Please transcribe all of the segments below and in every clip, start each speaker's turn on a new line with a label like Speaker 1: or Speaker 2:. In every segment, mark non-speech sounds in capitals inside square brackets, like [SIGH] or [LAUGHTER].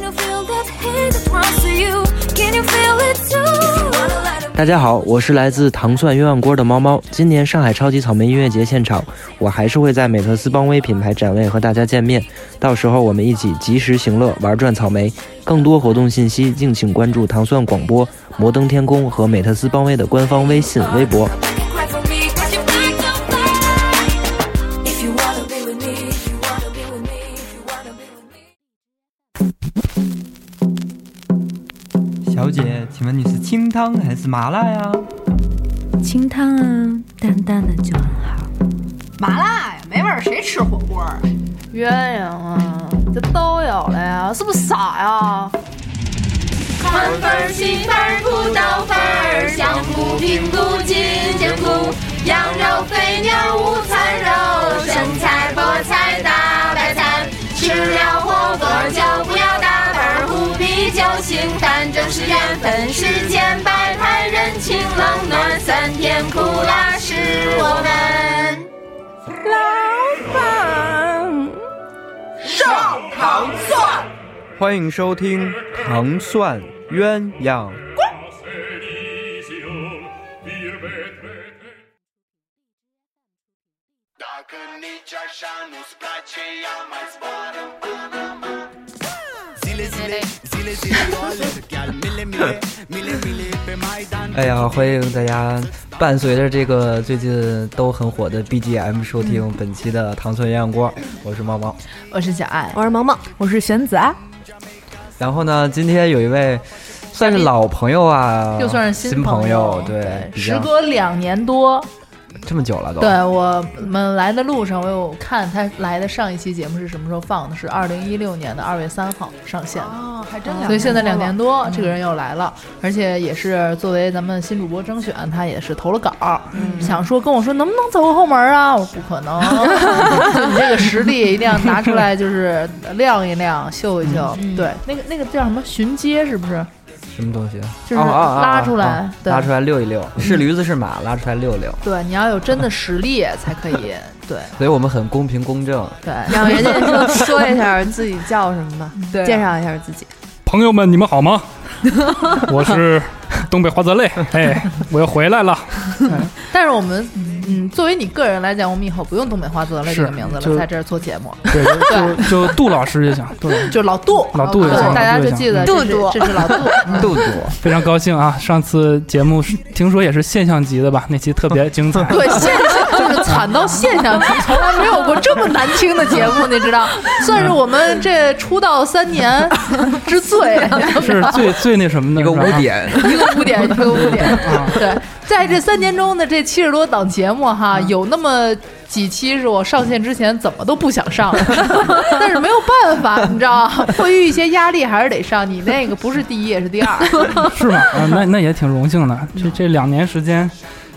Speaker 1: that hate that runs through you. Can you feel it too? Wanna light a
Speaker 2: 大家好，我是来自糖蒜鸳鸯锅的猫猫。今年上海超级草莓音乐节现场，我还是会在美特斯邦威品牌展位和大家见面。到时候我们一起及时行乐，玩转草莓。更多活动信息，敬请关注糖蒜广播、摩登天空和美特斯邦威的官方微信、微博。
Speaker 1: make it cry for me, cause you make a fight. If you wanna be with me, if you wanna be with me, if you wanna be with me.
Speaker 3: 小姐，请问你是清汤还是麻辣呀？
Speaker 4: 清汤啊，淡淡的就很好。
Speaker 5: 麻辣呀，没味儿，谁吃火锅啊？
Speaker 6: 鸳鸯啊，这都有了呀，是不是傻呀？
Speaker 7: 糖粉儿、杏粉儿、葡萄粉儿、香菇、平菇、金针菇、羊肉、肥牛、午餐肉、生菜、菠菜、大白菜。吃了火锅就不要打本儿，胡啤酒行，反正是缘分。世间百态，人情冷暖，酸甜苦辣是我们。
Speaker 3: 欢迎收听糖蒜鸳鸯。
Speaker 8: 哎呀，欢迎大家伴随着这个最近都很火的 BGM 收听本期的糖蒜鸳鸯锅，我是猫猫。
Speaker 6: 我是小爱，
Speaker 4: 我是萌萌，我是玄子啊。
Speaker 8: 然后呢，今天有一位算是老朋友啊，
Speaker 6: 又算是
Speaker 8: 新
Speaker 6: 朋
Speaker 8: 友，
Speaker 6: 对，
Speaker 8: 比
Speaker 6: 时
Speaker 8: 较
Speaker 6: 隔两年多，
Speaker 8: 这么久了都。
Speaker 6: 对我们来的路上，我有看他来的上一期节目是什么时候放的，是二零一六年的二月三号上线的。
Speaker 5: 哦，还真
Speaker 7: 嗯
Speaker 6: 所以现在两年多，这个人又来了，而且也是作为咱们新主播征选，他也是投了稿，想说跟我说能不能走个后门啊？我说不可能，就你这个实力一定要拿出来，就是亮一亮，秀一秀。对，那个那个叫什么巡街是不是？
Speaker 8: 什么东西？
Speaker 6: 就是
Speaker 8: 哦哦哦哦
Speaker 6: 拉出来
Speaker 8: 哦
Speaker 6: 对嗯
Speaker 8: 拉出来溜一溜，是驴子是马，拉出来溜一溜。
Speaker 6: 对，你要有真的实力才可 [LAUGHS] 以。对
Speaker 8: 所以我们很公平公正。
Speaker 6: 对，
Speaker 4: 让人家说
Speaker 6: [LAUGHS]
Speaker 4: 说一下自己叫什么吧，
Speaker 6: 对
Speaker 4: 介绍一下自己。
Speaker 9: 朋友们，你们好吗？我是东北花泽类，哎，我又回来了。
Speaker 6: 但是我们。嗯，作为你个人来讲，我们以后不用东北花泽类这个
Speaker 9: 是
Speaker 6: 名字
Speaker 9: 就
Speaker 6: 了，
Speaker 9: 是
Speaker 6: 在这儿做节目，
Speaker 9: 对，就就杜老师也想，杜老师
Speaker 6: 就老杜，
Speaker 9: 老杜也
Speaker 6: 对
Speaker 9: 想，
Speaker 6: 大家
Speaker 9: 老杜也
Speaker 6: 就
Speaker 9: 想
Speaker 6: 记得
Speaker 9: 嗯
Speaker 6: 这是
Speaker 4: 杜杜
Speaker 6: 这是老杜，
Speaker 8: 杜杜，
Speaker 9: 非常高兴啊！上次节目是听说也是现象级的吧？那期特别精彩。
Speaker 6: [LAUGHS] 对，现象就是惨到现象级，从来没有过这么难听的节目，你知道，算是我们这出道三年之最，
Speaker 9: 是最最那什么
Speaker 8: [LAUGHS]
Speaker 9: 的
Speaker 8: 一个
Speaker 9: 是
Speaker 8: 污
Speaker 9: 吧
Speaker 8: 点。
Speaker 6: 一个污点，一个污点。
Speaker 9: 啊
Speaker 6: 对，在这三年中的这七十多档节目哈，
Speaker 9: 嗯
Speaker 6: 有那么几期是我上线之前怎么都不想上， [LAUGHS] 但是没有办法，你知道，迫于一些压力还是得上。你那个不是第一也是第
Speaker 9: [LAUGHS]
Speaker 6: 二，
Speaker 9: 是吗？啊，那那也挺荣幸的。这这两年时间，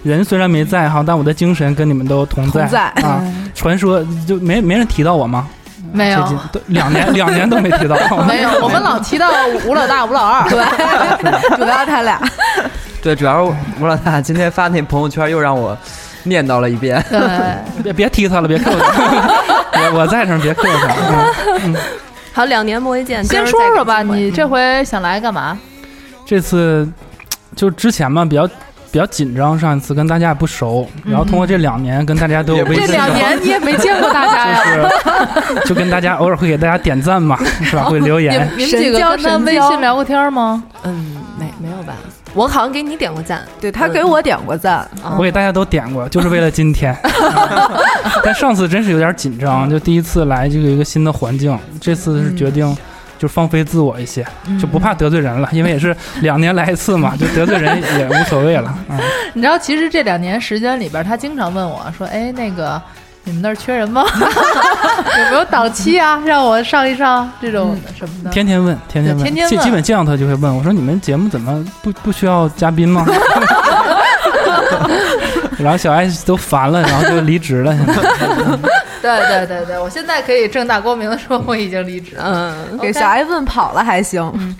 Speaker 9: 人虽然没在哈，但我的精神跟你们都同在
Speaker 4: 同在
Speaker 9: 啊。传说就没没人提到我吗？
Speaker 6: 没
Speaker 9: 这
Speaker 6: 有
Speaker 9: 几。都两年两年都没提到。
Speaker 6: [LAUGHS] 没有，我们老提到吴老大、吴老二， [LAUGHS] 对，
Speaker 4: 主要他俩，
Speaker 8: [LAUGHS] 对，主要是我老大今天发那朋友圈又让我念叨了一遍。
Speaker 6: 对，
Speaker 9: 别别提他了，别 Q 他。我我在这儿别 Q 他。嗯
Speaker 7: 好，两年没见
Speaker 6: 先说说吧，你这回想来干嘛？
Speaker 9: 这次就之前嘛，比较比较紧张，上一次跟大家也不熟，然后通过这两年跟大家都有微
Speaker 6: 这
Speaker 9: 信，
Speaker 6: 两年你也没见过大家 [LAUGHS] 呀，
Speaker 9: [LAUGHS] 就是就跟大家偶尔会给大家点赞嘛，是吧？会留
Speaker 6: 你
Speaker 9: 言
Speaker 6: 们。你们几个跟他微信聊过天吗？
Speaker 7: 嗯，没没有吧？我好像给你点过赞，
Speaker 4: 对他给我点过赞，
Speaker 9: 我给大家都点过，就是为了今天。但上次真是有点紧张，就第一次来这个一个新的环境，这次是决定就放飞自我一些，就不怕得罪人了，因为也是两年来一次嘛，就得罪人也无所谓了。嗯，
Speaker 6: 你知道，其实这两年时间里边，他经常问我说：“哎，那个你们那儿缺人 [LAUGHS] 吗？有没有档期啊？让我上一上这种什么的。”
Speaker 9: 天天问，天天问，
Speaker 6: 嗯天天
Speaker 9: 基
Speaker 6: 问
Speaker 9: 基本见到他就会问我说：“你们节目怎么不不需要嘉宾
Speaker 6: [LAUGHS]
Speaker 9: 吗？”然后小艾都烦了，然后就离职
Speaker 6: [LAUGHS]
Speaker 9: 了。现在
Speaker 6: 对对对对，我现在可以正大光明的说我已经离职了。
Speaker 7: 嗯，
Speaker 4: 给小艾问跑了还行。
Speaker 10: 嗯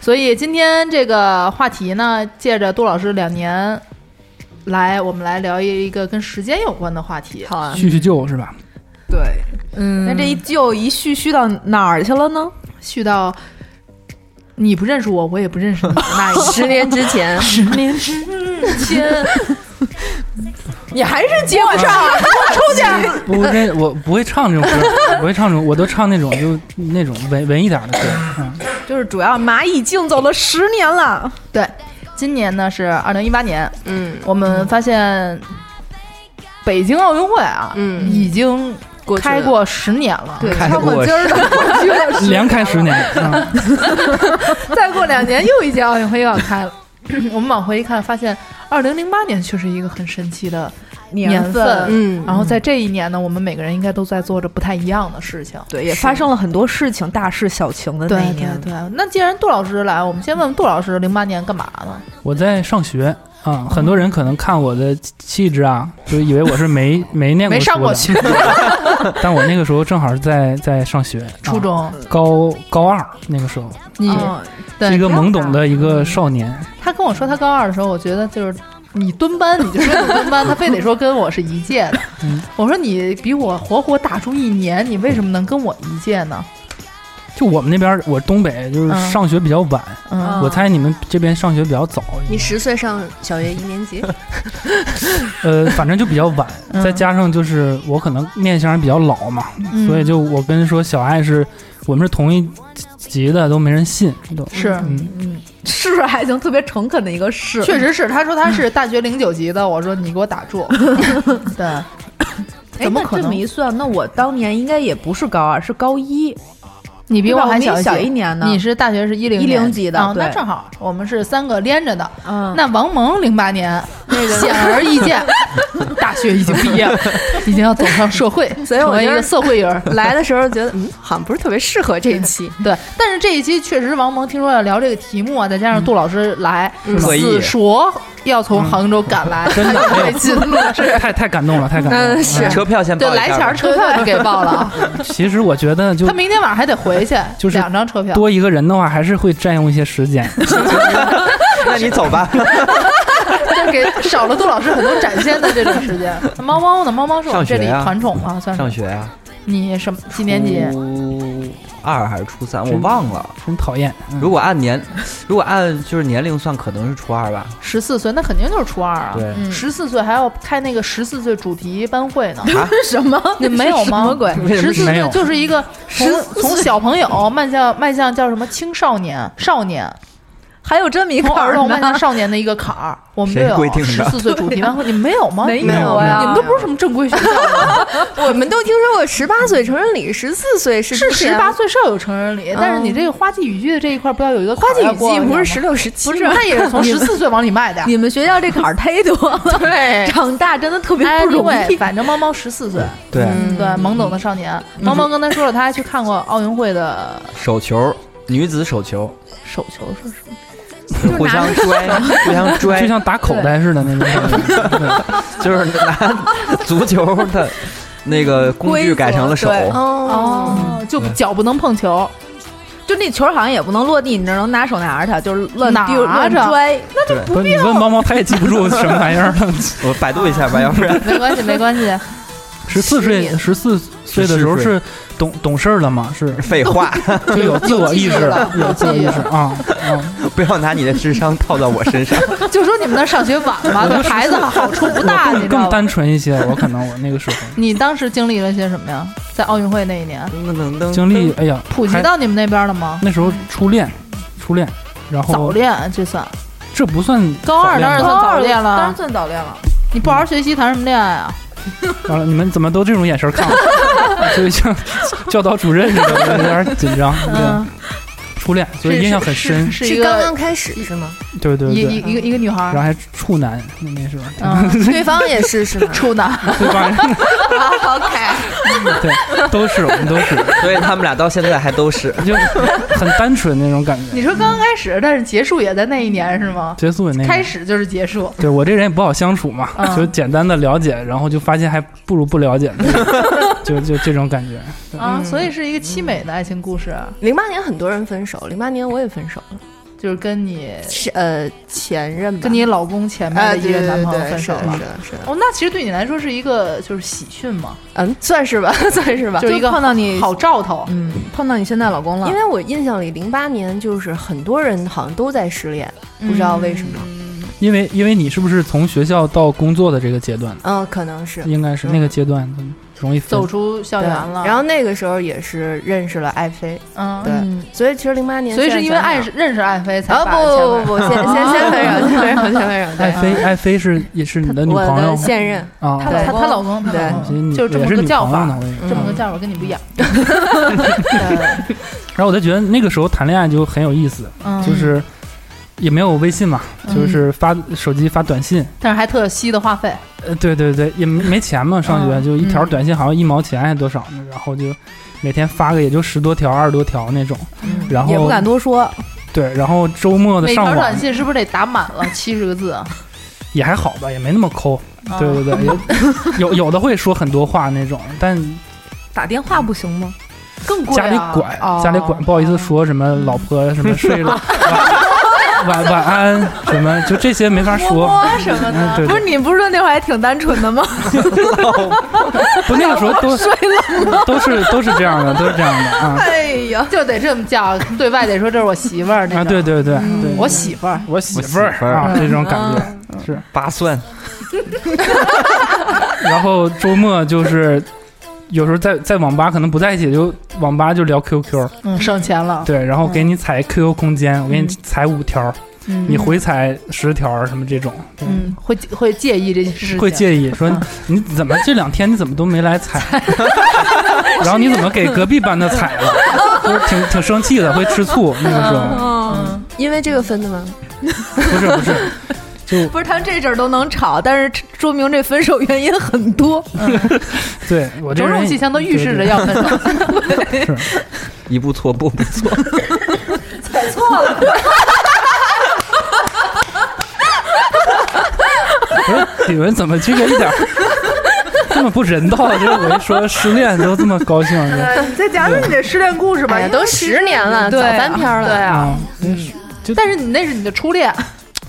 Speaker 6: 所以今天这个话题呢，借着杜老师两年来，我们来聊一个跟时间有关的话题。
Speaker 7: 好啊。
Speaker 9: 叙叙旧是吧？
Speaker 4: 对，
Speaker 6: 嗯
Speaker 4: 那这一就一续续到哪儿去了呢？
Speaker 6: 续到你不认识我，我也不认识你，那一
Speaker 10: 十年之前，
Speaker 6: 十年之前，
Speaker 10: 你还是接不上，
Speaker 9: 不认我不会唱这种歌，我不会唱这种，我都唱那种就那种文文一点的歌。
Speaker 6: [LAUGHS]
Speaker 9: 嗯，
Speaker 10: [LAUGHS] 就是主要蚂蚁竞走了十年了，
Speaker 6: 对，今年呢是二零一八年，
Speaker 10: 嗯
Speaker 6: 我们发现北京奥运会啊，
Speaker 10: 嗯
Speaker 6: 已经
Speaker 10: 过去了
Speaker 6: 开过十年了，
Speaker 10: 对，
Speaker 8: 开
Speaker 10: 敲过
Speaker 8: 过
Speaker 10: 筋儿的，
Speaker 9: 连开十年，嗯
Speaker 6: [LAUGHS] 再过两年又一届奥运会又要开了。 [COUGHS] 我们往回一看，发现二零零八年却是一个很神奇的年份。
Speaker 10: 嗯，
Speaker 6: 然后在这一年呢，我们每个人应该都在做着不太一样的事情。
Speaker 10: 对，也发生了很多事情，大事小情的
Speaker 6: 对
Speaker 10: 嗯那一
Speaker 6: 对
Speaker 10: 年，
Speaker 6: 对，那既然杜老师来，我们先问问杜老师，零八年干嘛呢？
Speaker 9: 我在上学啊，很多人可能看我的气质啊，就以为我是
Speaker 6: [LAUGHS]
Speaker 9: 没没念过
Speaker 6: 没上过
Speaker 9: 书的， [LAUGHS] 但我那个时候正好是在在上学，啊
Speaker 6: 初中，
Speaker 9: 高高二那个时候，
Speaker 6: 你
Speaker 10: 嗯，
Speaker 6: 对
Speaker 9: 是一个懵懂的一个少年，
Speaker 6: 他跟我说他高二的时候，我觉得就是你蹲班，你就说你蹲班，他非得说跟我是一届的。
Speaker 9: 嗯
Speaker 6: 我说你比我活活打出一年，你为什么能跟我一届呢？
Speaker 9: 就我们那边儿，我东北就是
Speaker 6: 嗯
Speaker 9: 上学比较晚，
Speaker 6: 嗯，
Speaker 9: 我猜你们这边上学比较早，
Speaker 10: 你十岁上小学一年级，
Speaker 9: 呃，反正就比较晚，
Speaker 6: 嗯
Speaker 9: 再加上就是我可能面相也比较老嘛，
Speaker 6: 嗯
Speaker 9: 所以就我跟说小爱是我们是同一级的，都没人信，都
Speaker 6: 是。 [LAUGHS]
Speaker 9: 嗯，
Speaker 10: [LAUGHS] 是还行，特别诚恳的一个是，
Speaker 6: 确实是，他说他是大学零九级的，我说你给我打住。对，
Speaker 10: 哎
Speaker 6: 怎么
Speaker 10: 那
Speaker 6: 可
Speaker 10: 这么
Speaker 6: 能
Speaker 10: 一算，那我当年应该也不是高二，是高一，
Speaker 6: 你比
Speaker 10: 对吧
Speaker 6: 还
Speaker 10: 比你
Speaker 6: 小
Speaker 10: 小一年呢
Speaker 6: 你是大学是一零
Speaker 10: 10级的
Speaker 6: 啊，那
Speaker 10: 对
Speaker 6: 正好我们是三个连着的。
Speaker 10: 嗯
Speaker 6: 那王蒙零八年，显而易见，大学已经毕业了， [LAUGHS] 已经要走上社会，
Speaker 10: 所以
Speaker 6: 成
Speaker 10: 我
Speaker 6: 为一
Speaker 10: 觉
Speaker 6: 个
Speaker 10: 得
Speaker 6: 社会人
Speaker 10: [LAUGHS]
Speaker 6: 儿。
Speaker 10: 来的时候觉得，嗯，好像不是特别适合这一 [LAUGHS] 期。
Speaker 6: 对，但是这一期确实王蒙听说要聊这个题目啊，再加上杜老师来，
Speaker 8: 嗯特
Speaker 6: 死
Speaker 8: 意
Speaker 6: 说要从杭州赶来，
Speaker 9: 真的
Speaker 6: 太近了，是
Speaker 9: 太太感动了，太感动了。
Speaker 10: 嗯是
Speaker 8: 车票先
Speaker 6: 对
Speaker 8: 报，一
Speaker 6: 来
Speaker 8: 下
Speaker 6: 前
Speaker 8: 吧 [LAUGHS]
Speaker 6: 儿车票就给报了啊，
Speaker 9: 其实我觉得就
Speaker 6: 他明天晚上还得回去，
Speaker 9: 就是
Speaker 6: 两张车票。
Speaker 9: 多一个人的话，还是会占用一些时间。
Speaker 8: 那你走吧。
Speaker 6: 就给少了杜老师很多展现的这种时间。那猫猫呢？猫猫是我们这里
Speaker 8: 上学呀
Speaker 6: 团宠吗？算
Speaker 8: 上
Speaker 6: 是
Speaker 8: 学啊 [LAUGHS] 呀，
Speaker 6: 你什么几年级？
Speaker 8: 初嗯二还是初三，我忘了。
Speaker 9: 真讨厌。嗯
Speaker 8: 如果按年，如果按就是年龄算，可能是初二吧。
Speaker 6: 十四岁，那肯定就是初二啊
Speaker 8: 对。
Speaker 6: 十四岁还要开那个十四岁主题班会 [LAUGHS] 呢。
Speaker 8: 啊，
Speaker 10: 什么？
Speaker 6: 你没有吗？
Speaker 10: 什么鬼？
Speaker 9: 为什
Speaker 6: 十
Speaker 9: 么
Speaker 6: 四
Speaker 9: 没
Speaker 6: 岁
Speaker 9: 有
Speaker 6: 就是一个从从小朋友迈向迈向叫什么青少年少 [LAUGHS] 年，
Speaker 10: 还有这么一
Speaker 6: 从
Speaker 10: 块
Speaker 6: 儿
Speaker 10: 儿
Speaker 6: 童迈
Speaker 10: 呢
Speaker 6: 向？少年的一个坎儿。我们就
Speaker 8: 谁规定
Speaker 6: 有
Speaker 8: 的
Speaker 6: 十四岁主题班会，你们没有吗？
Speaker 10: 没
Speaker 9: 没有
Speaker 10: 有呀，
Speaker 6: 你们都不是什么正规学校吗？
Speaker 7: 我们都听说过十八岁成人礼，十四岁是
Speaker 6: 是啊
Speaker 7: 之前
Speaker 10: 啊
Speaker 6: 十八岁是要有成人礼，但是你这个花季雨季的这一块儿不要有一个花
Speaker 7: 花季雨季不是十六十七
Speaker 6: 不是，那也 [LAUGHS] 是从十四岁往里迈的呀。
Speaker 10: 哎你们学校这坎儿忒多 [LAUGHS] 了，
Speaker 6: 对，
Speaker 10: 长大真的特别
Speaker 6: 哎，
Speaker 10: 不
Speaker 6: 因
Speaker 10: 容
Speaker 6: 为
Speaker 10: 易。
Speaker 6: 反正猫猫十四岁，嗯
Speaker 8: 对，
Speaker 6: 对，
Speaker 7: 嗯
Speaker 6: 懵懂的少年。猫猫刚才说了，他还去看过奥运会的
Speaker 8: 手球，女子手球，
Speaker 6: 手球，是什么？
Speaker 8: 就互相拽，互
Speaker 9: [LAUGHS]
Speaker 8: 相
Speaker 9: 嗯就
Speaker 8: 拽，
Speaker 9: 像打口袋似的那种，
Speaker 8: 就是拿足球的那个工具改成了手。
Speaker 10: 规则对
Speaker 7: 哦，
Speaker 6: 哦，就脚不能
Speaker 9: [LAUGHS]
Speaker 6: 碰球，
Speaker 10: 就那球好像也不能落地，你只能拿手拿着它，就是乱丢
Speaker 6: 拿
Speaker 10: 乱
Speaker 6: 着
Speaker 10: 拽。
Speaker 9: 不是你问猫猫，它也记不住什么玩意儿了。
Speaker 8: 我百度一下吧，要不然
Speaker 6: 没关系，没关系。
Speaker 9: 十四岁，十四岁的时候是懂懂事儿了嘛，是
Speaker 8: 废话，
Speaker 9: 就有自我意识，
Speaker 6: [LAUGHS] 有
Speaker 9: 有自
Speaker 6: 自我
Speaker 9: 我
Speaker 6: 意
Speaker 9: 意
Speaker 6: 识
Speaker 9: 识啊。啊
Speaker 8: 不要拿你的智商套到我身上。
Speaker 6: 就说你们那上学晚嘛，对孩子好处不大，
Speaker 9: 更
Speaker 6: 你知道
Speaker 9: 更
Speaker 6: 吧？
Speaker 9: 单纯一些，我可能我那个时候
Speaker 6: [LAUGHS] 你当时经历了些什么呀？在奥运会那一年，
Speaker 9: 经历，哎呀，
Speaker 6: 普及
Speaker 9: 还
Speaker 6: 到你们那边了吗？
Speaker 9: 那时候初恋，初恋，然
Speaker 6: 早
Speaker 9: 后
Speaker 6: 恋啊这算
Speaker 9: 这不算
Speaker 6: 高二当然
Speaker 9: 早
Speaker 6: 算早恋
Speaker 10: 当然
Speaker 6: 了，
Speaker 10: 算早恋了。
Speaker 6: 你
Speaker 9: 嗯
Speaker 6: 不好好学习谈什么恋爱啊？
Speaker 9: 恋完了，你们怎么都这种眼神看我？ [LAUGHS] 就像教导主任似的，我有点紧张。
Speaker 6: 嗯
Speaker 9: 对，，初恋，所以印象很深。
Speaker 6: 是一
Speaker 7: 是刚刚
Speaker 6: 个
Speaker 7: 开始是吗？
Speaker 9: 对对
Speaker 6: 一
Speaker 9: 对，
Speaker 6: 一一个一个女孩
Speaker 9: 然
Speaker 6: 儿
Speaker 9: 后，还处男，那那时候 [LAUGHS]
Speaker 6: 嗯，
Speaker 7: 对方也是是吗？
Speaker 6: 处男，
Speaker 9: 对吧？
Speaker 7: 哦 OK，
Speaker 9: 对，都是我们都是，
Speaker 8: 所以他们俩到现在还都是。
Speaker 9: 就很单纯那种感觉。
Speaker 6: 你说刚开始，但是结束也在那一年是吗？
Speaker 9: 结束也那个
Speaker 6: 开始就是结束， [LAUGHS]
Speaker 9: 对我这人也不好相处嘛，
Speaker 6: 嗯
Speaker 9: 就简单的了解，然后就发现还不如不了解
Speaker 6: [LAUGHS]
Speaker 9: 呢，就就这种感觉。
Speaker 6: 嗯啊，所以是一个凄美的爱情故事。
Speaker 7: 零八年很多人分手，零八年我也分手了。
Speaker 9: 嗯
Speaker 6: 就是跟你
Speaker 11: 是呃前任吧，
Speaker 6: 跟你老公前面
Speaker 11: 哎
Speaker 6: 的一个
Speaker 11: 对对
Speaker 6: 男朋友
Speaker 11: 对
Speaker 6: 分手
Speaker 11: 是的
Speaker 6: 了
Speaker 11: 是。的是的
Speaker 6: 哦，那其实对你来说是一个就是喜讯嘛，
Speaker 11: 嗯，算是吧， [LAUGHS] 算是吧，
Speaker 6: 就是一个
Speaker 11: 碰到你
Speaker 6: 好兆头，
Speaker 11: 嗯，
Speaker 10: 碰到你现在老公了
Speaker 11: 因为我印象里零八年就是很多人好像都在失恋，
Speaker 6: 嗯
Speaker 11: 不知道为什么，
Speaker 9: 因为因为你是不是从学校到工作的这个阶段？
Speaker 11: 嗯，可能是
Speaker 9: 应该是
Speaker 11: 嗯
Speaker 9: 那个阶段容易分
Speaker 6: 出校
Speaker 11: 对
Speaker 6: 园了
Speaker 11: 然后那个时候也是认识了爱妃，
Speaker 6: 嗯嗯
Speaker 11: 对，所以其实零八年
Speaker 6: 所以
Speaker 11: 现
Speaker 6: 是
Speaker 11: 在
Speaker 6: 因为
Speaker 11: 想
Speaker 6: 爱
Speaker 11: 想
Speaker 6: 认识爱妃才
Speaker 11: 啊
Speaker 6: 把
Speaker 11: 不不不不，
Speaker 6: 前
Speaker 11: 先
Speaker 6: 面嗯 [LAUGHS]
Speaker 11: 先先分手，先分手，先分手，对
Speaker 9: 爱妃，爱妃是也是你的女
Speaker 11: 我
Speaker 9: 朋友
Speaker 11: 的现任
Speaker 9: 啊，
Speaker 6: 她她她老公她老
Speaker 9: 所以你
Speaker 6: 公就是这么
Speaker 9: 也是
Speaker 6: 个
Speaker 9: 女
Speaker 6: 叫
Speaker 9: 朋友
Speaker 6: 法
Speaker 9: 呢我嗯跟你，说
Speaker 6: 这么个叫法跟你不一样。
Speaker 9: 然后我就觉得那个时候谈恋爱就很有意思，
Speaker 6: 嗯
Speaker 9: 就是也没有微信嘛，
Speaker 6: 嗯
Speaker 9: 就是发手机发短信，
Speaker 6: 但是还特吸的话费，
Speaker 9: 呃，对对对，也没没钱嘛，上学
Speaker 6: 嗯
Speaker 9: 就一条短信好像一毛钱还多少呢，然后就每天发个也就十多条、二十多条那种，然后
Speaker 10: 也不敢多说，
Speaker 9: 对，然后周末的嗯
Speaker 6: 每
Speaker 9: 上
Speaker 6: 条
Speaker 9: 网
Speaker 6: 短信是不是得打满了七十个字啊？
Speaker 9: 也还好吧，也没那么抠，
Speaker 10: 哦
Speaker 6: 啊
Speaker 9: 对对对，
Speaker 10: [LAUGHS]
Speaker 9: 也有有的会说很多话那种，但
Speaker 10: 打电话不行吗？
Speaker 6: 更啊
Speaker 10: 贵
Speaker 9: 家里管，
Speaker 10: 哦
Speaker 9: 家里管，不好意思
Speaker 10: 嗯
Speaker 9: 说什么老婆什么睡
Speaker 10: [LAUGHS]
Speaker 9: 了，晚晚晚安什么，就这些没法说。
Speaker 10: 摸什么
Speaker 9: 嗯
Speaker 10: 的？
Speaker 9: 对
Speaker 10: [LAUGHS] 不是
Speaker 9: 对，
Speaker 10: 你不是说那会儿还挺单纯的吗？
Speaker 9: 不那个时候都
Speaker 10: 睡了吗？
Speaker 9: 都是都是这样的，都是这样的啊
Speaker 6: 哎呀， [LAUGHS] 就得这么叫，对外得说这是我媳妇儿那
Speaker 9: 啊！
Speaker 6: 种。
Speaker 9: 对对对
Speaker 10: 嗯
Speaker 9: 对，
Speaker 6: 我媳妇儿，
Speaker 9: 我媳妇儿啊，这种感觉是
Speaker 8: 拔蒜，
Speaker 9: 然后周末就是有时候在在网吧可能不在一起，就网吧就聊 QQ，
Speaker 6: 嗯，省钱了。
Speaker 9: 对，然后给你踩 QQ 空间，我给你踩五条，
Speaker 6: 嗯
Speaker 9: 你回踩十条什么这种，对
Speaker 6: 嗯，会会介意这嗯件事情，
Speaker 9: 会介意说你怎么这两天你怎么都没来踩， [LAUGHS] 然后你怎么给隔壁班的踩了，就是挺挺生气的，会吃醋那个时候，
Speaker 10: 嗯，
Speaker 11: 因为这个分的吗？
Speaker 9: 不是不是，
Speaker 6: [LAUGHS]
Speaker 9: 就
Speaker 10: 不是他们这阵儿都能吵，但是说明这分手原因很多。
Speaker 9: 对我这
Speaker 6: 种
Speaker 9: 人
Speaker 6: 种迹象都预示着要分手。
Speaker 8: 一步错步步错，
Speaker 7: 踩错了，
Speaker 9: 不是你们怎么这个一点儿 [LAUGHS] 这么不人道？这我一说失恋都这么高兴，
Speaker 6: [LAUGHS]
Speaker 9: 这
Speaker 5: 你再讲讲你的失恋故事吧，
Speaker 11: 哎呀，都十年了，早
Speaker 6: 对啊
Speaker 11: 翻篇了。
Speaker 6: 对啊，
Speaker 9: 啊，
Speaker 10: 嗯
Speaker 6: 但是你那是你的初恋，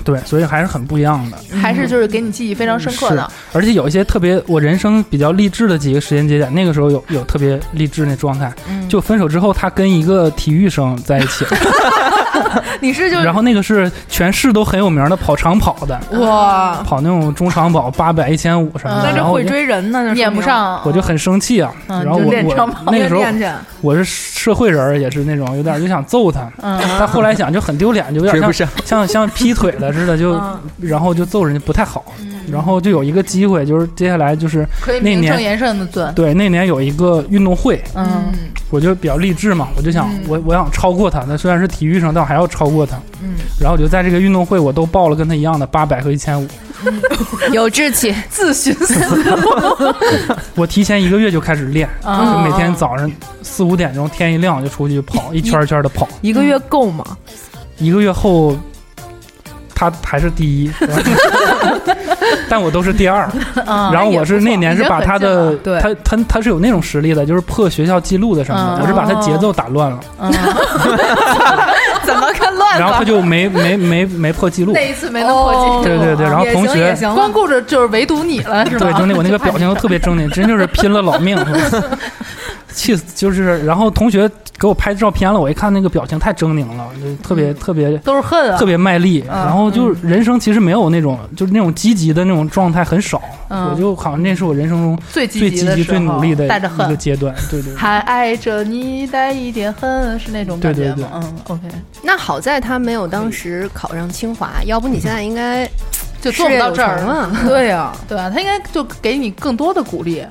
Speaker 9: 对，所以还是很不一样的。
Speaker 6: 还是就是给你记忆非常深刻
Speaker 9: 是
Speaker 6: 的。，
Speaker 9: 而且有一些特别，我人生比较励志的几个时间节点，那个时候有有特别励志那状态。
Speaker 10: 嗯
Speaker 9: 就分手之后，他跟一个体育生在一
Speaker 10: [LAUGHS]
Speaker 9: 起，
Speaker 10: 你是就
Speaker 9: 然后那个是全市都很有名的跑长跑的，
Speaker 10: 哇，
Speaker 9: 跑那种中长跑八百、一千五什么的。
Speaker 10: 嗯那
Speaker 9: 然
Speaker 10: 这
Speaker 9: 后我
Speaker 10: 会
Speaker 9: 就
Speaker 10: 追人呢，那说明
Speaker 6: 撵不。上，
Speaker 9: 我就很生气啊，
Speaker 6: 嗯
Speaker 9: 然后
Speaker 6: 就
Speaker 9: 我
Speaker 10: 练长
Speaker 9: 我
Speaker 10: 跑
Speaker 9: 那个时候
Speaker 10: 练练
Speaker 9: 我是社会人儿，也是那种有点儿就想揍他，
Speaker 6: 嗯
Speaker 9: 但后来想就很丢脸，就有
Speaker 8: 追不
Speaker 9: 点
Speaker 8: 上
Speaker 9: 像像像劈腿了似的，就然后就揍人家不太好，然后就有一个机会，就是接下来就是
Speaker 6: 可以
Speaker 9: 那
Speaker 6: 名正
Speaker 9: 年
Speaker 6: 言顺的尊。
Speaker 9: 对那年有一个运动会，
Speaker 6: 嗯，
Speaker 9: 我就比较励志嘛，我就想我我想超过他，他虽然是体育生，但我还要超过他，然后我就在这个运动会我都报了跟他一样的八百和一千五，
Speaker 11: 有志气，
Speaker 10: 自寻死
Speaker 9: 我提前一个月就开始练，
Speaker 6: 啊
Speaker 9: 就每天早上四五点钟天一亮就出去跑，一圈一圈的跑。
Speaker 10: 一个月够吗？
Speaker 9: 一个月后，他还是第一，但我都是第二。
Speaker 6: 嗯
Speaker 9: 然后我是那年是把他的
Speaker 10: 近了
Speaker 9: 他他他是有那种实力的，就是破学校记录的什么
Speaker 6: 嗯
Speaker 9: 的，我是把他节奏打乱了，
Speaker 10: 怎么看乱
Speaker 9: 然后他？就没没没没破记录。
Speaker 6: [LAUGHS] 那一次没能破
Speaker 10: 哦
Speaker 6: 解，
Speaker 9: 对对对，然后
Speaker 10: 也
Speaker 9: 同
Speaker 10: 行也
Speaker 9: 学。
Speaker 10: 行了，
Speaker 6: 光顾着就是唯独你了，是吧？
Speaker 9: 对，就那我那个表情都特别狰狞，真就是拼了老命，气死！就是，然后同学给我拍照片了，我一看那个表情太狰狞了，就特别特别
Speaker 6: 都是恨啊，
Speaker 9: 特别卖力，然后就是人生其实没有那种就是那种积极的那种状态很少，
Speaker 6: 嗯
Speaker 9: 我就好像那是我人生中
Speaker 6: 最
Speaker 9: 最
Speaker 6: 积
Speaker 9: 积
Speaker 6: 的
Speaker 9: 极、
Speaker 6: 时候
Speaker 9: 最努力的
Speaker 6: 带着
Speaker 9: 一个
Speaker 6: 恨，
Speaker 9: 阶段，对
Speaker 6: [LAUGHS]
Speaker 9: 对对
Speaker 6: 还爱着你带一点恨，是那种感觉
Speaker 9: 对对对
Speaker 6: 吗？嗯，OK，
Speaker 11: 那好在他没有当时考上清华，要不你现在应该
Speaker 6: 就做不到这儿
Speaker 11: 事业有成啊。
Speaker 6: [LAUGHS]
Speaker 11: [LAUGHS]
Speaker 10: 对呀，
Speaker 6: 对啊，他应该就给你更多的鼓励。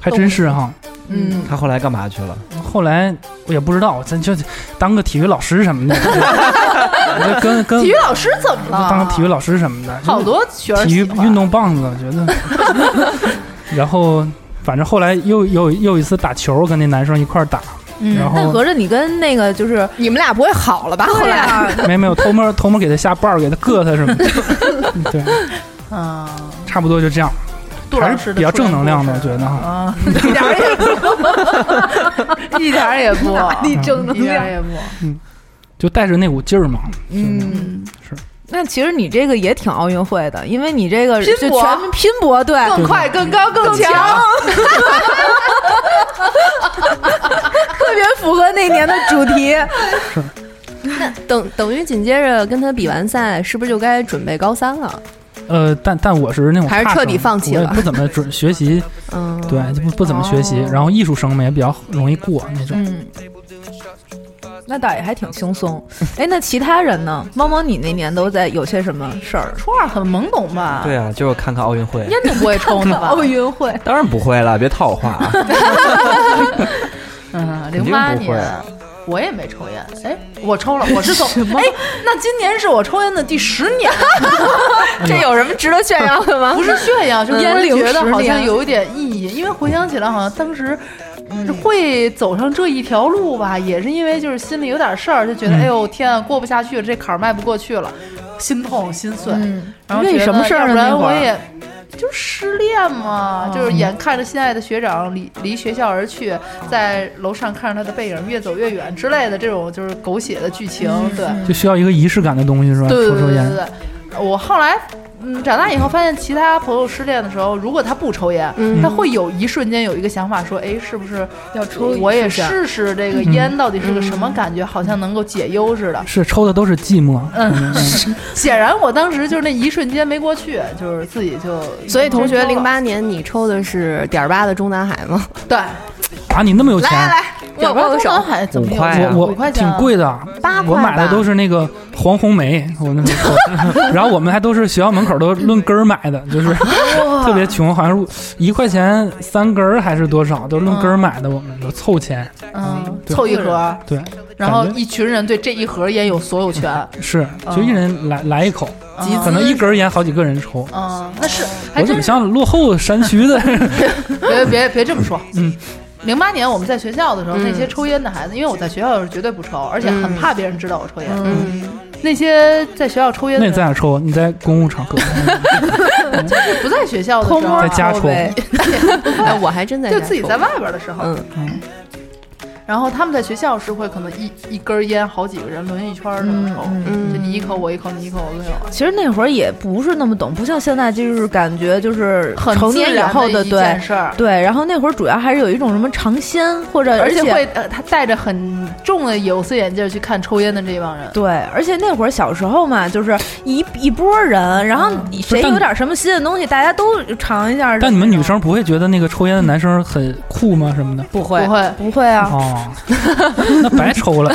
Speaker 9: 还真是哈。
Speaker 10: 嗯，
Speaker 8: 他后来干嘛去了？
Speaker 9: 后来我也不知道，咱就当个体育老师什
Speaker 6: [LAUGHS]
Speaker 9: 么的，我就跟跟
Speaker 6: 体育老师怎么了？
Speaker 9: 当个体育老师什么的，
Speaker 6: 嗯好多学
Speaker 9: 就是
Speaker 6: 生
Speaker 9: 体育
Speaker 6: 喜欢
Speaker 9: 运动棒子，我觉得。 [LAUGHS] 然后反正后来又又又一次打球，跟那男生一块儿打，
Speaker 6: 嗯
Speaker 9: 然
Speaker 10: 那
Speaker 9: 后
Speaker 10: 合着你跟那个就是
Speaker 11: 你们俩不会好了吧？后来
Speaker 10: [LAUGHS] 啊，
Speaker 9: 没没有偷摸偷摸给他下绊儿，给他硌他什么
Speaker 6: [LAUGHS]
Speaker 9: 的，对。
Speaker 6: 啊，
Speaker 9: 差不多就这样，
Speaker 6: 杜老
Speaker 9: 还
Speaker 6: 师
Speaker 9: 是
Speaker 6: 的
Speaker 9: 比较
Speaker 6: 初恋
Speaker 9: 正能量的，
Speaker 6: 故
Speaker 9: 我
Speaker 6: 事
Speaker 9: 觉得哈。
Speaker 6: 啊，一点儿也不，一点儿也不，
Speaker 9: [LAUGHS]
Speaker 10: 你正能
Speaker 6: 一点
Speaker 10: 量
Speaker 6: 儿。也不。
Speaker 9: 就带着那股劲儿嘛。
Speaker 10: 嗯，
Speaker 9: 是。
Speaker 10: 那其实你这个也挺奥运会的，因为你这个
Speaker 9: 拼
Speaker 10: 就
Speaker 9: 搏
Speaker 10: 全民拼搏，对，
Speaker 9: 更快
Speaker 10: 更高、
Speaker 9: 更
Speaker 10: 强，
Speaker 9: 强
Speaker 10: 特别符合那年的主题。
Speaker 11: 那等等于紧接着跟他比完赛，是不是就该准备高三了？
Speaker 9: 呃，但但我是那种
Speaker 11: 还是
Speaker 9: 差生
Speaker 11: 彻底放弃
Speaker 9: 我也
Speaker 11: 了
Speaker 9: 不怎么准学
Speaker 11: [LAUGHS]
Speaker 9: 习，
Speaker 11: 嗯，
Speaker 9: 对，就不不怎么学习，然后艺术生嘛也比较容易过那种。
Speaker 10: 嗯，那倒也还挺轻松。哎，那其他人呢？猫猫，你那年都在有些什么事儿？
Speaker 6: 初二很懵懂吧
Speaker 8: 对啊，就是看看奥运会。
Speaker 6: 烟都不会抽
Speaker 9: [LAUGHS]
Speaker 6: 呢吧？
Speaker 9: 哦
Speaker 10: 奥运会，，
Speaker 8: 当然不会了，别套我话啊！
Speaker 6: 嗯，
Speaker 8: 肯
Speaker 6: 零
Speaker 8: 定
Speaker 6: 八
Speaker 8: 不会
Speaker 6: 年
Speaker 8: 啊。
Speaker 6: 我也没抽烟，哎，我抽了，我是从哎，那今年是我抽烟的第十年
Speaker 10: 这有什么值得炫耀的吗嗯
Speaker 6: 不是炫耀，就是
Speaker 10: 烟
Speaker 6: 我
Speaker 10: 龄
Speaker 6: 觉得
Speaker 10: 十
Speaker 6: 好像
Speaker 10: 年
Speaker 6: 有一点意义，因为回想起来，好像当时。会走上这一条路吧，也是因为就是心里有点事儿，就觉得、
Speaker 10: 嗯
Speaker 6: 哎呦天啊，过不下去了，这坎儿迈不过去了，心痛心碎。
Speaker 10: 嗯
Speaker 6: 然后
Speaker 10: 为
Speaker 6: 觉得
Speaker 10: 什么事儿
Speaker 6: 要
Speaker 10: 呢
Speaker 6: 不然
Speaker 10: 那会
Speaker 6: 我
Speaker 10: 儿
Speaker 6: 也就失恋嘛，就是
Speaker 10: 嗯
Speaker 6: 眼看着心爱的学长离离学校而去，在楼上看着他的背影越走越远之类的这种就是狗血的剧情，
Speaker 10: 嗯
Speaker 6: 对。
Speaker 11: 哦
Speaker 9: 就需要一个仪式感的东西是吧？
Speaker 6: 对
Speaker 9: 啊抽
Speaker 6: 对
Speaker 9: 抽
Speaker 6: 对对
Speaker 9: 烟，
Speaker 6: 对，我后来。嗯，长大以后发现，其他朋友失恋的时候，如果他不抽烟，
Speaker 9: 嗯
Speaker 6: 他会有一瞬间有一个想法，说，哎，是不是
Speaker 10: 要抽一
Speaker 6: 我也
Speaker 10: 试试
Speaker 6: 试试这个
Speaker 9: 嗯
Speaker 6: 烟到底是个什么感觉，好像能够解忧似的。
Speaker 9: 是抽的都是寂寞。
Speaker 6: 嗯，显然我当时就是那一瞬间没过去，就是自己就
Speaker 11: 所以同学，
Speaker 6: 真抽
Speaker 11: 零
Speaker 6: 了
Speaker 11: 八年你抽的是点儿八的中南海
Speaker 9: [LAUGHS]
Speaker 11: 吗？
Speaker 6: 对，
Speaker 9: 啊，你那么有钱？
Speaker 6: 我我手还怎么有
Speaker 9: 我
Speaker 6: 五
Speaker 9: 我
Speaker 6: 块钱
Speaker 9: 挺
Speaker 6: 啊
Speaker 9: 贵的，
Speaker 11: 八块
Speaker 9: 我买的
Speaker 11: 吧
Speaker 9: 都是那个黄红梅，我那时
Speaker 11: [LAUGHS]
Speaker 9: 候， [LAUGHS] 然后我们还都是学校门口都论根儿买的，就是
Speaker 11: 哦
Speaker 9: [LAUGHS] 特别穷，好像是一块钱三根儿还是多少，都论根儿买的，我们都凑钱，
Speaker 6: 嗯，
Speaker 9: 对
Speaker 6: 凑一盒，
Speaker 9: 对，
Speaker 6: 然后
Speaker 9: 感觉
Speaker 6: 一群人对这一盒烟有所有权，
Speaker 9: 是就一人来来一口
Speaker 6: 集，
Speaker 9: 可能一根儿烟好几个人抽，
Speaker 6: 嗯，那是还
Speaker 9: 我怎
Speaker 6: 真
Speaker 9: 么
Speaker 6: 是，
Speaker 9: 像落后山区的？ [LAUGHS]
Speaker 6: 别别别这么说，
Speaker 9: 嗯，
Speaker 6: 零八年我们在学校的时候，
Speaker 9: 嗯
Speaker 6: 那些抽烟的孩子，因为我在学校是绝对不抽，而且很怕别人知道我抽烟。
Speaker 11: 嗯，
Speaker 6: 那些在学校抽烟
Speaker 9: 那
Speaker 6: 的
Speaker 9: 你在
Speaker 6: 人，
Speaker 9: 哪抽？啊你在公共场合？
Speaker 6: 就是不在学校的时候，
Speaker 9: 在家抽
Speaker 11: 哎，我还真在
Speaker 6: 就
Speaker 11: 家
Speaker 6: 自己
Speaker 11: 抽
Speaker 6: 在外边的时候。
Speaker 11: 嗯，
Speaker 6: 然后他们在学校是会可能一一根烟好几个人轮一圈儿那么抽，
Speaker 11: 嗯
Speaker 6: 就你一口我一口，你一口我一口。
Speaker 10: [LAUGHS] 其实那会儿也不是那么懂，不像现在，就是感觉就是
Speaker 6: 很
Speaker 10: 成年以后
Speaker 6: 自然的一
Speaker 10: 对
Speaker 6: 件事儿
Speaker 10: 对。然后那会儿主要还是有一种什么尝鲜，或者
Speaker 6: 而且
Speaker 10: 且
Speaker 6: 会呃，他戴着很重的有色眼镜去看抽烟的这帮人。
Speaker 10: 对，而且那会儿小时候嘛，就是一一波人，然后
Speaker 9: 嗯
Speaker 10: 谁有点什么新的东西，大家都尝一下。
Speaker 9: 但你们女生不会觉得那个抽烟的男生很酷吗？什么的？
Speaker 10: 不会
Speaker 6: 不会
Speaker 10: 不会啊，
Speaker 9: 哦，那白抽了。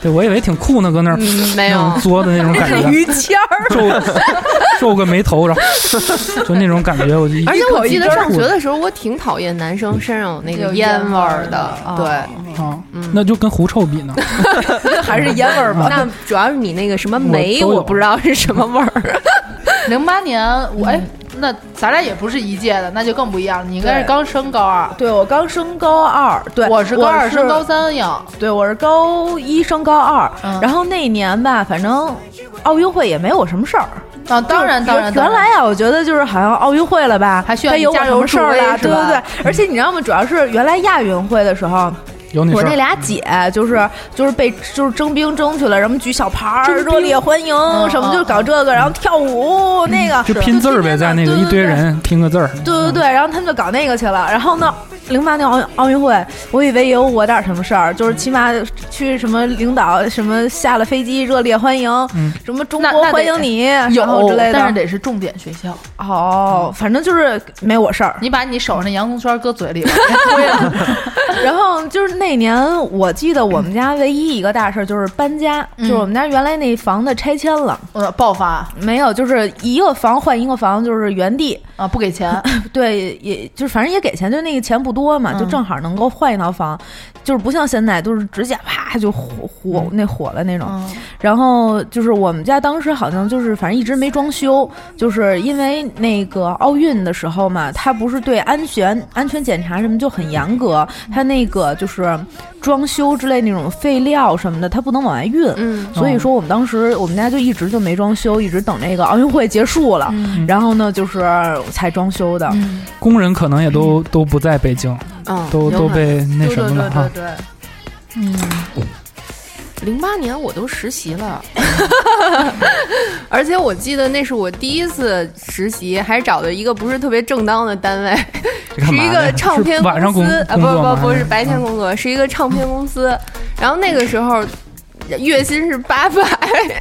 Speaker 9: 对，我以为挺酷呢，搁那儿、
Speaker 10: 嗯没有
Speaker 9: 那种作的那种感
Speaker 10: 那是
Speaker 9: 觉，
Speaker 10: [LAUGHS] 于谦儿。
Speaker 9: 皱皱个眉头，然后就那种感觉，我就一
Speaker 11: 而且我记得上学的
Speaker 9: 候，
Speaker 11: 时候，我挺讨厌男生身上有那
Speaker 6: 有
Speaker 11: 个
Speaker 6: 烟
Speaker 11: 烟味儿的，对，
Speaker 9: 啊，那就跟狐臭比呢。
Speaker 11: 还
Speaker 10: 是烟味儿吧
Speaker 11: [LAUGHS] 那主要是你那个什么
Speaker 9: 我
Speaker 11: 酶，
Speaker 9: 都有
Speaker 11: 我不知道是什么味儿。
Speaker 6: 零八年，我哎，那咱俩也不是一届的，那就更不一样。你应该是
Speaker 10: 对
Speaker 6: 刚升高二，
Speaker 10: 对我刚升高二，对
Speaker 6: 我是高二升高三呀。
Speaker 10: 对，我是高一升高二，然后那一年吧，反正奥运会也没有什么事儿。
Speaker 6: 啊，当然
Speaker 10: 就
Speaker 6: 当然，
Speaker 10: 原
Speaker 6: 当然
Speaker 10: 来呀，啊我觉得就是好像奥运会了吧，还
Speaker 6: 需要
Speaker 10: 有
Speaker 6: 你
Speaker 10: 我
Speaker 6: 加
Speaker 10: 什
Speaker 6: 油
Speaker 10: 么事儿
Speaker 6: 助威
Speaker 10: 了，
Speaker 6: 是
Speaker 10: 对对
Speaker 6: 吧
Speaker 10: 对。而且你知道吗？主要是原来亚运会的时候。
Speaker 9: 有你
Speaker 10: 我
Speaker 9: 事儿
Speaker 10: 那俩姐就是就是被就是征兵征去了，什么举小牌儿、热烈欢迎，什么就搞这个，然后跳舞那个，
Speaker 9: 就拼字儿呗，在那个一堆人拼个字儿，
Speaker 10: 对对对，然后他们就搞那个去了。然后呢，零八年奥运奥运会，我以为也有我点儿什么事儿，就是起码去什么领导什么下了飞机热烈欢迎，
Speaker 6: 嗯
Speaker 10: 什么中
Speaker 6: 那
Speaker 10: 国
Speaker 6: 那得
Speaker 10: 欢迎你，然后
Speaker 6: 有
Speaker 10: 之类的。
Speaker 6: 但是得是重点学校。
Speaker 10: 哦，反正就是没我事儿。
Speaker 6: 你把你手上那洋葱圈搁嘴里了，
Speaker 10: 然后就是那年，我记得我们家唯一一个大事儿就是搬家，
Speaker 6: 嗯
Speaker 10: 就是我们家原来那房子拆迁了，
Speaker 6: 呃，爆发
Speaker 10: 没有，就是一个房换一个房，就是原地
Speaker 6: 啊，不给钱，
Speaker 10: 对，也就是反正也给钱，就那个钱不多嘛，
Speaker 6: 嗯
Speaker 10: 就正好能够换一套房，就是不像现在都是直接啪就火火那火了那种。
Speaker 6: 嗯
Speaker 10: 然后就是我们家当时好像就是反正一直没装修，就是因为那个奥运的时候嘛，他不是对安全安全检查什么就很严格，他那个就是装修之类那种废料什么的，他不能往外运。
Speaker 11: 嗯
Speaker 10: 所以说我们当时我们家就一直就没装修，一直等那个奥运会结束了，
Speaker 6: 嗯
Speaker 10: 然后呢就是才装修的。
Speaker 9: 工人可能也都都不
Speaker 11: 哦
Speaker 9: 在北京，
Speaker 10: 嗯
Speaker 9: 都
Speaker 10: 有
Speaker 9: 都
Speaker 10: 可能
Speaker 9: 被那什么了哈。
Speaker 6: 对，
Speaker 10: 嗯，
Speaker 11: 零八年我都实习了， [LAUGHS] 而且我记得那是我第一次实习，还找的一个不是特别正当的单位，
Speaker 9: 干
Speaker 11: 是
Speaker 9: 嘛
Speaker 11: 一
Speaker 9: 呢
Speaker 11: 个唱片
Speaker 9: 是晚上
Speaker 11: 公司
Speaker 9: 工
Speaker 11: 啊，不
Speaker 9: 工作吗嗯
Speaker 11: 不不是白天工作，是一个唱片公司。然后那个时候月薪是八百， [LAUGHS]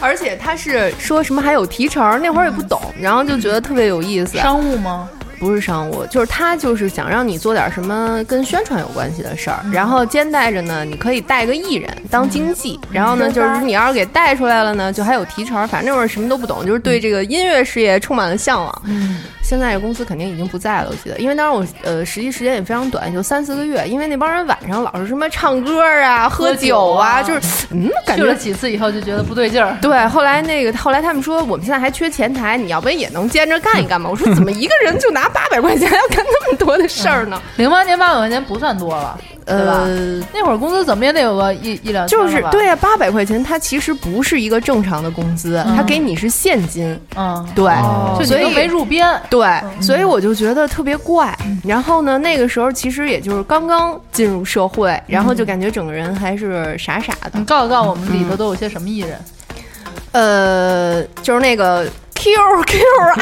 Speaker 11: 而且他是说什么还有提成，那会儿也不懂，然后就觉得特别有意思。啊
Speaker 6: 商务吗？
Speaker 11: 不是商务，就是他就是想让你做点什么跟宣传有关系的事儿，
Speaker 6: 嗯
Speaker 11: 然后兼带着呢，你可以带个艺人当经纪，
Speaker 6: 嗯
Speaker 11: 然后呢，就是你要是给带出来了呢，就还有提成。反正那会儿什么都不懂，就是对这个音乐事业充满了向往。
Speaker 6: 嗯
Speaker 11: 现在这公司肯定已经不在了，我记得，因为当时我呃实习时间也非常短，也就三四个月，因为那帮人晚上老是什么唱歌啊、喝
Speaker 6: 喝酒
Speaker 11: 酒啊，
Speaker 6: 啊
Speaker 11: 就是嗯，感
Speaker 6: 去
Speaker 11: 觉
Speaker 6: 了几次以后就觉得不对劲儿。
Speaker 11: [LAUGHS] 对，后来那个后来他们说我们现在还缺前台，你要不然也能兼着干一干嘛？我说怎么一个人就拿八百块钱要干那么多的事儿呢？
Speaker 6: 零八年八百块钱不算多了，对吧？
Speaker 11: 呃
Speaker 6: 那会儿工资怎么也得有个一一两千
Speaker 11: 就
Speaker 6: 了吧，
Speaker 11: 是对呀，八百块钱它其实不是一个正常的工资，它给你是现金，
Speaker 6: 嗯，
Speaker 11: 对，
Speaker 6: 就
Speaker 11: 所
Speaker 6: 你
Speaker 11: 以
Speaker 6: 都没入编，
Speaker 11: 对，所以我就觉得特别怪。然后呢，那个时候其实也就是刚刚进入社会，然后就感觉整个人还是傻傻的。
Speaker 6: 你告诉告诉我们里头都有些什么艺人？
Speaker 11: 呃，就是那个 QQI，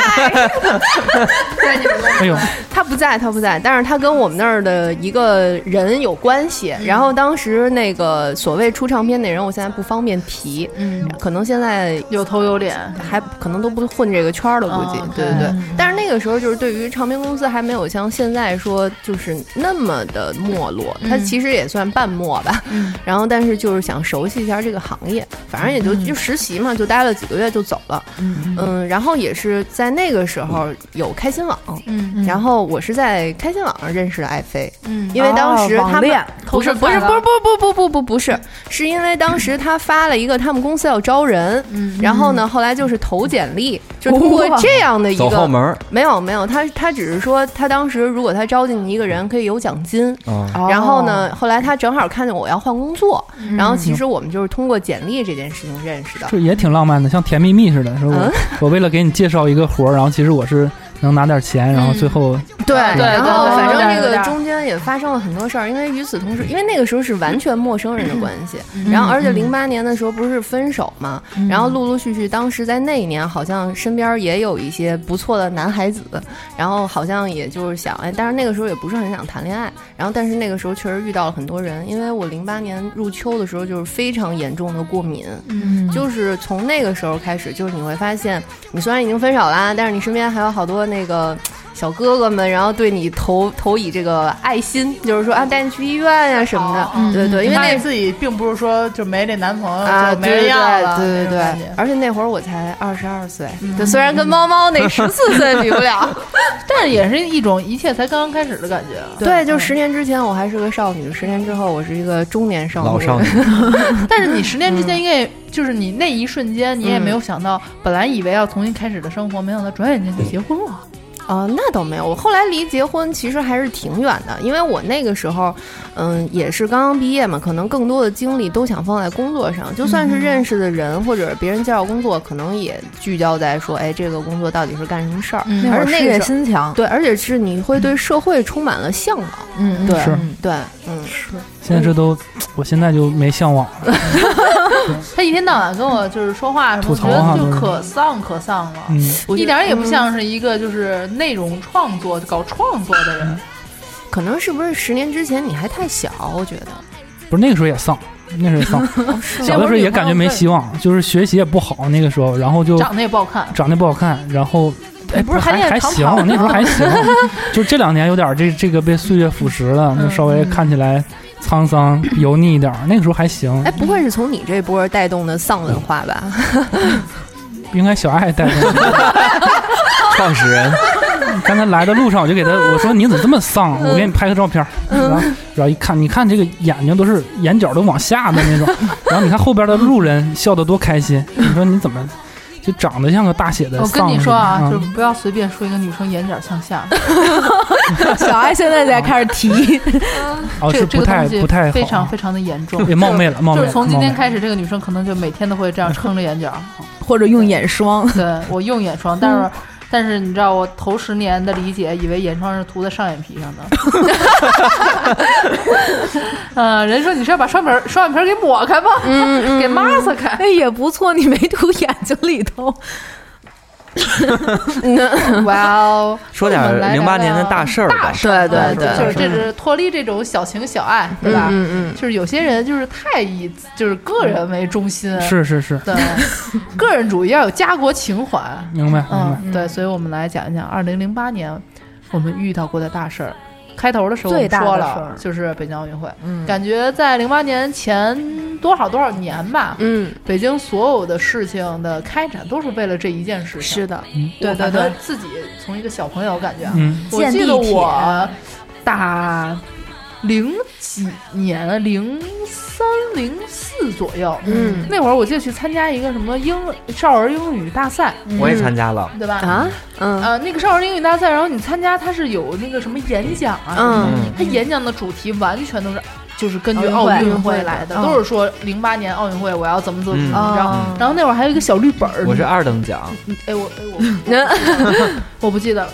Speaker 9: 哎呦，
Speaker 11: 他不在，他不在，但是他跟我们那儿的一个人有关系。然后当时那个所谓出唱片那人，我现在不方便提，
Speaker 6: 嗯，
Speaker 11: 可能现在
Speaker 6: 有头有脸，
Speaker 11: 还可能都不混这个圈儿了，估计，
Speaker 6: 哦，OK
Speaker 11: 对对对。但是那个时候就是对于唱片公司还没有像现在说就是那么的没落，它
Speaker 6: 嗯
Speaker 11: 其实也算半没吧。然后但是就是想熟悉一下这个行业，反正也就就实习嘛，就待了几个月就走了。嗯，然后也是在那个时候有开心网，
Speaker 6: 嗯
Speaker 11: 然后我是在开心网上认识的艾菲，
Speaker 6: 嗯
Speaker 11: 因为当时
Speaker 10: 哦网
Speaker 11: 他们、
Speaker 10: 恋
Speaker 11: 不是
Speaker 6: 偷着
Speaker 11: 不是
Speaker 6: 看
Speaker 11: 不
Speaker 6: 啊
Speaker 11: 是不不不不不不是，是因为当时他发了一个他们公司要招人，
Speaker 6: 嗯
Speaker 11: 然后呢，后来就是投简历，就通过
Speaker 10: 哇
Speaker 11: 这样的一
Speaker 8: 走后
Speaker 11: 个。
Speaker 8: 门儿
Speaker 11: 没有没有，他他只是说，他当时如果他招进一个人，可以有奖金。
Speaker 8: 啊，
Speaker 6: 哦
Speaker 11: 然后呢，后来他正好看见我要换工作，然后其实我们就是通过简历这件事情认识的。
Speaker 9: 这也挺浪漫的，像甜蜜蜜似的。说我、
Speaker 11: 嗯
Speaker 9: 我为了给你介绍一个活儿，然后其实我是能拿点钱，然后最后
Speaker 11: 对，
Speaker 6: 对
Speaker 11: 然后
Speaker 6: 对
Speaker 11: 反
Speaker 6: 有点
Speaker 11: 正这
Speaker 6: 有
Speaker 11: 个
Speaker 6: 点
Speaker 11: 中间也发生了很多事儿，因为与此同时，因为那个时候是完全陌生人的关系，
Speaker 6: 嗯
Speaker 11: 然后而且零八年的时候不是分手嘛，然后陆陆续续，当时在那一年好像身边也有一些不错的男孩子，然后好像也就是想，哎，但是那个时候也不是很想谈恋爱，然后但是那个时候确实遇到了很多人，因为我零八年入秋的时候就是非常严重的过敏，
Speaker 6: 嗯
Speaker 11: 就是从那个时候开始，就是你会发现，你虽然已经分手啦，但是你身边还有好多那个小哥哥们，然后对你投投以这个爱心，就是说啊，带你去医院呀、什么的。
Speaker 6: 嗯
Speaker 11: 对对，因为
Speaker 6: 发
Speaker 11: 那
Speaker 6: 现自己并不是说就没这男朋友
Speaker 11: 啊，
Speaker 6: 就没人
Speaker 11: 对
Speaker 6: 要了，那
Speaker 11: 对对对
Speaker 6: 种感
Speaker 11: 对
Speaker 6: 觉，嗯
Speaker 11: 而且那会儿我才二十二岁，对，虽然跟猫猫那十四岁比不
Speaker 6: [LAUGHS]
Speaker 11: 了，
Speaker 6: 但也是一种一切才刚刚开始的感觉。
Speaker 11: 对，就
Speaker 6: 嗯
Speaker 11: 十年之前我还是个少女，十年之后我是一个中年少女，
Speaker 8: 老少女，
Speaker 6: 但是你十年之间应该也，就是你那一瞬间，你也没有想到，本来以为要重新开始的生活，没想到转眼间就结婚了。
Speaker 11: 呃，那倒没有。我后来离结婚其实还是挺远的，因为我那个时候，嗯，也是刚刚毕业嘛，可能更多的精力都想放在工作上。就算是认识的人、或者别人介绍工作，可能也聚焦在说，哎，这个工作到底是干什么事儿。
Speaker 6: 嗯
Speaker 10: 那会
Speaker 11: 而
Speaker 10: 儿
Speaker 11: 且
Speaker 10: 事
Speaker 11: 那
Speaker 10: 业
Speaker 11: 个时候，
Speaker 10: 心 [LAUGHS] 强，
Speaker 11: 对，而且是你会对社会充满了向往。
Speaker 10: 嗯，
Speaker 11: 对
Speaker 9: 是
Speaker 11: 对，嗯，
Speaker 9: 现在这都，我现在就没向往了。
Speaker 6: 他一天到晚跟我就是说话什么，
Speaker 9: 吐
Speaker 6: 我
Speaker 9: 槽
Speaker 6: 觉
Speaker 9: 啊
Speaker 6: 得就
Speaker 9: 都是
Speaker 6: 可丧可丧了，
Speaker 9: 嗯，
Speaker 11: 我
Speaker 6: 一
Speaker 11: 觉
Speaker 6: 点
Speaker 11: 得
Speaker 6: 儿也不像是一个就是内容创作、搞创作的
Speaker 9: 嗯
Speaker 6: 人。
Speaker 11: 可能是不是十年之前你还太小，我觉得。
Speaker 9: 不是那个时候也丧，那时候也丧， [LAUGHS] 小的时候也感觉没希望，就是学习也不好那个时候，然后就
Speaker 6: 长得也不好看，
Speaker 9: 长得不好看，然后。哎，
Speaker 6: 嗯不是还
Speaker 9: 还
Speaker 6: 练
Speaker 9: 还
Speaker 6: 长
Speaker 9: 行
Speaker 6: 跑，
Speaker 9: 那时候还行，就这两年有点儿这这个被岁月腐蚀了，就稍微看起来沧桑油腻一点儿。那个时候还行
Speaker 11: 哎，，不会是从你这波带动的丧文化吧？ [LAUGHS]
Speaker 9: 应该小爱带动。
Speaker 8: 创始人
Speaker 9: 刚才来的路上我就
Speaker 6: [LAUGHS]
Speaker 9: 给他我说你怎么这么丧？
Speaker 6: 嗯
Speaker 9: 我给你拍个照片儿，然后然后一看，你看这个眼睛都是眼角都往下的
Speaker 6: [LAUGHS]
Speaker 9: 那种，然后你看后边的路人笑得多开心。你说你怎么就长得像个大写的
Speaker 6: 我跟
Speaker 9: 丧
Speaker 6: 你
Speaker 9: 尸？
Speaker 6: 说啊，
Speaker 9: 嗯
Speaker 6: 就是不要随便说一个女生眼角向下，
Speaker 10: 小爱现在才开始提， [LAUGHS]
Speaker 9: 哦
Speaker 6: 这
Speaker 9: 是
Speaker 6: 个这
Speaker 9: 不
Speaker 6: 个
Speaker 9: 太
Speaker 6: 东西
Speaker 9: 不太好，啊
Speaker 6: 非常非常的严
Speaker 9: [LAUGHS]
Speaker 6: 重。
Speaker 9: 也冒昧了，冒昧
Speaker 6: 就
Speaker 9: 了。
Speaker 6: 是从今
Speaker 9: 冒昧
Speaker 6: 天
Speaker 9: 了
Speaker 6: 开始，这个女 [LAUGHS] 生可能就每天都会这样撑着眼角。
Speaker 10: 或者用眼霜，
Speaker 9: 嗯
Speaker 6: 对我用眼霜，但是但是你知道，我头十年的理解，以为眼霜是涂在上眼皮上的。 [LAUGHS] 呃，人说你是要把双眼皮双眼皮给抹开吗？
Speaker 9: 嗯
Speaker 6: [LAUGHS] 给抹死开。
Speaker 10: 那哎也不错，你没涂眼睛里头。
Speaker 9: 嗯
Speaker 6: [LAUGHS] 哇哦！
Speaker 2: 说点
Speaker 6: 我们来聊
Speaker 2: 零八年的
Speaker 6: 聊
Speaker 2: 大事儿吧，
Speaker 6: 哦大事儿吧就是这是脱离这种小情小爱，对吧？
Speaker 2: 嗯
Speaker 6: 嗯，就是有些人就是太以就是个人为中心，
Speaker 9: 是是是，
Speaker 6: 对，个人主义要有家国情怀，
Speaker 9: 明白明白。
Speaker 6: 嗯，对，所以我们来讲一讲二零零八年我们遇到过的大事儿。开头的时候我们
Speaker 10: 最大的
Speaker 6: 说
Speaker 10: 事儿
Speaker 6: 了，就是北京奥运会，
Speaker 10: 嗯
Speaker 6: 感觉在零八年前多少多少年吧，
Speaker 11: 嗯，
Speaker 6: 北京所有的事情的开展都是为了这一件事情。是
Speaker 11: 的，
Speaker 9: 嗯
Speaker 6: 对对
Speaker 11: 对对
Speaker 6: 对
Speaker 11: 对，
Speaker 6: 自己从一个小朋友感觉啊，
Speaker 11: 嗯
Speaker 6: 我记
Speaker 11: 建
Speaker 6: 得
Speaker 11: 立铁
Speaker 6: 我打零几年，零三零四左右，
Speaker 11: 嗯
Speaker 6: 那会儿我记得去参加一个什么英少儿英语大赛，
Speaker 10: 嗯
Speaker 2: 我也参加了
Speaker 6: 对吧？
Speaker 2: 啊，
Speaker 11: 嗯，
Speaker 6: 呃，那个少儿英语大赛，然后你参加，它是有那个什么演讲啊，
Speaker 11: 嗯
Speaker 6: 他演讲的主题完全都是。就是根据
Speaker 11: 奥
Speaker 6: 奥
Speaker 11: 运会
Speaker 6: 运会来的，
Speaker 11: 嗯
Speaker 6: 都是说零八年奥运会我要怎么怎么怎
Speaker 10: 哦
Speaker 6: 么着，
Speaker 11: 嗯
Speaker 6: 然后那会儿还有一个小绿本儿，
Speaker 8: 我是二等奖，
Speaker 6: 哎我哎
Speaker 11: [LAUGHS]
Speaker 6: 我，我不记得了，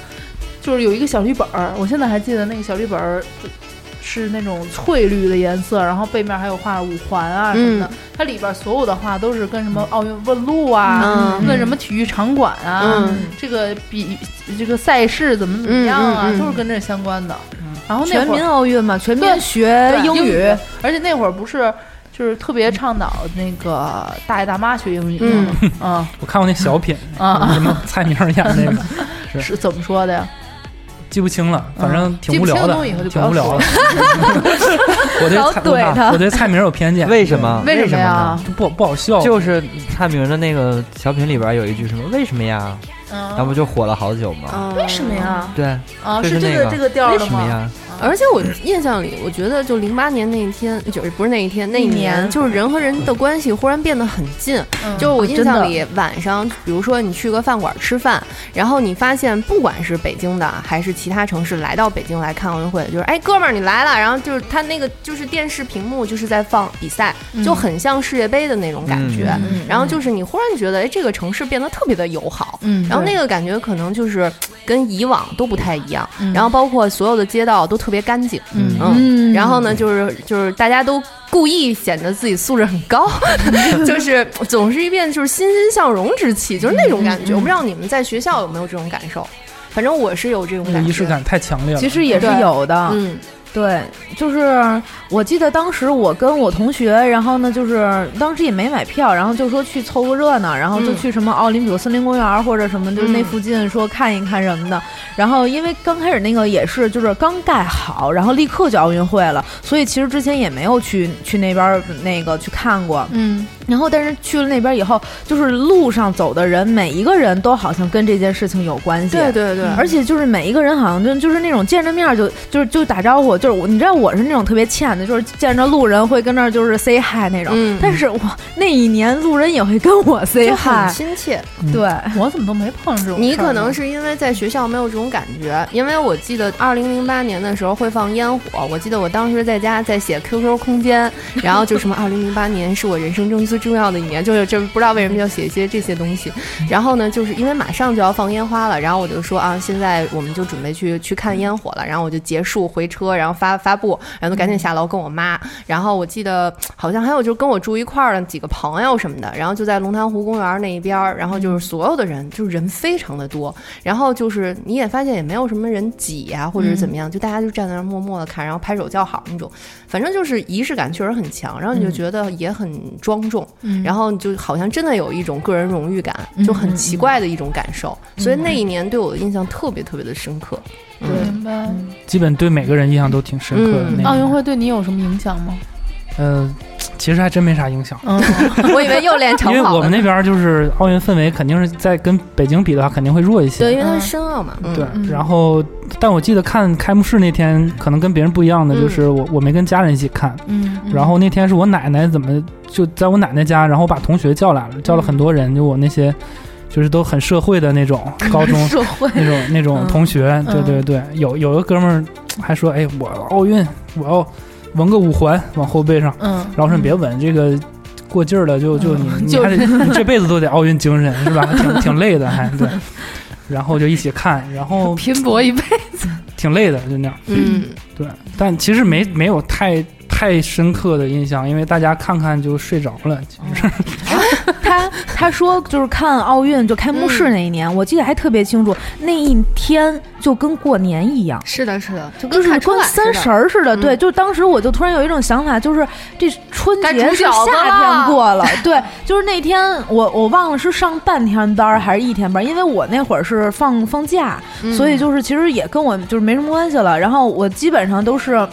Speaker 6: 就是有一个小绿本儿，我现在还记得那个小绿本儿是那种翠绿的颜色，然后背面还有画五环啊什么的，
Speaker 11: 嗯
Speaker 6: 它里边所有的话都是跟什么奥运问路啊，
Speaker 11: 嗯
Speaker 6: 问什么体育场馆啊，
Speaker 11: 嗯
Speaker 6: 这个比这个赛事怎么怎么样啊，
Speaker 10: 嗯嗯嗯
Speaker 6: 都是跟这相关的。嗯然后那会儿
Speaker 10: 全民奥运嘛，全民
Speaker 6: 对
Speaker 10: 学
Speaker 6: 对
Speaker 10: 英
Speaker 6: 英
Speaker 10: 语，
Speaker 6: 而且那会儿不是就是特别倡导那个大爷大妈学英语吗？嗯
Speaker 9: 我看过那小品，
Speaker 6: 啊
Speaker 9: 什么蔡明演那个，是
Speaker 6: 是怎么说的呀？
Speaker 9: 记不清了，反正挺无
Speaker 6: 记
Speaker 9: 聊
Speaker 6: 不清
Speaker 9: 的
Speaker 6: 东西以后就，不
Speaker 9: 挺
Speaker 6: 要
Speaker 9: 无聊
Speaker 6: 说
Speaker 9: 的。 [LAUGHS] 我对
Speaker 6: 老
Speaker 9: 蔡
Speaker 6: 怼他
Speaker 9: 我对蔡明有偏见，嗯
Speaker 8: 为什么？
Speaker 6: 为什么呀？
Speaker 9: 不不好
Speaker 6: 哦
Speaker 9: 笑，
Speaker 8: 就是蔡明的那个小品里边有一句什么“为什么呀”，
Speaker 6: 嗯
Speaker 8: 然后不就火了好久吗？
Speaker 6: 为什么呀？
Speaker 8: 对，
Speaker 6: 啊
Speaker 8: 就是
Speaker 6: 这
Speaker 8: 那
Speaker 6: 个这个调儿的
Speaker 8: 为什么呀？
Speaker 11: 而且我印象里，我觉得就零八年那一天，就是不是那一天，那一
Speaker 10: 一
Speaker 11: 年
Speaker 10: 年
Speaker 11: 就是人和人的关系忽然变得很近。
Speaker 6: 嗯
Speaker 11: 就是我印象
Speaker 10: 真
Speaker 11: 里，晚上比如说你去个饭馆吃饭，然后你发现不管是北京的还是其他城市来到北京来看奥运会，就是哎哥们儿你来了，然后就是他那个就是电视屏幕就是在放比赛，
Speaker 10: 嗯
Speaker 11: 就很像世界杯的那种感觉
Speaker 10: 嗯嗯嗯。
Speaker 11: 然后就是你忽然觉得哎这个城市变得特别的友好，
Speaker 10: 嗯
Speaker 11: 然后
Speaker 10: 对
Speaker 11: 那个感觉可能就是跟以往都不太一样
Speaker 10: 嗯，
Speaker 11: 然后包括所有的街道都特别干净，
Speaker 10: 嗯嗯
Speaker 11: 然后呢，就是就是大家都故意显得自己素质很高， [LAUGHS] 就是总是一片就是欣欣向荣之气，就是那种感觉。我不知道你们在学校有没有这种感受，反正我是有这种
Speaker 9: 那个
Speaker 11: 感
Speaker 9: 仪
Speaker 11: 觉。
Speaker 9: 式感太强烈了。
Speaker 10: 其实也是
Speaker 11: 对
Speaker 10: 有的。
Speaker 11: 嗯，
Speaker 10: 对，就是我记得当时我跟我同学，然后呢，就是当时也没买票，然后就说去凑个热闹，然后就
Speaker 11: 嗯
Speaker 10: 去什么奥林匹克森林公园儿或者什么，就是那附近说看一看什么的。然后因为刚开始那个也是就是刚盖好，然后立刻就奥运会了，所以其实之前也没有去去那边儿那个去看过。
Speaker 6: 嗯，
Speaker 10: 然后但是去了那边以后，就是路上走的人，每一个人都好像跟这件事情有关系。
Speaker 11: 对对对
Speaker 10: 而且就是每一个人好像就就是那种见着面儿就就是就打招呼，就是我你知道我是那种特别欠的，就是见着路人会跟那儿就是 say hi 那种。
Speaker 11: 嗯
Speaker 10: 但是我那一年路人也会跟我 say
Speaker 11: 就很
Speaker 10: hi，
Speaker 11: 亲切。
Speaker 10: 对，
Speaker 6: 我怎么都没碰上这种
Speaker 11: 你可能是因为在学校没有这种感觉，因为我记得二零零八年的时候会放烟火，我记得我当时在家在写 QQ 空间，然后就什么二零零八年是我人生中最重要的一年，就是就是不知道为什么要写一些这些东西。然后呢，就是因为马上就要放烟花了，然后我就说啊，现在我们就准备去去看烟火了，然后我就结束回车，然后发发布，然后就赶紧下楼跟我妈。然后我记得好像还有就是跟我住一块儿的几个朋友什么的，然后就在龙潭湖公园那一边儿，然后就是所有的人就是人非常的多，然后就是你也发现也没有什么人挤呀、或者是怎么样，就大家就站在那儿默默的看，然后拍手叫好那种，反正就是仪式感确实很强，然后你就
Speaker 10: 嗯
Speaker 11: 觉得也很庄重，
Speaker 10: 嗯
Speaker 11: 然后就好像真的有一种个人荣誉感，就很奇怪的一种感受，所以那一年对我的印象特别特别的深刻。嗯
Speaker 6: 明白。
Speaker 9: 基本对每个人印象都挺深刻的。那个
Speaker 6: 嗯奥运会对你有什么影响吗？
Speaker 9: 呃，其实还真没啥影响。
Speaker 6: 嗯，
Speaker 11: 我以为又练长
Speaker 9: 因为
Speaker 11: 跑
Speaker 9: 我
Speaker 11: 了
Speaker 9: 们
Speaker 11: 呢，
Speaker 9: 那边就是奥运氛围肯定是在跟北京比的话肯定会弱一些，
Speaker 11: 对，因为它是申奥嘛，嗯
Speaker 9: 对，然后，但我记得看开幕式那天，可能跟别人不一样的就是我、我没跟家人一起看，
Speaker 6: 嗯
Speaker 9: 然后那天是我奶奶怎么就在我奶奶家，然后我把同学叫来了，叫了很多人，就我那些就是都很社会的那种高中
Speaker 10: 社会
Speaker 9: 那种那种同学，
Speaker 10: 嗯
Speaker 9: 对对对，有有个哥们儿还说，哎，我奥运我要纹个五环往后背上，
Speaker 6: 嗯
Speaker 9: 然后说你别纹这个。过劲儿了就就你、你
Speaker 6: 就
Speaker 9: 还得
Speaker 6: 是
Speaker 9: 你这辈子都得奥运精神是吧？挺挺累的还对，然后就一起看，然后
Speaker 10: 拼搏一辈
Speaker 9: 子，挺累的，就那样。
Speaker 11: 嗯，
Speaker 9: 对，但其实没没有太太深刻的印象，因为大家看看就睡着了。其实
Speaker 10: [LAUGHS] 他他说就是看奥运就开幕式那一年，我记得还特别清楚，那一天就跟过年一样。
Speaker 11: 是的，是的，就
Speaker 10: 就
Speaker 11: 跟
Speaker 10: 是
Speaker 11: 看春
Speaker 10: 跟
Speaker 11: 晚似
Speaker 10: 三
Speaker 11: 的嗯
Speaker 10: 十儿似的，对，就当时我就突然有一种想法，就是这春
Speaker 11: 该
Speaker 10: 节
Speaker 11: 煮
Speaker 10: 是
Speaker 11: 饺子
Speaker 10: 夏天
Speaker 11: 了
Speaker 10: 过
Speaker 11: [LAUGHS]
Speaker 10: 了，对，就是那天我我忘了是上半天班儿还是一天班儿，因为我那会儿是放放假，
Speaker 12: 嗯
Speaker 10: 所以就是其实也跟我就是没什么关系了，然后我基本上都是。 [CLEARS THROAT]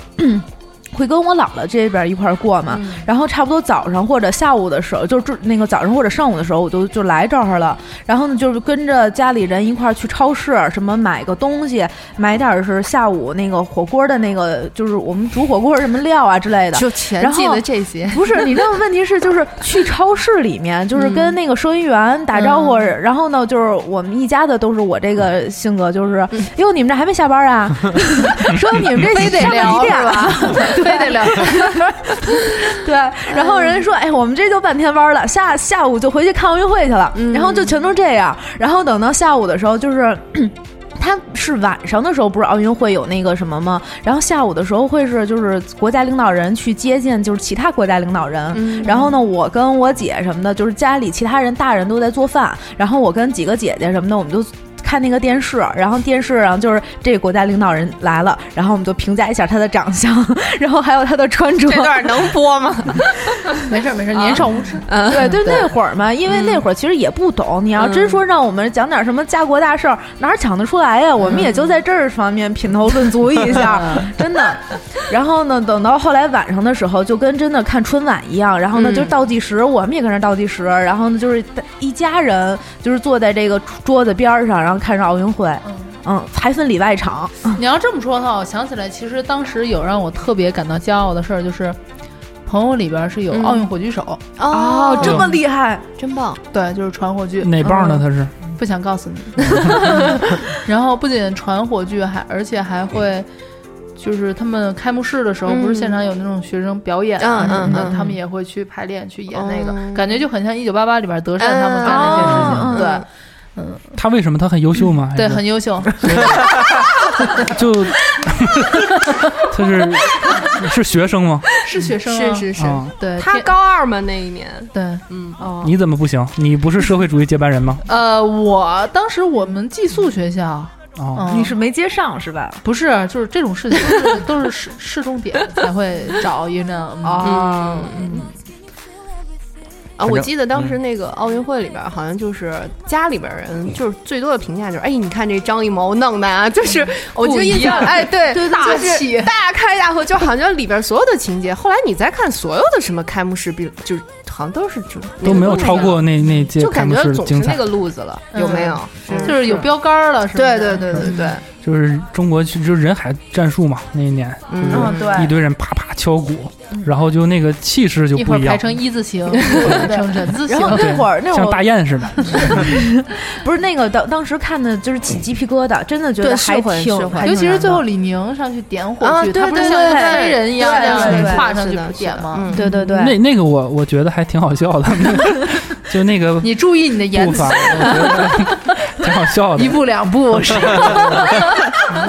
Speaker 10: 会跟我姥姥这边一块儿过
Speaker 11: 嗯
Speaker 10: 嘛，然后差不多早上或者下午的时候，就是那个早上或者上午的时候，我就就来这儿了。然后呢，就是跟着家里人一块儿去超市，什么买个东西，买点儿是下午那个火锅的那个，就是我们煮火锅什么料啊之类
Speaker 11: [LAUGHS]
Speaker 10: 的。
Speaker 11: 就全
Speaker 10: 然后
Speaker 11: 记得
Speaker 10: [LAUGHS]
Speaker 11: 这些
Speaker 10: 不是，你知道问题是就是去超市里面，就是跟那个收银员打招
Speaker 11: [LAUGHS]
Speaker 10: 呼，然后呢，就是我们一家子都是我这个性格，
Speaker 11: [LAUGHS]
Speaker 10: 就是哟，你们这还没下班啊？说你们这
Speaker 11: 非得
Speaker 10: 上到
Speaker 11: 聊
Speaker 10: 几点
Speaker 11: 是
Speaker 10: 了
Speaker 11: 吧？
Speaker 10: 对
Speaker 11: 啊非得聊
Speaker 10: [LAUGHS] 对，然后人家说，哎，我们这就半天班了，下下午就回去看奥运会去了，然后就全都这样。然后等到下午的时候，就是。 [CLEARS THROAT] 他是晚上的时候，不是奥运会有那个什么吗？然后下午的时候会是就是国家领导人去接见，就是其他国家领导人。
Speaker 12: 嗯
Speaker 10: 然后呢，我跟我姐什么的，就是家里其他人大人都在做饭，然后我跟几个姐姐什么的，我们就。看那个电视，然后电视上就是这个国家领导人来了，然后我们就评价一下他的长相， [LAUGHS] 然后还有他的穿着。
Speaker 11: 这段能播吗？
Speaker 6: 没事没事，
Speaker 10: 啊
Speaker 6: 年少无知。
Speaker 11: 嗯 [LAUGHS]
Speaker 10: 对对，那会儿嘛，因为那会儿其实也不懂。你要真说让我们讲点什么家国大事儿，哪儿讲得出来呀？我
Speaker 11: 嗯
Speaker 10: 们也就在这儿方面品头论足一
Speaker 11: [LAUGHS]
Speaker 10: 下，真的。然后呢，等到后来晚上的时候，就跟真的看春晚一样。然后呢，
Speaker 12: 嗯
Speaker 10: 就倒计时，我们也跟着倒计时。然后呢，就是一家人就是坐在这个桌子边儿上，然后看着奥运会。嗯，还分里外场。
Speaker 6: 你要这么说的话，我想起来，其实当时有让我特别感到骄傲的事儿，就是朋友里边是有
Speaker 10: 嗯
Speaker 6: 奥运火炬手
Speaker 10: 哦这么厉害，
Speaker 11: 真棒！
Speaker 6: 对，就是传火炬，
Speaker 9: 哪棒呢？
Speaker 6: 嗯
Speaker 9: 他是
Speaker 6: 不想告诉
Speaker 11: [LAUGHS]
Speaker 6: 你。 [LAUGHS] 然后不仅传火炬，还而且还会，就是他们开幕式的时候，
Speaker 11: 嗯
Speaker 6: 不是现场有那种学生表演啊
Speaker 11: 嗯
Speaker 6: 什么
Speaker 11: 嗯
Speaker 6: 的，
Speaker 11: 嗯
Speaker 6: 他们也会去排练去演那
Speaker 11: 哦
Speaker 6: 个，感觉就很像《一九八八》里边德善他们干
Speaker 10: 哦嗯
Speaker 6: 那件事情。对，
Speaker 9: 他为什么他很优秀吗？
Speaker 6: 对，很优
Speaker 11: [LAUGHS]
Speaker 6: 秀。
Speaker 9: 就他是是学生吗？
Speaker 6: 是学生
Speaker 11: 是
Speaker 6: 啊
Speaker 11: 是是
Speaker 9: 啊，
Speaker 6: 对
Speaker 11: 他高二嘛那一年，
Speaker 6: 对，
Speaker 11: 嗯哦，
Speaker 9: 你怎么不行？你不是社会主义接班人吗？
Speaker 6: 呃，我当时我们寄宿学校，
Speaker 9: 哦
Speaker 6: 嗯
Speaker 10: 你是没接上是吧？
Speaker 6: 不是，就是这种事情 [LAUGHS] 都是都是市市重点才会找嗯一辆
Speaker 11: 哦
Speaker 6: 嗯，
Speaker 11: 啊，
Speaker 6: 反
Speaker 11: 我
Speaker 6: 正
Speaker 11: 记得当时那个奥运会里边儿，好像就是家里边儿人就是最多的评价就是，哎，你看这张艺谋弄的啊，就是我就印象，
Speaker 12: 不一样
Speaker 11: 哎，
Speaker 6: 嗯
Speaker 11: 对，
Speaker 12: 对对
Speaker 11: 大
Speaker 12: 大气
Speaker 11: 大开大合，就好像里边儿所有的情节。后来你再看所有的什么开幕式，比就是好像都是就
Speaker 9: 都没有超过那那届
Speaker 11: 就
Speaker 9: 开
Speaker 11: 感
Speaker 9: 幕
Speaker 11: 觉
Speaker 9: 式的
Speaker 11: 总是
Speaker 9: 精
Speaker 11: 那
Speaker 9: 彩
Speaker 11: 个。路子了，有没有？
Speaker 6: 就是有标杆了，嗯是吧？
Speaker 11: 对对对对对，
Speaker 9: 就是中国去就是人海战术嘛，那一年
Speaker 11: 嗯
Speaker 9: 就是
Speaker 6: 哦
Speaker 10: 哎
Speaker 6: 对
Speaker 9: 一堆人啪啪敲鼓，然后就那个气势就
Speaker 6: 一
Speaker 9: 不
Speaker 6: 会儿
Speaker 9: 一样
Speaker 6: 排，成一字
Speaker 11: [LAUGHS]
Speaker 6: 形，一会儿排成人字形
Speaker 10: 然后，那会儿那会儿
Speaker 9: 像大雁似的。
Speaker 10: 不是那个当当时看的就是起鸡皮疙瘩，真的觉得
Speaker 6: 对
Speaker 10: 还
Speaker 6: 是会
Speaker 10: 挺
Speaker 6: 是，会
Speaker 10: 还挺
Speaker 6: 尤其是
Speaker 10: 难
Speaker 6: 最
Speaker 10: 的
Speaker 6: 后李宁上去点火
Speaker 11: 啊
Speaker 6: 炬，
Speaker 11: 对
Speaker 6: 他不是
Speaker 11: 对
Speaker 6: 像
Speaker 11: 对
Speaker 6: 一个
Speaker 11: 对
Speaker 6: 飞人一样
Speaker 11: 对
Speaker 6: 这样
Speaker 11: 对对
Speaker 6: 跨上
Speaker 11: 是
Speaker 6: 去
Speaker 11: 的
Speaker 6: 不
Speaker 11: 是
Speaker 6: 点
Speaker 11: 的
Speaker 6: 吗？
Speaker 11: 嗯
Speaker 10: 对对对
Speaker 9: 那那个我我觉得还挺好笑的，那个就那个
Speaker 6: 你注意你的言
Speaker 9: 步
Speaker 6: 辞
Speaker 9: 伐，，我觉
Speaker 6: [LAUGHS]
Speaker 9: 得挺好笑的，
Speaker 6: 一步两步是。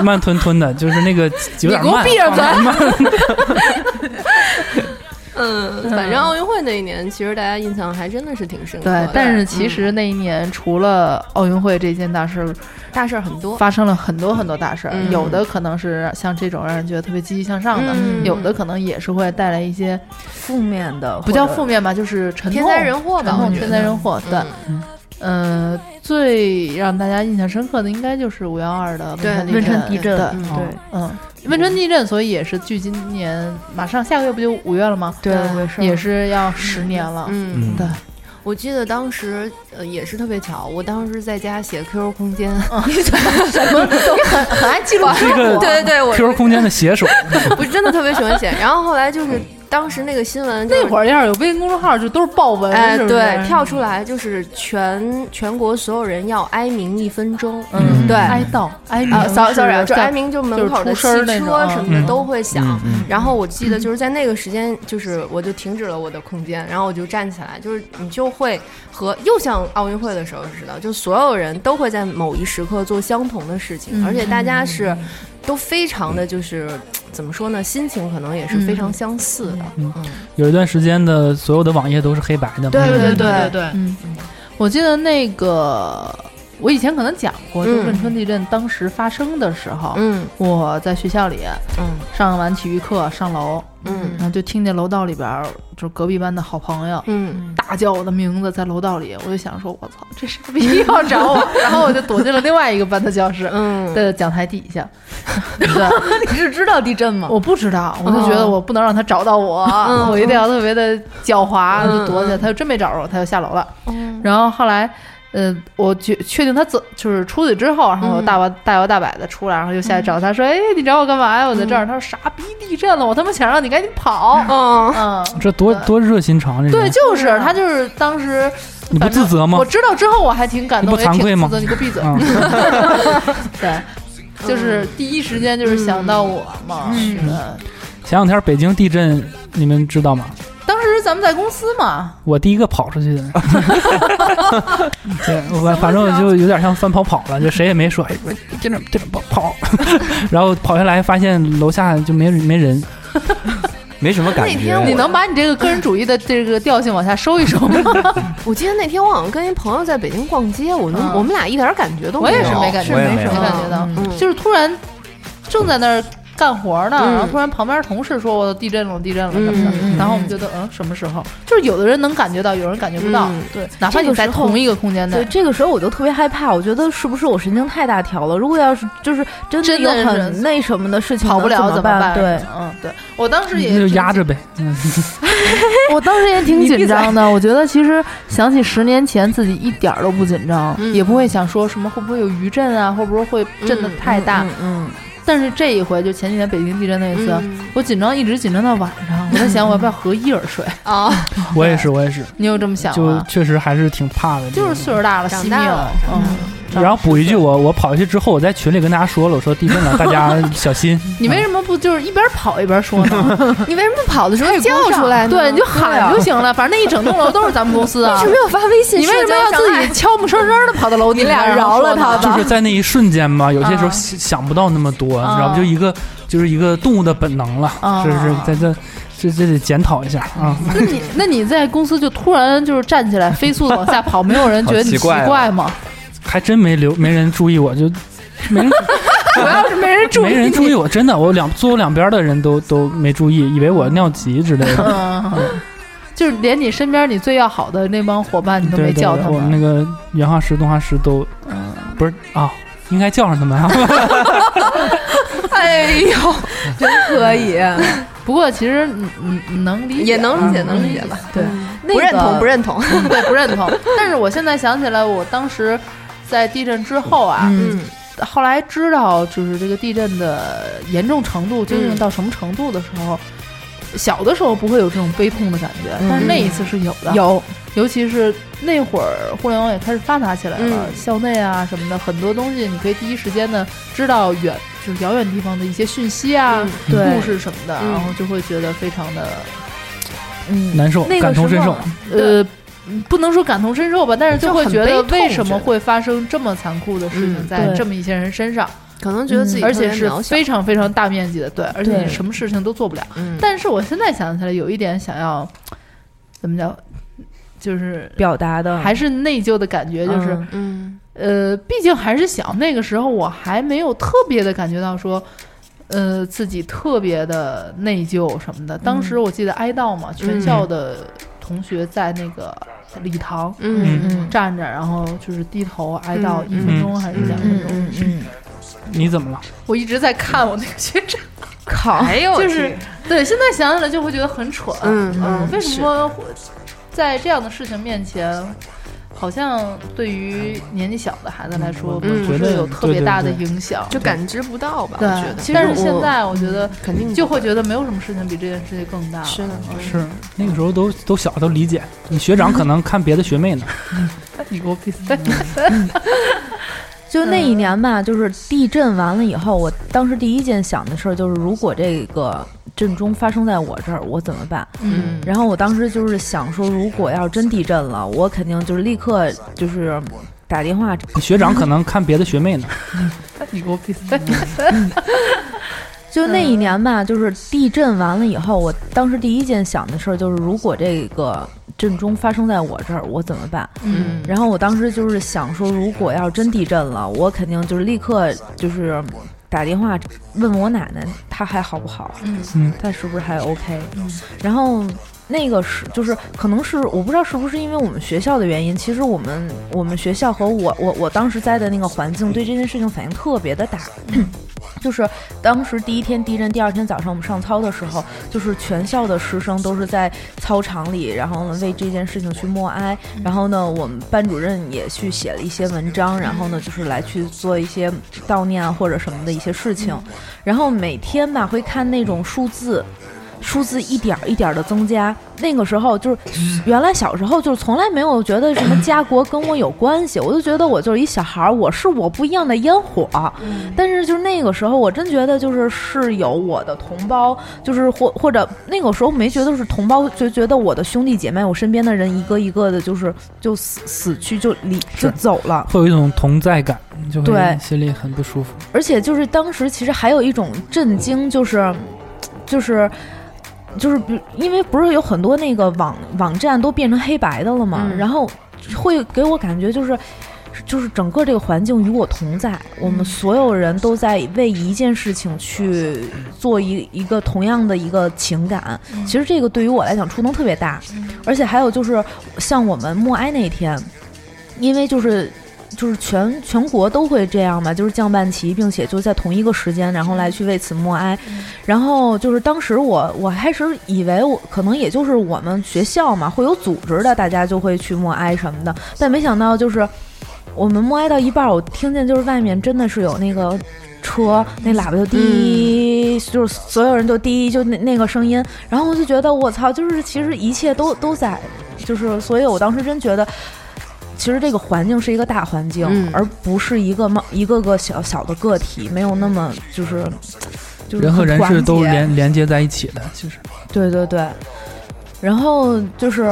Speaker 9: 慢吞吞的，就是那个有点
Speaker 11: 你给我
Speaker 9: 慢，
Speaker 11: 闭着嘴
Speaker 9: 慢慢
Speaker 11: 嗯，反正奥运会那一年，其实大家印象还真的是挺深刻的。嗯
Speaker 6: 对，但是其实那一年除了奥运会这件大事，
Speaker 11: 大事很多，
Speaker 6: 发生了很多很多大事儿，
Speaker 11: 嗯
Speaker 6: 有的可能是像这种让人觉得特别积极向上的，
Speaker 11: 嗯
Speaker 6: 有的可能也是会带来一些
Speaker 10: 负面的，
Speaker 6: 不叫负面吧，就是沉痛
Speaker 11: 天灾人祸吧
Speaker 6: 沉
Speaker 11: 我
Speaker 6: 痛
Speaker 11: 觉得
Speaker 6: 天
Speaker 11: 嗯
Speaker 6: 灾人祸。对，呃，最让大家印象深刻的应该就是五幺二的
Speaker 11: 对
Speaker 6: 汶
Speaker 11: 汶
Speaker 6: 川
Speaker 11: 川
Speaker 6: 地
Speaker 11: 地
Speaker 6: 震，
Speaker 11: 震
Speaker 6: 对
Speaker 11: 嗯
Speaker 6: 对，嗯，汶川地震，所以也是距今年马上下个月不就五月了吗？嗯
Speaker 11: 对对没事
Speaker 6: 也是要十年了。
Speaker 11: 嗯
Speaker 6: 对。
Speaker 11: 我记得当时呃也是特别巧，我当时在家写 QQ 空间， [LAUGHS]
Speaker 6: 什 [LAUGHS] 么都嗯很很爱记录 [LAUGHS]
Speaker 9: 是一个
Speaker 11: 对对对，我
Speaker 9: QQ 空间的写手，
Speaker 6: 嗯
Speaker 11: 我真的特别喜欢写。然后后来就是当时那个新闻就是
Speaker 6: 那会儿要是有微信公众号，就都是爆文，
Speaker 11: 哎，
Speaker 6: 是嗯不是
Speaker 11: 对，跳出来就是全全国所有人要哀鸣一分钟，
Speaker 6: 嗯
Speaker 11: 对，
Speaker 6: 哀悼哀鸣
Speaker 11: 啊，sorry
Speaker 6: 是
Speaker 11: sorry，就
Speaker 6: 在
Speaker 11: 哀鸣就门口的
Speaker 6: 就是出声儿
Speaker 11: 汽
Speaker 6: 那种
Speaker 11: 车什么
Speaker 6: 嗯
Speaker 11: 的都会响
Speaker 6: 嗯嗯，
Speaker 11: 然后我记得就是在那个时间，就是我就停止了我的空间，然后我就站起来，就是你就会和又像奥运会的时候似的，就所有人都会在某一时刻做相同的事情，
Speaker 6: 嗯
Speaker 11: 而且大家是都非常的就是怎么说呢，心情可能也是非常相似的，
Speaker 9: 嗯，有一段时间的所有的网页都是黑白的嘛。
Speaker 6: 对对对对，嗯，我记得那个。我以前可能讲过，就
Speaker 11: 嗯
Speaker 6: 汶川地震当时发生的时候，
Speaker 11: 嗯，
Speaker 6: 我在学校里，
Speaker 11: 嗯，
Speaker 6: 上完体育课上楼，
Speaker 11: 嗯
Speaker 6: 然后就听见楼道里边儿就是隔壁班的好朋友，
Speaker 11: 嗯，
Speaker 6: 大叫我的名字在楼道里，我就想说，我操，这傻逼要找我，然后我就躲进了另外一个班的教室，
Speaker 11: 嗯，
Speaker 6: 的讲台底
Speaker 10: [LAUGHS]
Speaker 6: 下，对，
Speaker 10: 你是知道地震吗？
Speaker 6: 我不知道，我就觉得我不能让他找到我，
Speaker 10: 嗯
Speaker 6: [LAUGHS] 我一定要特别的狡猾，
Speaker 10: 嗯
Speaker 6: 就躲起来。他就真没找着我，他就下楼了。
Speaker 11: 嗯
Speaker 6: 然后后来，呃，我确确定他走，就是出去之后，然后
Speaker 10: 嗯
Speaker 6: 我大摇、大摇大摆的出来，然后就下去找他说：“哎，你找我干嘛呀？我在
Speaker 10: 嗯
Speaker 6: 这儿。他说：“傻逼，地震了！我他妈想让你赶紧
Speaker 10: [LAUGHS]
Speaker 6: 跑。”
Speaker 11: 嗯
Speaker 9: 这多多热心肠，这
Speaker 6: 对，
Speaker 9: 人
Speaker 6: 就是他，就是当时。
Speaker 9: 你不自责吗
Speaker 6: 我？知道之后我还挺感动，
Speaker 9: 你不惭
Speaker 6: 也
Speaker 9: 愧
Speaker 6: 挺
Speaker 9: 吗
Speaker 6: 自责。你给我闭嘴！
Speaker 9: 嗯
Speaker 6: 对，就是第一时间就是想到我嘛。
Speaker 9: 嗯
Speaker 6: 是的
Speaker 9: 前两天北京地震，你们知道吗？
Speaker 6: 当时咱们在公司嘛，
Speaker 9: 我第一个跑出去的，
Speaker 6: [LAUGHS]
Speaker 9: 对，我反正我就有点像翻跑跑了，就谁也没说，哎，我地震地震跑跑， [LAUGHS] 然后跑下来发现楼下就没人没人，
Speaker 8: 没什么感
Speaker 6: 你能把你这个个人主义的这个调性往下收一收吗？
Speaker 11: 我记得那天我好像跟一朋友在北京逛街，我们、
Speaker 6: 嗯
Speaker 11: 我们俩一点感觉都
Speaker 6: 我
Speaker 11: 没有，
Speaker 6: 也是没感觉，
Speaker 11: 是
Speaker 6: 没
Speaker 11: 什么
Speaker 6: 感觉到，
Speaker 11: 嗯
Speaker 6: 就是突然正在那儿干活呢，
Speaker 11: 嗯
Speaker 6: 然后突然旁边同事说我地震了，地震了什么
Speaker 11: 嗯
Speaker 6: 的，
Speaker 11: 嗯
Speaker 6: 然后我们觉得嗯什么时候？就是有的人能感觉到，有人感觉不到
Speaker 10: 嗯，
Speaker 6: 对，哪怕
Speaker 10: 这
Speaker 6: 你
Speaker 10: 个
Speaker 6: 在
Speaker 10: 时候
Speaker 6: 同一个空间内
Speaker 10: 对，，这个时候我就特别害怕，我觉得是不是我神经太大条了？如果要是就是真的
Speaker 6: 真
Speaker 10: 有
Speaker 6: 的是
Speaker 10: 很那什么的事情，
Speaker 6: 跑不了
Speaker 10: 能怎
Speaker 6: 怎么
Speaker 10: 办？对，
Speaker 6: 嗯，对我当时
Speaker 9: 那
Speaker 6: 也
Speaker 9: 就压着呗。嗯
Speaker 6: [LAUGHS] 我当时也挺紧张的，我觉得其实想起十年前自己一点儿都不紧张，
Speaker 11: 嗯
Speaker 6: 也不会想说什么会不会有余震啊，会不会会震的太大。
Speaker 10: 嗯嗯
Speaker 6: 但是这一回就前几天北京地震那一次，
Speaker 11: 嗯
Speaker 6: 我紧张一直紧张到晚上，我在想我要不要合衣而睡 [LAUGHS]
Speaker 11: 啊？
Speaker 9: [LAUGHS] 我也是，我也是，
Speaker 6: 你有这么想
Speaker 9: 就
Speaker 6: 吗？
Speaker 9: 确实还是挺怕的。
Speaker 6: 就是岁数大了，惜
Speaker 11: 大
Speaker 6: 命
Speaker 11: 了，
Speaker 6: 嗯，
Speaker 9: 然后补一句，我我跑下去之后，我在群里跟大家说了，我说地震
Speaker 6: [LAUGHS]
Speaker 9: 了，大家小心。
Speaker 6: 你为什么不就是一边跑一边说
Speaker 11: [LAUGHS]
Speaker 6: 呢？
Speaker 11: 你为什么跑的时候叫出来呢？啊
Speaker 6: 对，你就喊就行了。反正那一整栋楼都是咱们公司啊。
Speaker 11: 为什么要发微信？
Speaker 6: 你为什么要自己悄不声声的跑到楼底？
Speaker 11: 你俩
Speaker 6: 然后
Speaker 11: 饶了
Speaker 6: 说呢 [LAUGHS]
Speaker 11: 他吧
Speaker 9: [LAUGHS] 就是在那一瞬间吧，有些时候
Speaker 6: 啊
Speaker 9: 想想不到那么多，你
Speaker 6: 啊
Speaker 9: 知道吗？就一个就是一个动物的本能了，
Speaker 6: 啊
Speaker 9: 是是，在这这这得检讨一下啊。
Speaker 6: 那
Speaker 11: [LAUGHS]
Speaker 6: 你那你在公司就突然就是站起来飞速的往下跑，没有人觉得你奇怪吗？
Speaker 9: 还真没留没人注意我，
Speaker 6: [LAUGHS]
Speaker 9: 就没人
Speaker 6: 主要是没人注意，
Speaker 9: 没人注意我，真的，我两坐我两边的人都都没注意，以为我尿急之类的。
Speaker 6: 嗯，就是连你身边你最要好的那帮伙伴，你都
Speaker 9: 对
Speaker 6: 没
Speaker 9: 对，
Speaker 6: 叫他
Speaker 9: 我们
Speaker 6: 们。
Speaker 9: 那个原画师、动画师都，不是啊，应该叫上他们啊。 [LAUGHS]
Speaker 11: [LAUGHS] 哎呦，
Speaker 10: 真可以，
Speaker 6: 不过其实你你你能理解，啊嗯
Speaker 11: 也能理解，能理解吧？ [LAUGHS]
Speaker 6: 对，那个
Speaker 11: [LAUGHS] 不认同，不认同。
Speaker 6: 对，不认同。但是我现在想起来，我当时在地震之后啊，
Speaker 10: 嗯，
Speaker 6: 后来知道就是这个地震的严重程度究竟到什么程度的时候，小的时候不会有这种悲痛的感觉，
Speaker 11: 嗯
Speaker 6: 但是那一次是有的，
Speaker 10: 有
Speaker 6: 尤其是那会儿互联网也开始发达起来了，
Speaker 11: 嗯
Speaker 6: 校内啊什么的，很多东西你可以第一时间的知道远就是遥远地方的一些讯息啊、
Speaker 10: 嗯对
Speaker 6: 故事什么的，
Speaker 11: 嗯
Speaker 6: 然后就会觉得非常的
Speaker 10: 嗯，
Speaker 9: 难受，
Speaker 10: 那个
Speaker 9: 感同
Speaker 10: 时
Speaker 9: 身
Speaker 10: 候
Speaker 9: 受。
Speaker 6: 呃。不能说感同身受吧，但是就
Speaker 11: 就
Speaker 6: 会
Speaker 11: 很
Speaker 6: 觉
Speaker 11: 悲
Speaker 6: 得
Speaker 11: 痛
Speaker 6: 为什么
Speaker 11: 觉得
Speaker 6: 会发生这么残酷的事情
Speaker 11: 嗯
Speaker 6: 在
Speaker 10: 对
Speaker 6: 这么一些人身上，
Speaker 11: 可能觉得自己
Speaker 6: 而
Speaker 11: 特别
Speaker 6: 且是
Speaker 11: 渺小
Speaker 6: 非常非常大面积的，对，而且
Speaker 10: 对
Speaker 6: 你什么事情都做不了。
Speaker 11: 嗯
Speaker 6: 但是我现在想起来，有一点想要怎么讲，就是
Speaker 10: 表达的
Speaker 6: 还是内疚的感觉，就是、
Speaker 11: 嗯
Speaker 6: 呃，毕竟还是小，那个时候我还没有特别的感觉到说。呃，自己特别的内疚什么的。当
Speaker 11: 嗯
Speaker 6: 时我记得哀悼嘛，全校的同学在那个礼堂
Speaker 11: 嗯
Speaker 10: 嗯
Speaker 6: 站着，然后就是低头哀悼
Speaker 11: 嗯
Speaker 6: 一分钟还是两分
Speaker 10: 嗯
Speaker 6: 钟。
Speaker 10: 嗯嗯，
Speaker 9: 你怎么了？
Speaker 6: 我一直在看我那个学长，
Speaker 10: 靠，
Speaker 11: 哎呦，
Speaker 6: 就是 [LAUGHS] 对，现在想起来就会觉得很蠢。
Speaker 11: 嗯嗯
Speaker 6: 为什么会在这样的事情面前好像对于年纪小的孩子来说，
Speaker 11: 嗯
Speaker 6: 不
Speaker 11: 我觉
Speaker 6: 是
Speaker 11: 得
Speaker 6: 有特别
Speaker 11: 对对
Speaker 6: 大的
Speaker 11: 对
Speaker 6: 影响，
Speaker 11: 就感知不到吧？我
Speaker 6: 对
Speaker 11: 觉得。
Speaker 6: 其
Speaker 11: 但
Speaker 6: 实
Speaker 11: 是
Speaker 6: 现
Speaker 11: 我
Speaker 6: 在我觉得肯
Speaker 11: 定
Speaker 6: 就会觉得没有什么事情比这件事情更大了。
Speaker 11: 是的，
Speaker 9: 是那个时候都都小都理解，你学长可能看别的学妹呢。
Speaker 6: 你给我闭嘴！
Speaker 10: 就那
Speaker 6: 嗯
Speaker 10: 一年吧，就是地震完了以后，我当时第一件想的事儿就是，如果这个震中发生在我这儿，我怎么办？
Speaker 6: 嗯
Speaker 10: 然后我当时就是想说，如果要是真地震了，我肯定就是立刻就是打电话。
Speaker 9: 你学长可能看别的学妹呢。
Speaker 6: 你给我闭嘴！
Speaker 10: 就那一年吧，就是地震完了以后，我当时第一件想的事儿就是，如果这个震中发生在我这儿，我怎么办？
Speaker 6: 嗯
Speaker 10: 然后我当时就是想说，如果要是真地震了，我肯定就是立刻就是打电话问我奶奶，她还好不好？
Speaker 9: 嗯
Speaker 10: 她是不是还 OK？然后那个是就是可能是我不知道是不是因为我们学校的原因，其实我们我们学校和我我我当时在的那个环境对这件事情反应特别的大。就是当时第一天地震，第二天早上我们上操的时候，就是全校的师生都是在操场里，然后呢为这件事情去默哀。然后呢，我们班主任也去写了一些文章，然后呢就是来去做一些悼念啊或者什么的一些事情。然后每天吧会看那种数字。数字一点儿一点的增加，那个时候就是原来小时候就是从来没有觉得什么家国跟我有关系，我就觉得我就是一小孩儿，我是我不一样的烟火。但是就是那个时候，我真觉得就是是有我的同胞，就是或或者那个时候没觉得是同胞，就觉得我的兄弟姐妹，我身边的人一个一个的，就是就死死去就离就走了。
Speaker 9: 会有一种同在感，就
Speaker 10: 对
Speaker 9: 会心里很不舒服。
Speaker 10: 而且就是当时其实还有一种震惊，就是，就是，就是比，因为不是有很多那个网网站都变成黑白的了嘛，
Speaker 6: 嗯
Speaker 10: 然后会给我感觉就是。就是整个这个环境与我同在，我们所有人都在为一件事情去做一一个同样的一个情感。其实这个对于我来讲触动特别大，而且还有就是像我们默哀那天，因为就是就是全全国都会这样嘛，就是降半旗，并且就在同一个时间，然后来去为此默哀。然后就是当时我我开始以为我可能也就是我们学校嘛会有组织的，大家就会去默哀什么的，但没想到就是我们默哀到一半儿，我听见就是外面真的是有那个。车那喇叭就滴，就是所有人都滴，就那那个声音，然后我就觉得我操，就是其实一切都都在，就是所以我当时真觉得其实这个环境是一个大环境，
Speaker 11: 嗯
Speaker 10: 而不是一个冒一个个小小的个体，没有那么就是就是
Speaker 9: 人和人
Speaker 10: 很
Speaker 9: 是都
Speaker 10: 团结
Speaker 9: 连连接在一起的，其实
Speaker 10: 对对对。然后就是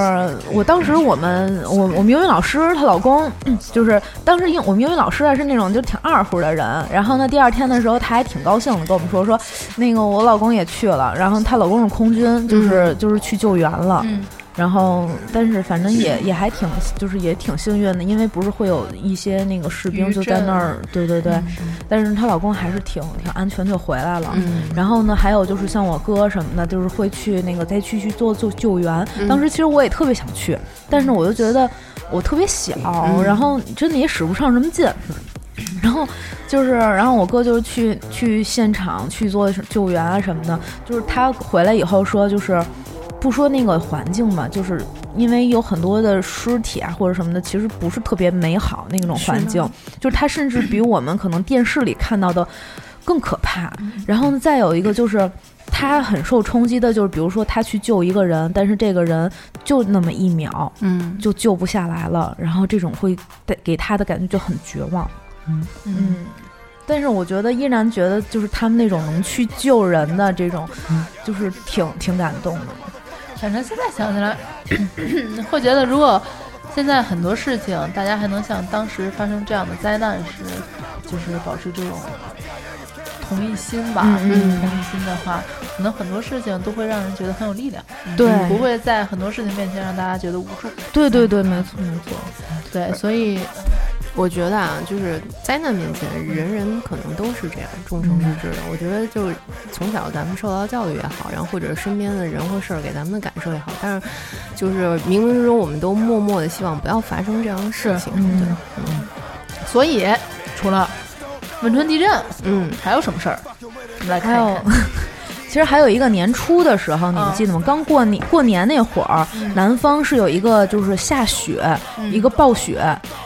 Speaker 10: 我当时我们我我们英语老师她老公嗯就是当时英我们英语老师啊是那种就挺二乎的人，然后呢第二天的时候她还挺高兴的跟我们说说那个我老公也去了，然后她老公是空军，就是、就是去救援了。
Speaker 6: 嗯
Speaker 10: 然后，但是反正也也还挺，就是也挺幸运的，因为不是会有一些那个士兵
Speaker 6: 余
Speaker 10: 就在
Speaker 6: 震嗯
Speaker 10: 那儿，对对对。但是她老公还是挺挺安全就回来了。
Speaker 6: 嗯
Speaker 11: 嗯
Speaker 10: 然后呢，还有就是像我哥什么的，就是会去那个灾区去做做救援。
Speaker 6: 嗯
Speaker 10: 当时其实我也特别想去，但是我就觉得我特别小，
Speaker 6: 嗯
Speaker 10: 然后真的也使不上什么劲。然后就是，然后我哥就是去去现场去做救援啊什么的。就是他回来以后说，就是不说那个环境吧，就是因为有很多的尸体啊或者什么的，其实不是特别美好那种环境
Speaker 6: 是。
Speaker 10: 就是它甚至比我们可能电视里看到的更可怕。
Speaker 6: 嗯
Speaker 10: 然后呢，再有一个就是。他很受冲击的，就是比如说他去救一个人，但是这个人就那么一秒，
Speaker 11: 嗯，
Speaker 10: 就救不下来了，然后这种会带给他的感觉就很绝望。
Speaker 9: 嗯
Speaker 10: 嗯，但是我觉得依然觉得就是他们那种能去救人的这种，就是挺挺感动的。
Speaker 6: 反正现在想起来，会觉得如果现在很多事情大家还能像当时发生这样的灾难时，就是保持这种同一心吧，
Speaker 10: 嗯嗯
Speaker 6: 同一心的话，可能很多事情都会让人觉得很有力量，
Speaker 10: 对
Speaker 6: 嗯不会嗯在很多事情面前让大家觉得无助。
Speaker 10: 对对对，没错没错。
Speaker 6: 对，所以
Speaker 11: 我觉得啊，就是灾难面前，人人可能都是这样，众生之至的。我觉得就是从小咱们受到教育也好，然后或者身边的人或事儿给咱们的感受也好，但是就是冥冥之中，我们都默默的希望不要发生这样的事情。对，嗯，
Speaker 6: 所以除了汶川地震，
Speaker 11: 嗯，
Speaker 6: 还有什么事儿？我们来
Speaker 10: 还
Speaker 6: 看一嗯
Speaker 10: 有
Speaker 6: 看。，
Speaker 10: [LAUGHS] 其实还有一个年初的时候，你们记得吗？刚过年过年那会儿，
Speaker 6: 嗯
Speaker 10: 南方是有一个就是下雪，一个暴雪，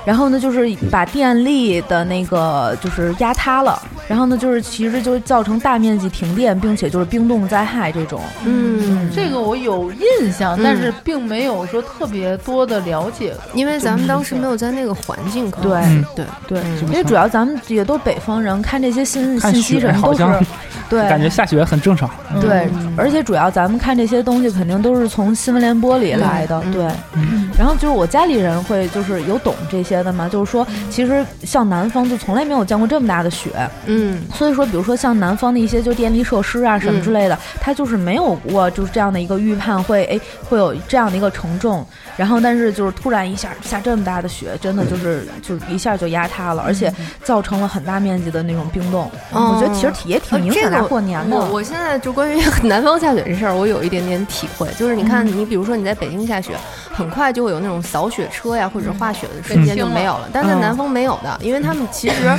Speaker 10: 然后呢就是把电力的那个就是压塌了，然后呢就是其实就是造成大面积停电，并且就是冰冻灾害这种。
Speaker 11: 嗯，
Speaker 6: 这个我有印象，
Speaker 10: 嗯
Speaker 6: 但是并没有说特别多的了解，
Speaker 11: 因为咱们当时没有在那个环境，可
Speaker 10: 对
Speaker 11: 能对
Speaker 10: 嗯
Speaker 11: 嗯
Speaker 10: 对，因为主要咱们也都北方人，看这些信
Speaker 9: 看
Speaker 10: 信息
Speaker 9: 雪
Speaker 10: 什么
Speaker 9: 好
Speaker 10: 都是
Speaker 9: 像，
Speaker 10: 对，嗯
Speaker 9: 感觉下嗯雪很正常。
Speaker 10: 对，而且主要咱们看这些东西，肯定都是从新闻联播里来的，对。嗯然后就是我家里人会就是有懂这些的嘛，就是说其实像南方就从来没有见过这么大的雪，
Speaker 11: 嗯，
Speaker 10: 所以说比如说像南方的一些就电力设施啊什么之类的，它就是没有过就是这样的一个预判会哎会有这样的一个承重，然后但是就是突然一下下这么大的雪，真的就是就一下就压塌了，而且造成了很大面积的那种冰冻，
Speaker 11: 嗯
Speaker 10: 我觉得其实也挺影响
Speaker 11: 呃这
Speaker 10: 大
Speaker 11: 个
Speaker 10: 过年的。
Speaker 11: 我我现在就关于 [LAUGHS] 南方下雪这事儿，我有一点点体会，就是你看，你比如说你在北京下雪，很快就会有那种扫雪车呀，或者化雪的瞬间就没有嗯了
Speaker 6: 嗯，
Speaker 11: 但在南方没有的，因为他们 [LAUGHS] 其实。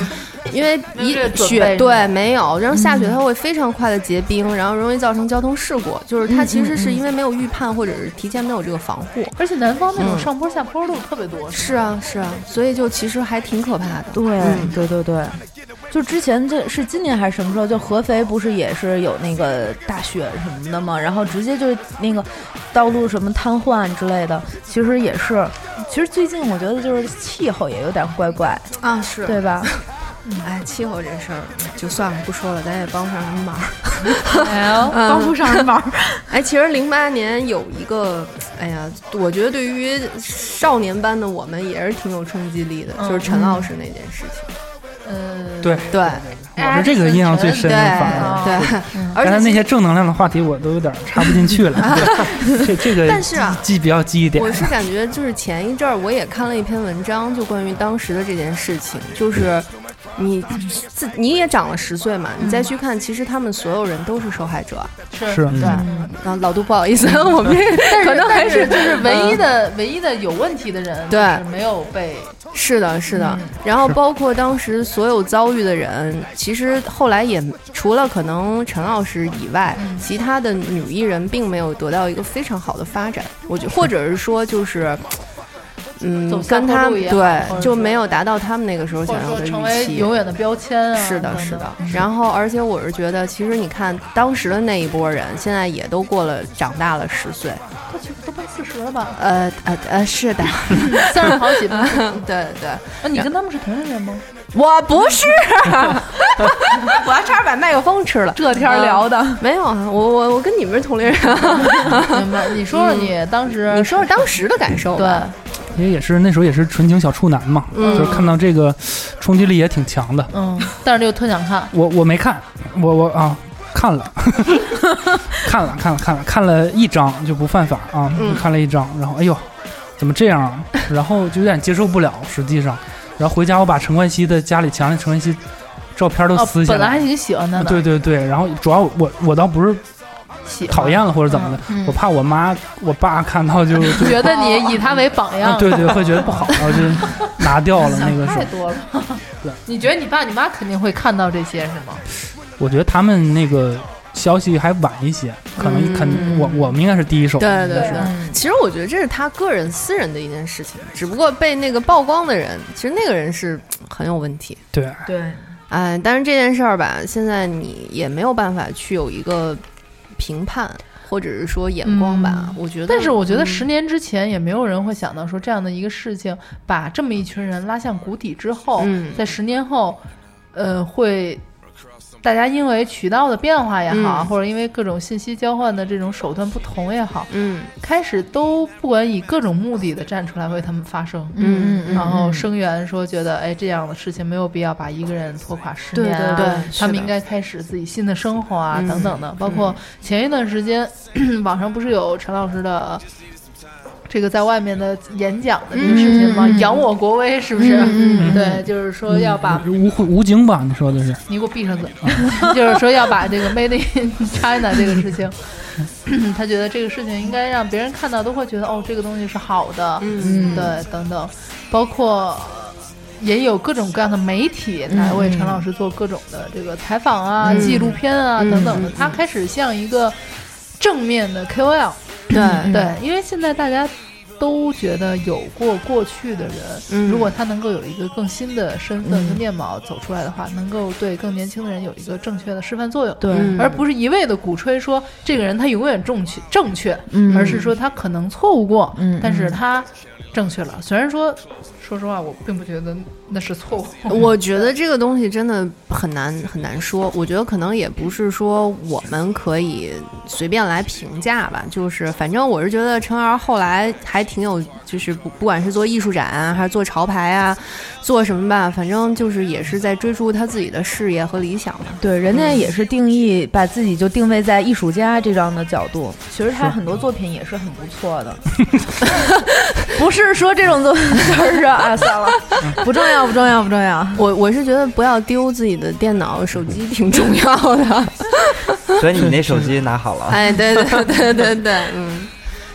Speaker 11: 因为一
Speaker 6: 这个准备
Speaker 11: 雪
Speaker 6: 是吧
Speaker 11: 对没有，然后下雪它会非常快的结冰，然后容易造成交通事故。就是它其实是因为没有预判，或者是提前没有这个防护。
Speaker 6: 而且南方那种
Speaker 11: 嗯
Speaker 6: 上坡下坡路特别多，
Speaker 11: 是啊，是啊，所以就其实还挺可怕的。
Speaker 10: 对、
Speaker 11: 嗯
Speaker 10: 对对对，就之前这是今年还是什么时候？就合肥不是也是有那个大雪什么的嘛，然后直接就是那个道路什么瘫痪之类的，其实也是。其实最近我觉得就是气候也有点怪怪，
Speaker 11: 啊，是
Speaker 10: 对吧？
Speaker 11: 哎，气候这事儿就算了，不说了，咱也帮不上什么忙。
Speaker 6: [LAUGHS]
Speaker 11: 嗯
Speaker 6: 哎呦，帮不上人忙。
Speaker 11: [LAUGHS] 哎，其实零八年有一个，哎呀，我觉得对于少年班的我们也是挺有冲击力的，
Speaker 6: 嗯
Speaker 11: 就是陈老师那件事情。
Speaker 6: 嗯，
Speaker 9: 对，
Speaker 11: 对，
Speaker 9: 我是这个印象最深
Speaker 11: 对
Speaker 9: 的，反而。
Speaker 10: 啊
Speaker 6: 嗯
Speaker 11: 对，
Speaker 9: 刚
Speaker 11: 而
Speaker 9: 才
Speaker 11: 且
Speaker 9: 那些正能量的话题我都有点插不进去
Speaker 10: [LAUGHS]
Speaker 9: 了，对这这个
Speaker 11: 但是啊
Speaker 9: 记记比较记一点
Speaker 11: 我。是感觉，就是前一阵儿我也看了一篇文章，就关于当时的这件事情，就是你自你也长了十岁嘛，你
Speaker 6: 嗯
Speaker 11: 再去看，其实他们所有人都是受害者。
Speaker 6: 是
Speaker 9: 是嗯
Speaker 6: 对。
Speaker 11: 啊，老杜不好意思，我们
Speaker 6: 但
Speaker 11: 可
Speaker 6: 是
Speaker 11: 能还
Speaker 6: 但是嗯
Speaker 11: 是
Speaker 6: 就是唯一
Speaker 9: 嗯
Speaker 6: 的唯一的有问题的人，
Speaker 11: 对
Speaker 6: 就是没有被
Speaker 11: 是的，是的。然后包括当时所有遭遇的人，其实后来也除了可能陈老师以外，其他的女艺人并没有得到一个非常好的发展。我觉或者是说就是。嗯
Speaker 6: 走，下
Speaker 11: 跟
Speaker 6: 坡
Speaker 11: 他
Speaker 6: 路
Speaker 11: 们
Speaker 6: 也好或
Speaker 11: 对
Speaker 6: 者
Speaker 11: 就
Speaker 6: 说
Speaker 11: 没有达到他们那个时候
Speaker 6: 或
Speaker 11: 想
Speaker 6: 者
Speaker 11: 要
Speaker 6: 说
Speaker 11: 的
Speaker 6: 成
Speaker 11: 预
Speaker 6: 为
Speaker 11: 期。
Speaker 6: 永远的标签啊。
Speaker 11: 是的，
Speaker 6: 等等
Speaker 11: 是的。然后，而且我是觉得，其实你看当时的那一波人，现在也都过了长大了十岁。
Speaker 6: 过去都奔四十了吧？
Speaker 11: 呃呃呃，是的，
Speaker 6: 三十好
Speaker 10: [LAUGHS]
Speaker 6: 几吧？
Speaker 11: 对对。
Speaker 6: 啊你跟他们是同龄人吗？
Speaker 11: 我不是， [LAUGHS] 我还差点把麦克风吃了。
Speaker 6: 这天儿聊
Speaker 11: 的、没有啊，我我我跟你们是同龄人。
Speaker 6: [LAUGHS] 明白？你说说你当时，
Speaker 11: [LAUGHS] 你说说当时的感受
Speaker 6: 对
Speaker 11: 吧。
Speaker 9: 因为也是那时候也是纯情小处男嘛，
Speaker 11: 嗯
Speaker 9: 就是看到这个冲击力也挺强的。
Speaker 6: 嗯，但是又特想看，
Speaker 9: 我我没看，我我啊看
Speaker 6: [LAUGHS]
Speaker 9: 了，看了看了看了看了一章就不犯法啊，
Speaker 11: 嗯
Speaker 9: 看了一章，然后哎呦怎么这样
Speaker 6: [LAUGHS]
Speaker 9: 啊？然后就有点接受不了，实际上，然后回家我把陈冠希的家里墙上陈冠希照片都
Speaker 6: 哦
Speaker 9: 撕下
Speaker 6: 本来
Speaker 9: 来。
Speaker 6: 还挺喜欢他的，
Speaker 9: 对对对，然后主要我我倒不是
Speaker 6: 喜欢
Speaker 9: 讨厌了或者怎么的，
Speaker 6: 嗯嗯
Speaker 9: 我怕我妈我爸看到
Speaker 6: [LAUGHS]
Speaker 9: 就就
Speaker 6: 觉得你以他为榜
Speaker 9: 啊 [LAUGHS]
Speaker 6: 样，
Speaker 9: 对对会觉得不好，然后就拿掉了那个时候
Speaker 6: 太。多了。你觉得你爸你妈肯定会看到这些是吗？
Speaker 9: 我觉得他们那个消息还晚一些，可能
Speaker 11: 嗯
Speaker 9: 肯、我我们应该是第一手。
Speaker 11: 对对对
Speaker 6: 嗯，
Speaker 11: 其实我觉得这是他个人私人的一件事情，只不过被那个曝光的人，其实那个人是很有问题。
Speaker 9: 对
Speaker 10: 对，
Speaker 11: 哎，但是这件事儿吧，现在你也没有办法去有一个评判，或者是说眼光吧。
Speaker 6: 嗯
Speaker 11: 我觉得，
Speaker 6: 但是我觉得
Speaker 11: 嗯
Speaker 6: 十年之前也没有人会想到说这样的一个事情，把这么一群人拉向谷底之后，
Speaker 11: 嗯
Speaker 6: 在十年后，呃，会大家因为渠道的变化也好，
Speaker 11: 嗯
Speaker 6: 或者因为各种信息交换的这种手段不同也好，
Speaker 11: 嗯
Speaker 6: 开始都不管以各种目的的站出来为他们发声。
Speaker 11: 嗯
Speaker 6: 然后声援说，觉得哎这样的事情没有必要把一个人拖垮十
Speaker 11: 对
Speaker 6: 年啊，
Speaker 11: 对对是
Speaker 6: 他们
Speaker 11: 的
Speaker 6: 应该开始自己新的生活啊、
Speaker 11: 嗯
Speaker 6: 等等的。包括前一段时间， [CLEARS THROAT] 网上不是有陈老师的这个在外面的演讲的这个事情吗？
Speaker 10: 嗯嗯嗯
Speaker 6: 扬我国威是不是？
Speaker 10: 嗯嗯
Speaker 6: 对，就是说要把
Speaker 9: 吴会吴京吧，你说的是
Speaker 6: 你给我闭上嘴， [LAUGHS] 就是说要把这个 Made in China 这个事情，他觉得这个事情 [CLEARS THROAT] 应该让别人看到都会觉得哦，这个东西是好的，
Speaker 11: 嗯
Speaker 6: 对，等等，包括也有各种各样的媒体来为陈老师做各种的这个采访啊、纪录片啊等等的，他开始像一个正面的 KOL。
Speaker 11: 对
Speaker 6: 对，因为现在大家都觉得有过过去的人，
Speaker 11: 嗯
Speaker 6: 如果他能够有一个更新的身份和
Speaker 11: 嗯
Speaker 6: 面貌走出来的话，能够对更年轻的人有一个正确的示范作用，
Speaker 10: 对嗯
Speaker 6: 而不是一味的鼓吹说这个人他永远正确正确，
Speaker 10: 嗯
Speaker 6: 而是说他可能错误过，
Speaker 10: 嗯
Speaker 6: 但是
Speaker 10: 嗯
Speaker 6: 他正确了。虽然说，说实话，我并不觉得那是错 [LAUGHS] 误，
Speaker 10: 嗯
Speaker 11: 我觉得这个东西真的很难很难说，我觉得可能也不是说我们可以随便来评价吧，就是反正我是觉得陈瑶后来还挺有，就是不不管是做艺术展啊，还是做潮牌啊，做什么吧，反正就是也是在追逐他自己的事业和理想嘛。
Speaker 10: 对，人家也是定义，把自己就定位在艺术家这样的角度。其实他很多作品也是很不错的，不是说这种作品就是啊，算了，不重要，不重要，不重要。
Speaker 11: 我我是觉得不要丢自己的电脑、手机挺重要的。
Speaker 8: 所以你那手机拿好
Speaker 6: [LAUGHS]
Speaker 8: 了啊。
Speaker 11: 哎，对对对对对，嗯，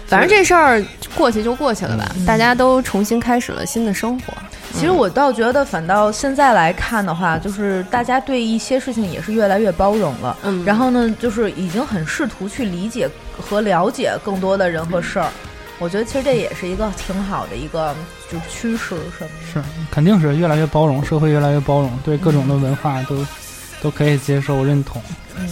Speaker 11: 反正这事儿过去就过去了吧，大家都重新开始了新的生活。
Speaker 10: 其实我倒觉得，反倒现在来看的话，就是大家对一些事情也是越来越包容了。
Speaker 11: 嗯
Speaker 10: 然后呢，就是已经很试图去理解和了解更多的人和事儿。我觉得其实这也是一个挺好的一个就是趋势什么的。
Speaker 9: 是，肯定是越来越包容，社会越来越包容，对各种的文化都、都可以接受认同。
Speaker 10: 嗯，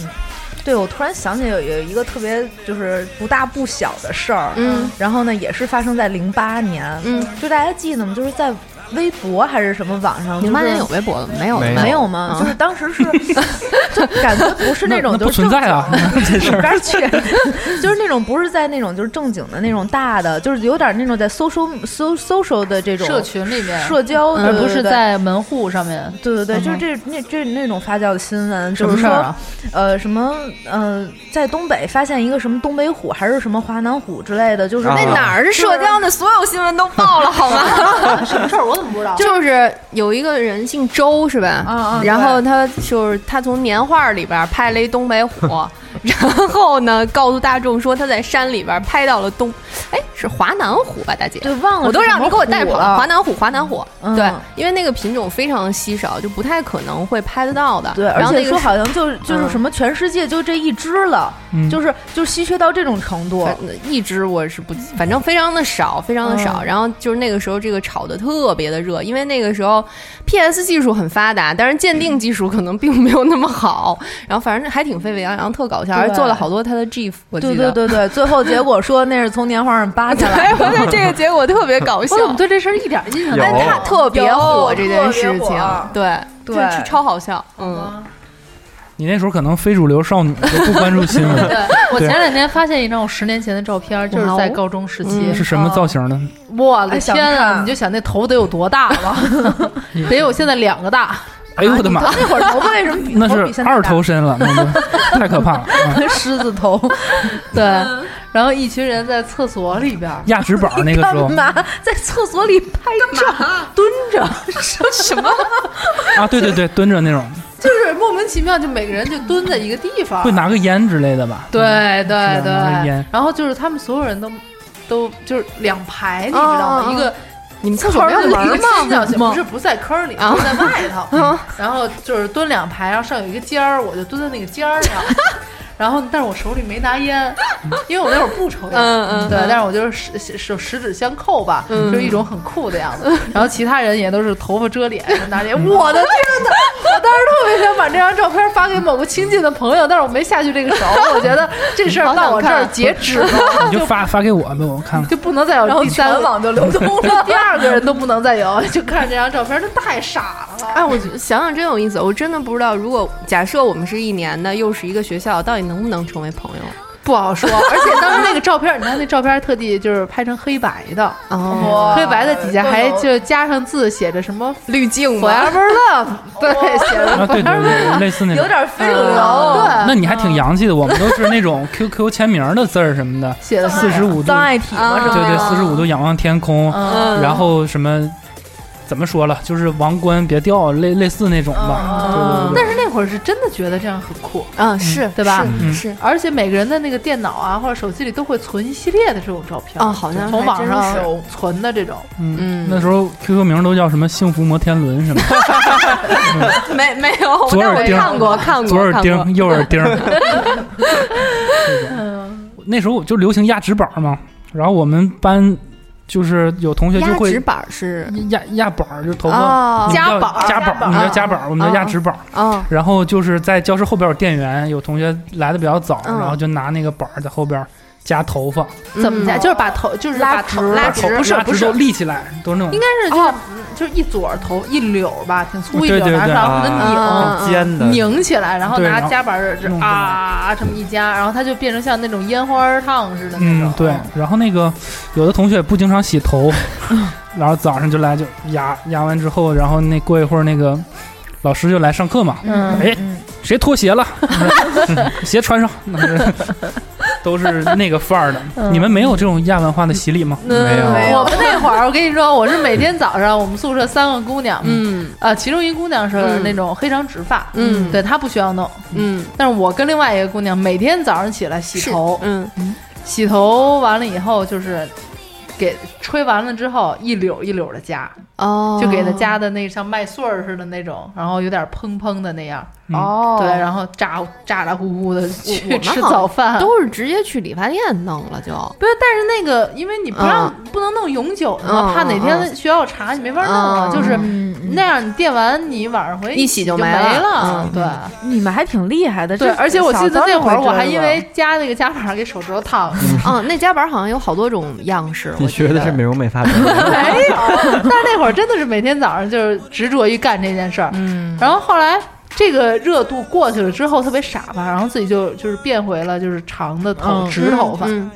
Speaker 10: 对，我突然想起有有一个特别就是不大不小的事儿，
Speaker 11: 嗯，
Speaker 10: 然后呢也是发生在零八年，
Speaker 11: 嗯，
Speaker 10: 就大家记得吗？就是在微博还是什么网上，
Speaker 11: 零八
Speaker 10: 就是
Speaker 11: 年有微博了吗没有
Speaker 10: 没有吗？就是当时
Speaker 6: [LAUGHS]
Speaker 10: 是，就感觉不是那种
Speaker 9: 不
Speaker 10: 就是
Speaker 9: 存
Speaker 10: 正
Speaker 9: 在啊，这事
Speaker 10: 里
Speaker 9: 儿
Speaker 10: 边去，就是那种不是在那种就是正经的那种大的，就是有点那种在 social social social 的这种
Speaker 6: 社群里面嗯
Speaker 10: 社交的，
Speaker 6: 而不是
Speaker 10: 对
Speaker 6: 在门户上面。
Speaker 10: 对对对，
Speaker 6: 嗯
Speaker 10: 就
Speaker 6: 哼
Speaker 10: 是这那这那种发酵的新闻，
Speaker 6: 什
Speaker 10: 就
Speaker 6: 么
Speaker 10: 是
Speaker 6: 事
Speaker 10: 说，
Speaker 6: 儿啊
Speaker 10: 呃，什么呃，在东北发现一个什么东北虎还是什么华南虎之类的，就是
Speaker 9: 啊
Speaker 11: 那哪儿是社交呢？所有新闻都报了，好
Speaker 6: [LAUGHS]
Speaker 11: 吗？
Speaker 6: 什么事儿我怎么不知道
Speaker 11: 就是有一个人姓周是吧？
Speaker 6: 啊
Speaker 11: 然后他就是他从年画里边拍了一东
Speaker 6: [LAUGHS]
Speaker 11: 北虎，然后呢告诉大众说他在山里边拍到了东，哎是华南虎吧，大姐？
Speaker 10: 对忘了
Speaker 11: 我都
Speaker 10: 是什
Speaker 11: 让
Speaker 10: 么
Speaker 11: 你给我带
Speaker 10: 虎
Speaker 11: 跑
Speaker 10: 了
Speaker 11: 华南虎，华南虎。
Speaker 10: 嗯
Speaker 11: 对，因为那个品种非常稀少，就不太可能会拍得到的。
Speaker 10: 对，而
Speaker 11: 然后
Speaker 10: 且
Speaker 11: 那个
Speaker 10: 说
Speaker 11: 是
Speaker 10: 好像就是就是什么全世界就这一只了，
Speaker 11: 嗯
Speaker 10: 就是就稀缺到这种程度。
Speaker 11: 反一只我是不，反正非常的少，非常的少。
Speaker 10: 嗯
Speaker 11: 然后就是那个时候，这个炒的特别的热，因为那个时候 PS 技术很发达，但是鉴定技术可能并没有那么好。然后反正还挺沸沸扬扬，特搞笑，还
Speaker 10: 对
Speaker 11: 做了好多他的 GIF，我记
Speaker 10: 对
Speaker 11: 得。
Speaker 10: 对对对，最后结果说那是从年画上扒下来
Speaker 11: [LAUGHS] 对，我觉得
Speaker 10: 的。
Speaker 11: 这个结果特别
Speaker 6: [LAUGHS]
Speaker 11: 搞笑。
Speaker 10: 我怎么
Speaker 6: 对这事儿一点印
Speaker 10: 象都
Speaker 11: 但
Speaker 10: 没有
Speaker 11: 他特别火
Speaker 10: 有
Speaker 11: 这件事
Speaker 10: 特别
Speaker 11: 情
Speaker 10: 火，
Speaker 11: 对
Speaker 10: 对
Speaker 11: 就是超好笑。嗯，
Speaker 9: 你那时候可能非主流少女就不关注新闻。
Speaker 6: 对我前
Speaker 9: 对
Speaker 6: 两天发现一张我十年前的照片，就是在
Speaker 10: 哦
Speaker 6: 高中时期。
Speaker 10: 嗯
Speaker 9: 是什么造型呢？
Speaker 6: 我的
Speaker 10: 哎想
Speaker 6: 天啊！
Speaker 10: 看
Speaker 6: 你就想那头得有多大吧，
Speaker 10: [LAUGHS]
Speaker 6: 得有现在两个大。
Speaker 9: 哎呦我的
Speaker 10: 啊
Speaker 9: 妈！
Speaker 6: 那会儿头发为什么
Speaker 9: [LAUGHS]
Speaker 6: 比
Speaker 9: 那
Speaker 6: 头比
Speaker 9: 是
Speaker 6: 现在
Speaker 9: 二
Speaker 6: 大
Speaker 9: 头身了，那就太可怕了。嗯
Speaker 6: 狮子头，
Speaker 10: 嗯
Speaker 6: 对，然后一群人在厕所里边儿，
Speaker 9: 压纸板儿那个时候
Speaker 10: 干嘛在厕所里拍照？蹲着说
Speaker 6: 什么？
Speaker 9: [LAUGHS] 啊，对对对，蹲着那种，
Speaker 6: 就是莫名其妙，就每个人就蹲在一个地方
Speaker 9: 会，拿个烟之类的吧？
Speaker 6: 啊对对
Speaker 9: 是吧拿
Speaker 6: 对
Speaker 9: 烟，
Speaker 6: 然后就是他们所有人都都就是两排，你知
Speaker 11: 啊
Speaker 6: 道
Speaker 11: 啊
Speaker 6: 吗？
Speaker 11: 啊
Speaker 6: 一个
Speaker 11: 你们厕所没有门
Speaker 6: 一
Speaker 11: 吗
Speaker 6: 个伸脚去
Speaker 11: 吗
Speaker 6: 不是不是在坑里，
Speaker 11: 啊
Speaker 6: 是在外头
Speaker 11: [LAUGHS] 嗯。
Speaker 6: 然后就是蹲两排，然后上有一个尖儿，我就蹲在那个尖儿
Speaker 11: [LAUGHS]
Speaker 6: 上。然后，但是我手里没拿烟，因为我那会儿不抽烟，
Speaker 11: 嗯嗯
Speaker 6: 对
Speaker 11: 嗯，
Speaker 6: 但是我就是十手十指相扣吧，
Speaker 11: 嗯
Speaker 6: 就是一种很酷的样子。然后其他人也都是头发遮脸，拿着烟。我的天哪！我当时特别想把这张照片发给某个亲近的朋友，但是我没下去这个
Speaker 10: [LAUGHS]
Speaker 6: 手，我觉得这事儿到我这儿截止了，
Speaker 9: 你就发发给我呗，我看看。
Speaker 6: 就不能再有第三个
Speaker 10: 然后全网就流通了
Speaker 6: [LAUGHS] 第二个人都不能再
Speaker 10: [LAUGHS]
Speaker 6: 有。就看这张照片，这太傻了。
Speaker 10: 啊
Speaker 11: 哎，我觉得想想真有意思，我真的不知道，如果假设我们是一年的，又是一个学校，到底能不能成为朋友？
Speaker 6: 不好说， [LAUGHS] 而且当时那个照片，你看那照片特地就是拍成黑白的，
Speaker 11: 哦
Speaker 6: 黑白的底下还
Speaker 11: 都有
Speaker 6: 就加上字，写着什么
Speaker 11: 嗯滤镜
Speaker 6: forever love，对， [LAUGHS] 写
Speaker 10: [LAUGHS]
Speaker 6: 着
Speaker 9: 啊，对对
Speaker 6: forever
Speaker 9: 对，
Speaker 6: love，
Speaker 9: 类似那种。
Speaker 10: 非主流
Speaker 6: 对，
Speaker 9: 那你还挺洋气的，我们都是那种 QQ 签名的字儿什么的，
Speaker 6: 写的
Speaker 9: 四十五度，
Speaker 10: 当爱体嘛，啊是
Speaker 9: 对
Speaker 10: 吧？
Speaker 9: 对，四十五度仰望天空，
Speaker 10: 嗯
Speaker 9: 然后什么，怎么说了，就是王冠别掉，类类似那种吧。对对对对
Speaker 10: 嗯
Speaker 6: 但是那会儿是真的觉得这样很酷，
Speaker 11: 嗯，是
Speaker 6: 对吧？
Speaker 11: 是嗯是
Speaker 6: 而且每个人的那个电脑啊或者手机里都会存一系列的这种照片，
Speaker 11: 哦好像
Speaker 6: 从
Speaker 11: 还
Speaker 6: 网
Speaker 11: 真
Speaker 6: 上
Speaker 11: 是
Speaker 6: 存的这种，
Speaker 11: 嗯
Speaker 9: 那时候 QQ 名都叫什么“幸福摩天轮”什么的，
Speaker 11: 没没有，
Speaker 9: 左
Speaker 11: 但
Speaker 9: 耳
Speaker 11: 我
Speaker 9: 钉
Speaker 11: 看过看过，
Speaker 9: 左耳
Speaker 11: 看过
Speaker 9: 钉，右耳钉。那时候我就流行压纸板嘛，然后我们班就是有同学就
Speaker 11: 压
Speaker 9: 会
Speaker 11: 纸板是
Speaker 9: 压压板儿，就头
Speaker 11: 哦
Speaker 9: 发嗯
Speaker 11: 夹板儿
Speaker 9: 夹板儿，我们叫夹板儿，我们叫压纸板儿。
Speaker 11: 哦
Speaker 9: 然后就是在教室后边有店员，有同学来的比较早，
Speaker 6: 嗯
Speaker 9: 然后就拿那个板儿在后边夹头发，
Speaker 6: 怎么
Speaker 11: 嗯
Speaker 6: 加？就是把头就是
Speaker 9: 拉
Speaker 6: 把头拉
Speaker 9: 把
Speaker 6: 直
Speaker 9: 头，
Speaker 6: 不是
Speaker 9: 拉
Speaker 6: 不
Speaker 9: 直
Speaker 6: 是
Speaker 9: 都。立起来，都是那种
Speaker 6: 应该是
Speaker 11: 哦
Speaker 6: 就是、就是一撮儿头一绺儿吧，挺粗一绺
Speaker 9: 对
Speaker 6: 儿，
Speaker 9: 对对
Speaker 6: 拿上给它拧、
Speaker 9: 啊很尖
Speaker 11: 嗯
Speaker 9: 的
Speaker 6: 拧起来，然后
Speaker 9: 对
Speaker 6: 拿
Speaker 9: 然后
Speaker 6: 夹板儿
Speaker 9: 弄
Speaker 6: 啊这么一夹，然后它就变成像那种烟花烫似的那种。
Speaker 9: 嗯，对。然后那个有的同学也不经常洗头，
Speaker 6: [LAUGHS]
Speaker 9: 然后早上就来就压压完之后，然后那过一会儿那个老师就来上课嘛，
Speaker 6: 嗯
Speaker 9: 哎，谁脱鞋
Speaker 6: [LAUGHS]
Speaker 9: 了？嗯鞋穿上， [LAUGHS] 都是那个范儿的。
Speaker 6: 嗯
Speaker 9: 你们没有这种亚文化的洗礼吗？
Speaker 6: 我们那会儿，我跟你说，我是每天早上，我们宿舍三个姑娘，
Speaker 11: 嗯，
Speaker 6: 呃，其中一姑娘是
Speaker 11: 嗯
Speaker 6: 那种黑长直发，
Speaker 11: 嗯
Speaker 6: 对她不需要弄，
Speaker 11: 嗯，
Speaker 6: 但是我跟另外一个姑娘每天早上起来洗头，
Speaker 11: 嗯，
Speaker 6: 洗头完了以后就是给吹完了之后一绺一绺的夹，
Speaker 11: 哦
Speaker 6: 就给它夹的那像麦穗儿似的那种，然后有点蓬蓬的那样，
Speaker 11: 嗯哦
Speaker 6: 对，然后咋咋咋呼呼的
Speaker 11: 我
Speaker 6: [LAUGHS] 去
Speaker 11: 我们
Speaker 6: 吃
Speaker 11: 好像
Speaker 6: 早饭，
Speaker 11: 都是直接去理发店弄了就。
Speaker 6: 不是，但是那个，因为你不让、不能弄永久的嘛，
Speaker 11: 嗯
Speaker 6: 怕哪
Speaker 11: 嗯
Speaker 6: 天
Speaker 11: 嗯
Speaker 6: 学校查你没法弄了，
Speaker 11: 嗯
Speaker 6: 就是那样，你垫完你晚上回
Speaker 11: 一洗
Speaker 6: 洗
Speaker 11: 就
Speaker 6: 没
Speaker 11: 没了嗯
Speaker 6: 对。
Speaker 10: 你们还挺厉害的。
Speaker 6: 对，
Speaker 10: 这
Speaker 6: 而且我记得那会儿我还因为
Speaker 10: 小
Speaker 6: 夹那个夹板儿给手指头烫了，
Speaker 11: 嗯，那夹板好像有好多种样式。
Speaker 8: 你
Speaker 11: 我
Speaker 8: 学的是美容美发专业，
Speaker 6: 没有。 [LAUGHS] 但是那会儿真的是每天早上就是执着于干这件事儿，嗯。然后后来这个热度过去了之后，特别傻吧，然后自己就就是变回了就是长的头、
Speaker 11: 嗯
Speaker 6: 直头发，
Speaker 11: 嗯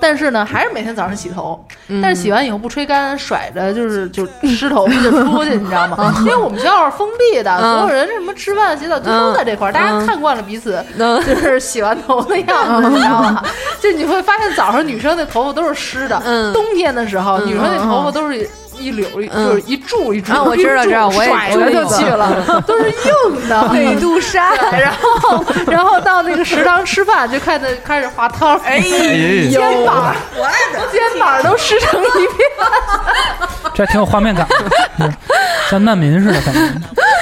Speaker 6: 但是呢，还是每天早上洗头，
Speaker 11: 嗯
Speaker 6: 但是洗完以后不吹干，甩着就是就湿头发就出去，你知道吗？因为我们学校是封闭的，
Speaker 11: 嗯
Speaker 6: 所有人什么吃饭、洗澡都都在这块儿，大家看惯了彼此， [LAUGHS] 就是洗完头的样子，你知道吗？就你会发现早上女生的头发都是湿的，冬天的时候
Speaker 11: 嗯
Speaker 6: 女生的头发都是。一绺一
Speaker 11: 嗯
Speaker 6: 就是一柱一柱，
Speaker 11: 啊我知道
Speaker 6: 一柱
Speaker 11: 知道我也
Speaker 6: 甩
Speaker 11: 我
Speaker 6: 出
Speaker 11: 也
Speaker 6: 就
Speaker 11: 有
Speaker 6: 去了，都是硬
Speaker 11: [LAUGHS]
Speaker 6: 的
Speaker 11: 美杜莎
Speaker 6: [LAUGHS] 对然后然后到那个食堂吃饭就 [LAUGHS] 看着开始滑汤，哎
Speaker 9: 呦
Speaker 6: 肩膀肩膀都湿成一
Speaker 11: [LAUGHS]
Speaker 6: 片，
Speaker 9: 这还挺有画面感的，嗯像难民似的感觉。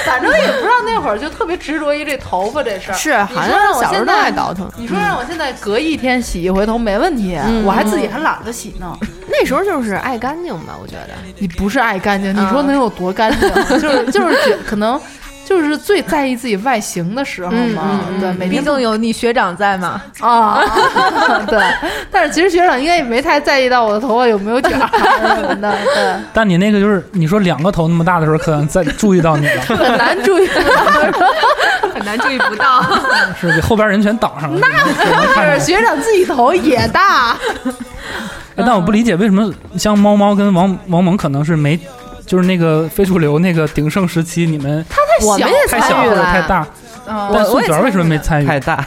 Speaker 6: 反正也不知道那会儿就特别执着于这头发这事儿。
Speaker 11: 是
Speaker 6: 你
Speaker 11: 好像
Speaker 6: 说让我
Speaker 11: 小时候
Speaker 6: 现
Speaker 11: 都
Speaker 6: 在
Speaker 11: 爱倒腾
Speaker 6: 你说让我现在隔一天洗一回头没问题，
Speaker 11: 嗯
Speaker 6: 我还自己还懒得洗呢。
Speaker 11: 那时候就是爱干净吧，我觉得。
Speaker 6: 你不是爱干净，你说能有多干净？啊就是就是觉可能。就是最在意自己外形的时候嘛，
Speaker 10: 嗯嗯嗯
Speaker 6: 对，每
Speaker 10: 毕
Speaker 6: 天都
Speaker 10: 竟有你学长在嘛。
Speaker 6: 啊， [LAUGHS] 对。但是其实学长应该也没太在意到我的头发有没有卷儿啊什么的，对。
Speaker 9: 但你那个就是你说两个头那么大的时候，可能再注意到你了，
Speaker 6: [LAUGHS] 很难注意，
Speaker 11: [LAUGHS] 很难注意不到。
Speaker 9: 是给后边人全挡上了。
Speaker 6: 那是学长自己头也大，
Speaker 9: 哎但我不理解为什么像猫猫跟王王蒙可能是没，就是那个非主流那个鼎盛时期，你们
Speaker 6: 他太
Speaker 11: 我们也
Speaker 9: 太
Speaker 11: 参
Speaker 9: 小
Speaker 11: 与
Speaker 9: 或者
Speaker 11: 了
Speaker 9: 太大。
Speaker 6: 啊
Speaker 9: 但宋哲为什么没参与？太
Speaker 8: 大，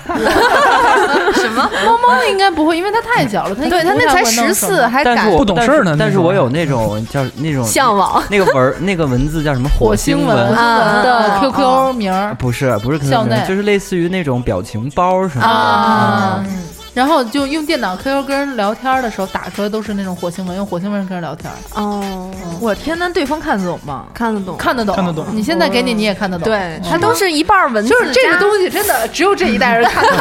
Speaker 11: 什么？
Speaker 6: 猫猫应该不会，因为它太小了，它
Speaker 11: 对它那才14还
Speaker 8: 但是我
Speaker 9: 不懂事儿呢
Speaker 8: 但是但是
Speaker 9: 那种
Speaker 8: 我有那种叫那种
Speaker 11: 向往
Speaker 8: 那个文儿那个文字叫什么
Speaker 6: 火
Speaker 8: 星
Speaker 6: 星文
Speaker 11: 啊
Speaker 6: 的 QQ 名儿
Speaker 8: 不是不是可
Speaker 6: 校
Speaker 8: 能
Speaker 6: 内
Speaker 8: 就是类似于那种表情包什么的。
Speaker 6: 啊
Speaker 8: 嗯。
Speaker 6: 然后就用电脑 QQ 跟人聊天的时候打出来都是那种火星文，用火星文跟人聊天，
Speaker 11: 哦，
Speaker 10: 我天，那对方看得懂吗？
Speaker 11: 看得懂，
Speaker 6: 看得懂，
Speaker 9: 看得懂
Speaker 6: 你现在给你你也看得懂，
Speaker 10: 对
Speaker 11: 它都是一半文字，
Speaker 6: 就是这个东西真的只有这一代人看得懂，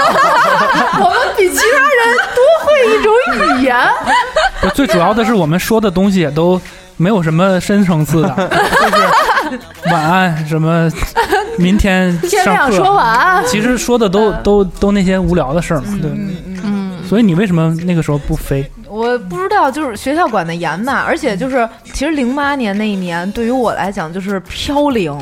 Speaker 6: 我们比其他人多会一种语言。
Speaker 9: 不，最主要的是我们说的东西也都没有什么深层次的，就是晚安什么，明天
Speaker 10: [LAUGHS]
Speaker 6: 天
Speaker 9: 上
Speaker 6: 亮
Speaker 9: 课。啊
Speaker 6: 说晚安，
Speaker 9: 其实说的
Speaker 6: 嗯
Speaker 9: 都都都那些无聊的事儿嘛，对。
Speaker 10: 嗯
Speaker 9: 所以你为什么那个时候不飞？
Speaker 6: 嗯
Speaker 10: 我不知道，就是学校管的严嘛，而且
Speaker 9: [LAUGHS]
Speaker 10: 就是其实零八年那一年对于我来讲就是飘零，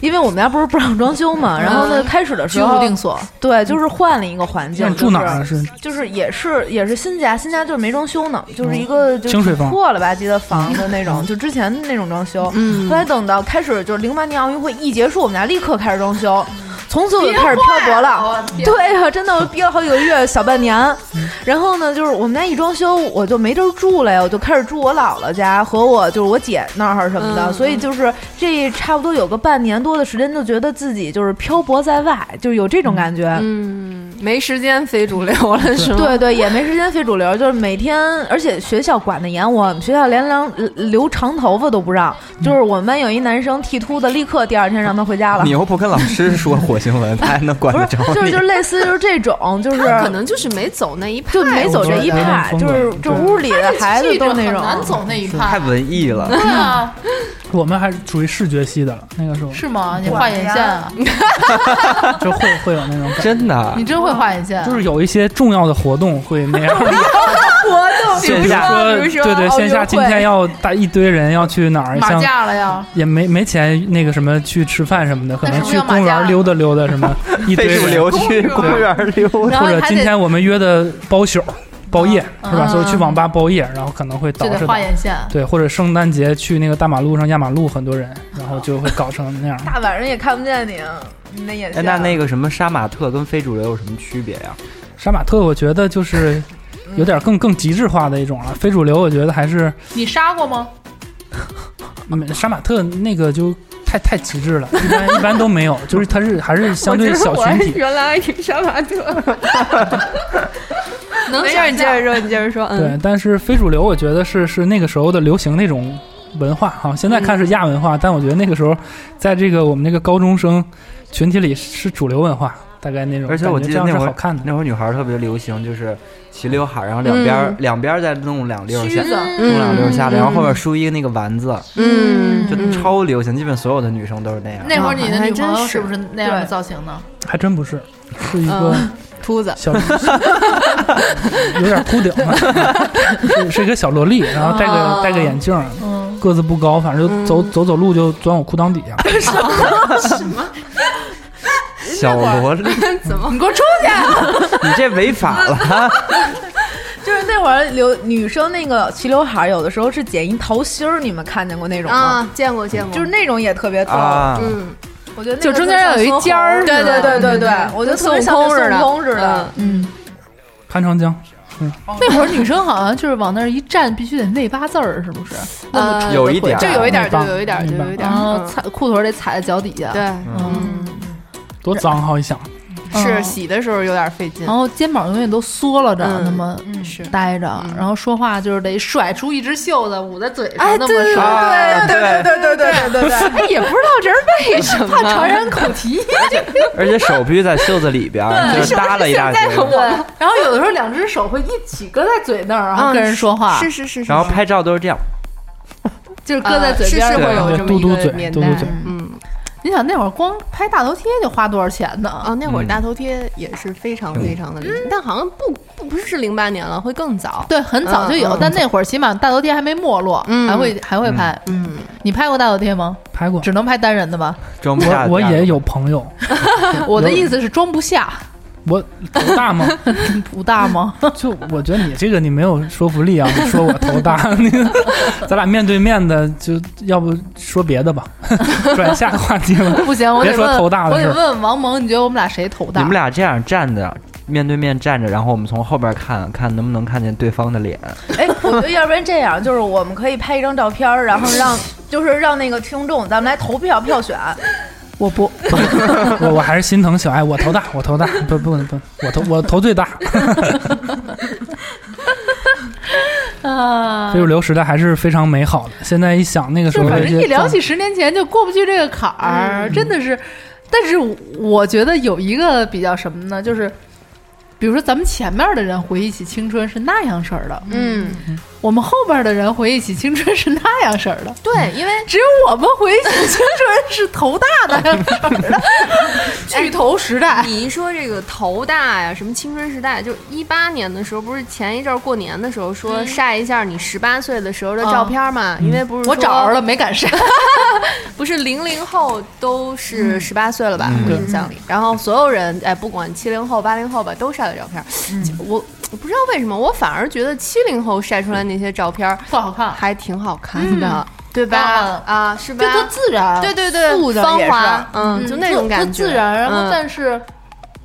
Speaker 10: 因为我们家不是不让装修嘛，然后呢开始的时
Speaker 6: 居
Speaker 10: 候
Speaker 6: 无定所，
Speaker 10: 对，就是换了一个环境
Speaker 9: 那，你住哪儿啊？
Speaker 10: 就是
Speaker 6: 嗯
Speaker 9: 是
Speaker 10: 就是也是也是新家，新家就是没装修呢，就是一个就
Speaker 9: 清水
Speaker 10: 是
Speaker 9: 房
Speaker 10: 破了吧唧的房子那种，就之前
Speaker 11: 嗯
Speaker 10: 那种装修。嗯，后来等到开始就是零八年奥运会一结束，我们家立刻开始装修。从此我就开始漂泊了。对呀、真的，我憋了好几个月，小半年。然后呢，就是我们家一装修，我就没地儿住了呀，我就开始住我姥姥家和我就是我姐那儿什么的，
Speaker 11: 嗯
Speaker 10: 所以就是这差不多有个半年多的时间，就觉得自己就是漂泊在外，就有这种感觉。
Speaker 11: 嗯，没时间非主流了是吗？
Speaker 10: 对对，也没时间非主流，就是每天，而且学校管得严，我
Speaker 6: [LAUGHS]
Speaker 10: 们学校连留留长头发都不让，
Speaker 6: 嗯
Speaker 10: 就是我们班有一男生剃秃子，立刻第二天让他回家了
Speaker 8: 你。又不跟老师说火星文，他还能管得着你？
Speaker 10: 就是就是类似就是这种，就是
Speaker 11: 他可能就是没走那一派，
Speaker 10: 就没走这一派，就是这屋里的孩子都那种
Speaker 6: 很难走那一
Speaker 8: 太
Speaker 6: 派。
Speaker 8: 文艺了。
Speaker 6: 对啊，
Speaker 9: 我们还是属于视觉系的了，那个时候
Speaker 6: 是吗？你画眼线啊？
Speaker 9: 就会会有那
Speaker 6: [LAUGHS]
Speaker 9: 种感觉，
Speaker 8: 真的
Speaker 6: [LAUGHS] 你真会画眼线？啊
Speaker 9: 就是有一些重要的活动会那
Speaker 6: [LAUGHS]
Speaker 9: 样。
Speaker 10: 活动
Speaker 9: 就比如说，对对，线下今天要大一堆人要去哪儿，
Speaker 6: 马
Speaker 9: 像
Speaker 6: 架了呀？
Speaker 9: 也没没钱那个什么去吃饭什么的，可能
Speaker 6: 那是不是
Speaker 9: 去
Speaker 6: 要
Speaker 9: 公
Speaker 6: 马甲
Speaker 9: 园溜达溜达
Speaker 6: [LAUGHS]
Speaker 9: 什么，一堆
Speaker 8: 非主
Speaker 9: 人
Speaker 8: 流去公园溜达，
Speaker 9: 或者今天我们约的包宿、包夜是吧？
Speaker 6: 嗯
Speaker 9: 就是去网吧包夜，然后可能会导
Speaker 6: 就
Speaker 9: 致
Speaker 6: 得
Speaker 9: 的
Speaker 6: 画眼线。
Speaker 9: 对，或者圣诞节去那个大马路上压马路，很多人，然后就会搞成那样。
Speaker 10: 大晚上也看不见你，你那眼
Speaker 8: 哎，
Speaker 10: 线。
Speaker 8: 那那个什么杀马特跟非主流有什么区别呀？
Speaker 9: 杀马特，我觉得就是有点更更极致化的一种了。非主流，我觉得还是
Speaker 6: 你杀过吗？
Speaker 9: 嗯杀马特那个就太太极致了，一般一般都没有，就是它是还是相对小群体。
Speaker 11: 原来还挺杀马特，
Speaker 7: 能
Speaker 11: 没事，
Speaker 7: 想
Speaker 11: 你接着
Speaker 7: 象
Speaker 11: 说，你接着说，
Speaker 9: 对
Speaker 11: 嗯，，
Speaker 9: 但是非主流，我觉得是是那个时候的流行那种文化哈、现在看是亚文化，但我觉得那个时候，在这个我们那个高中生群体里是主流文化，大概那种。
Speaker 8: 而且我
Speaker 9: 感
Speaker 8: 记
Speaker 9: 觉
Speaker 8: 得
Speaker 9: 这样
Speaker 8: 那
Speaker 9: 是
Speaker 8: 会
Speaker 9: 好
Speaker 8: 儿
Speaker 9: 看的。
Speaker 8: 那会儿女孩儿特别流行，就是齐刘海儿，然后两边儿
Speaker 11: 嗯
Speaker 8: 两边儿再弄两溜儿
Speaker 6: 须
Speaker 8: 下，
Speaker 6: 子
Speaker 8: 弄两溜儿下来，然后
Speaker 11: 嗯
Speaker 8: 后面梳一个那个丸子，
Speaker 11: 嗯，
Speaker 8: 就超流行，基本所有的女生都是那样。
Speaker 6: 那会儿你的女
Speaker 11: 还
Speaker 6: 朋
Speaker 11: 真
Speaker 6: 友
Speaker 11: 是
Speaker 6: 是不是那样的造型呢？
Speaker 9: 还真不是，是一个
Speaker 11: 嗯秃子，
Speaker 9: 小， [LAUGHS] 有点秃顶了，是是一个小萝莉，然后戴个戴个眼镜儿，
Speaker 6: 哦嗯，
Speaker 9: 个子不高，反正就走走走路就钻我裤裆底下。
Speaker 8: 小萝莉， [LAUGHS]
Speaker 6: 你给我出
Speaker 10: 啊
Speaker 8: 你这违法了！
Speaker 10: 就是那会儿留女生那个齐刘海，有的时候是剪一桃心儿，你们看见过那种吗？
Speaker 11: 啊，见过见过，
Speaker 10: 就是那种也特别逗，
Speaker 8: 啊，
Speaker 11: 嗯，
Speaker 10: 我觉得那个
Speaker 11: 就中间要有一尖儿，
Speaker 10: 对对对对对，我觉得
Speaker 11: 跟
Speaker 10: 特
Speaker 11: 孙
Speaker 10: 别
Speaker 11: 悟
Speaker 10: 像那
Speaker 11: 空似的，
Speaker 10: 孙悟空似的。
Speaker 11: 嗯，
Speaker 9: 潘长江，
Speaker 6: 那会儿女生好像就是往那儿一站，必须得内八字儿，是不是？
Speaker 11: 呃，
Speaker 8: 有一点
Speaker 11: 就有一点，
Speaker 9: 明
Speaker 11: 就
Speaker 9: 白
Speaker 11: 有一点，就
Speaker 9: 明白
Speaker 11: 有一点
Speaker 6: 然，后
Speaker 11: 嗯
Speaker 6: 踩裤腿儿得踩在脚底下，
Speaker 11: 对，
Speaker 6: 嗯，
Speaker 9: 多脏，啊好一想，
Speaker 11: 是
Speaker 6: 嗯哦
Speaker 11: 洗的时候有点费劲
Speaker 6: 然，后肩膀永远都缩了着，
Speaker 11: 嗯
Speaker 6: 那么
Speaker 11: 是
Speaker 6: 待着，然后说话就是得甩出一只袖子捂在嘴上，那么
Speaker 11: 对
Speaker 6: 说。
Speaker 8: 啊
Speaker 10: 对对对对对对对，
Speaker 11: 哎，也
Speaker 6: [LAUGHS]
Speaker 11: 不知道这是为什么，怕传染口蹄。
Speaker 8: 而且手必须在袖子里边儿，就是耷拉一大
Speaker 11: 现在
Speaker 8: 截。
Speaker 11: 我
Speaker 6: 然后有的时候两只手会一起搁在嘴那儿，然后跟人说话，
Speaker 11: 啊是是是，是
Speaker 8: 然后拍照都是这样，
Speaker 11: [LAUGHS]
Speaker 6: 啊就是搁在嘴
Speaker 11: 是
Speaker 6: 边
Speaker 11: 是
Speaker 6: 儿。
Speaker 11: 会有这么
Speaker 9: 嘟
Speaker 11: 一
Speaker 9: 嘟
Speaker 11: 个
Speaker 9: 嘴，
Speaker 11: 年
Speaker 9: 嘟
Speaker 11: 代
Speaker 9: 嘟，嘴，
Speaker 11: 嗯，
Speaker 6: 你想那会儿光拍大头贴就花多少钱呢？
Speaker 11: 哦，那会儿大头贴也是非常非常的流行，但好像不不不是零八年了，会更早。
Speaker 6: 对，很早就有，
Speaker 11: 嗯嗯
Speaker 6: 但那会儿起码大头贴还没没落，
Speaker 11: 嗯
Speaker 6: 还会还会拍。
Speaker 11: 嗯，
Speaker 6: 你拍过大头贴吗？
Speaker 9: 拍过。
Speaker 6: 只能拍单人的吧？
Speaker 8: 装不下。
Speaker 9: 我我也，有朋友，
Speaker 6: [LAUGHS] 我的意思是装不下，
Speaker 9: 我头大吗？
Speaker 6: [LAUGHS] 不大吗？
Speaker 9: 就我觉得你这个你没有说服力啊！你说我头大，那个咱俩面对面的，就要不说别的吧， [LAUGHS] 转下个话题吧。
Speaker 6: [LAUGHS] 不行，我
Speaker 9: 别
Speaker 6: 得
Speaker 9: 说
Speaker 6: 问，
Speaker 9: 头大的
Speaker 6: 我得
Speaker 9: 事儿
Speaker 6: 问问王蒙，你觉得我们俩谁头
Speaker 8: 你
Speaker 6: 大？
Speaker 8: 们俩这样站着，面对面站着，然后我们从后边看看能不能看见对方的脸。
Speaker 10: 哎，我觉得要不然这样，就是我们可以拍一张照片儿，然后让就是让那个听众咱们来投票票选，
Speaker 6: 我不，
Speaker 9: [LAUGHS] 我我还是心疼小爱，我头
Speaker 11: [LAUGHS]
Speaker 9: 大，我头大，不不不，我头我头最大。
Speaker 11: 嗯
Speaker 6: 啊
Speaker 9: 非，主流时代还是非常美好的。现在一想那个时
Speaker 6: 就
Speaker 9: 候，
Speaker 6: 反
Speaker 9: 这
Speaker 6: 正一
Speaker 9: 些嗯
Speaker 6: 聊起十年前就过不去这个坎儿，真的是。但是我觉得有一个比较什么呢，就是比如说咱们前面的人回忆起青春是那样式儿的，
Speaker 11: 嗯，
Speaker 6: 我们后边的人回忆起青春是那样式儿的，
Speaker 11: 对，因为
Speaker 6: 只有我们回忆起青春是头大那样式儿的， [LAUGHS] 巨头时代。
Speaker 11: 你一说这个头大呀，什么青春时代，就一八年的时候，不是前一阵儿过年的时候说晒一下你十八岁的时候的照片嘛？因为不是
Speaker 6: 我
Speaker 11: 说
Speaker 6: 找着了，，没敢删。
Speaker 11: 不是零零后都是十八岁了吧？我
Speaker 9: 对
Speaker 11: 印象里，嗯然后所有人哎，不管七零后、八零后吧，都晒了照片儿。我我不知道为什么，我反而觉得七零后晒出来那些照片儿
Speaker 6: 不好看
Speaker 11: 还挺好看的。对吧？嗯啊，是吧？
Speaker 6: 就特自然，
Speaker 11: 对对对
Speaker 6: 素着
Speaker 11: 芳
Speaker 6: 也是
Speaker 11: 华嗯就那种
Speaker 6: 特
Speaker 11: 感
Speaker 6: 特
Speaker 11: 觉
Speaker 6: 自然。然后
Speaker 11: 嗯
Speaker 6: 但是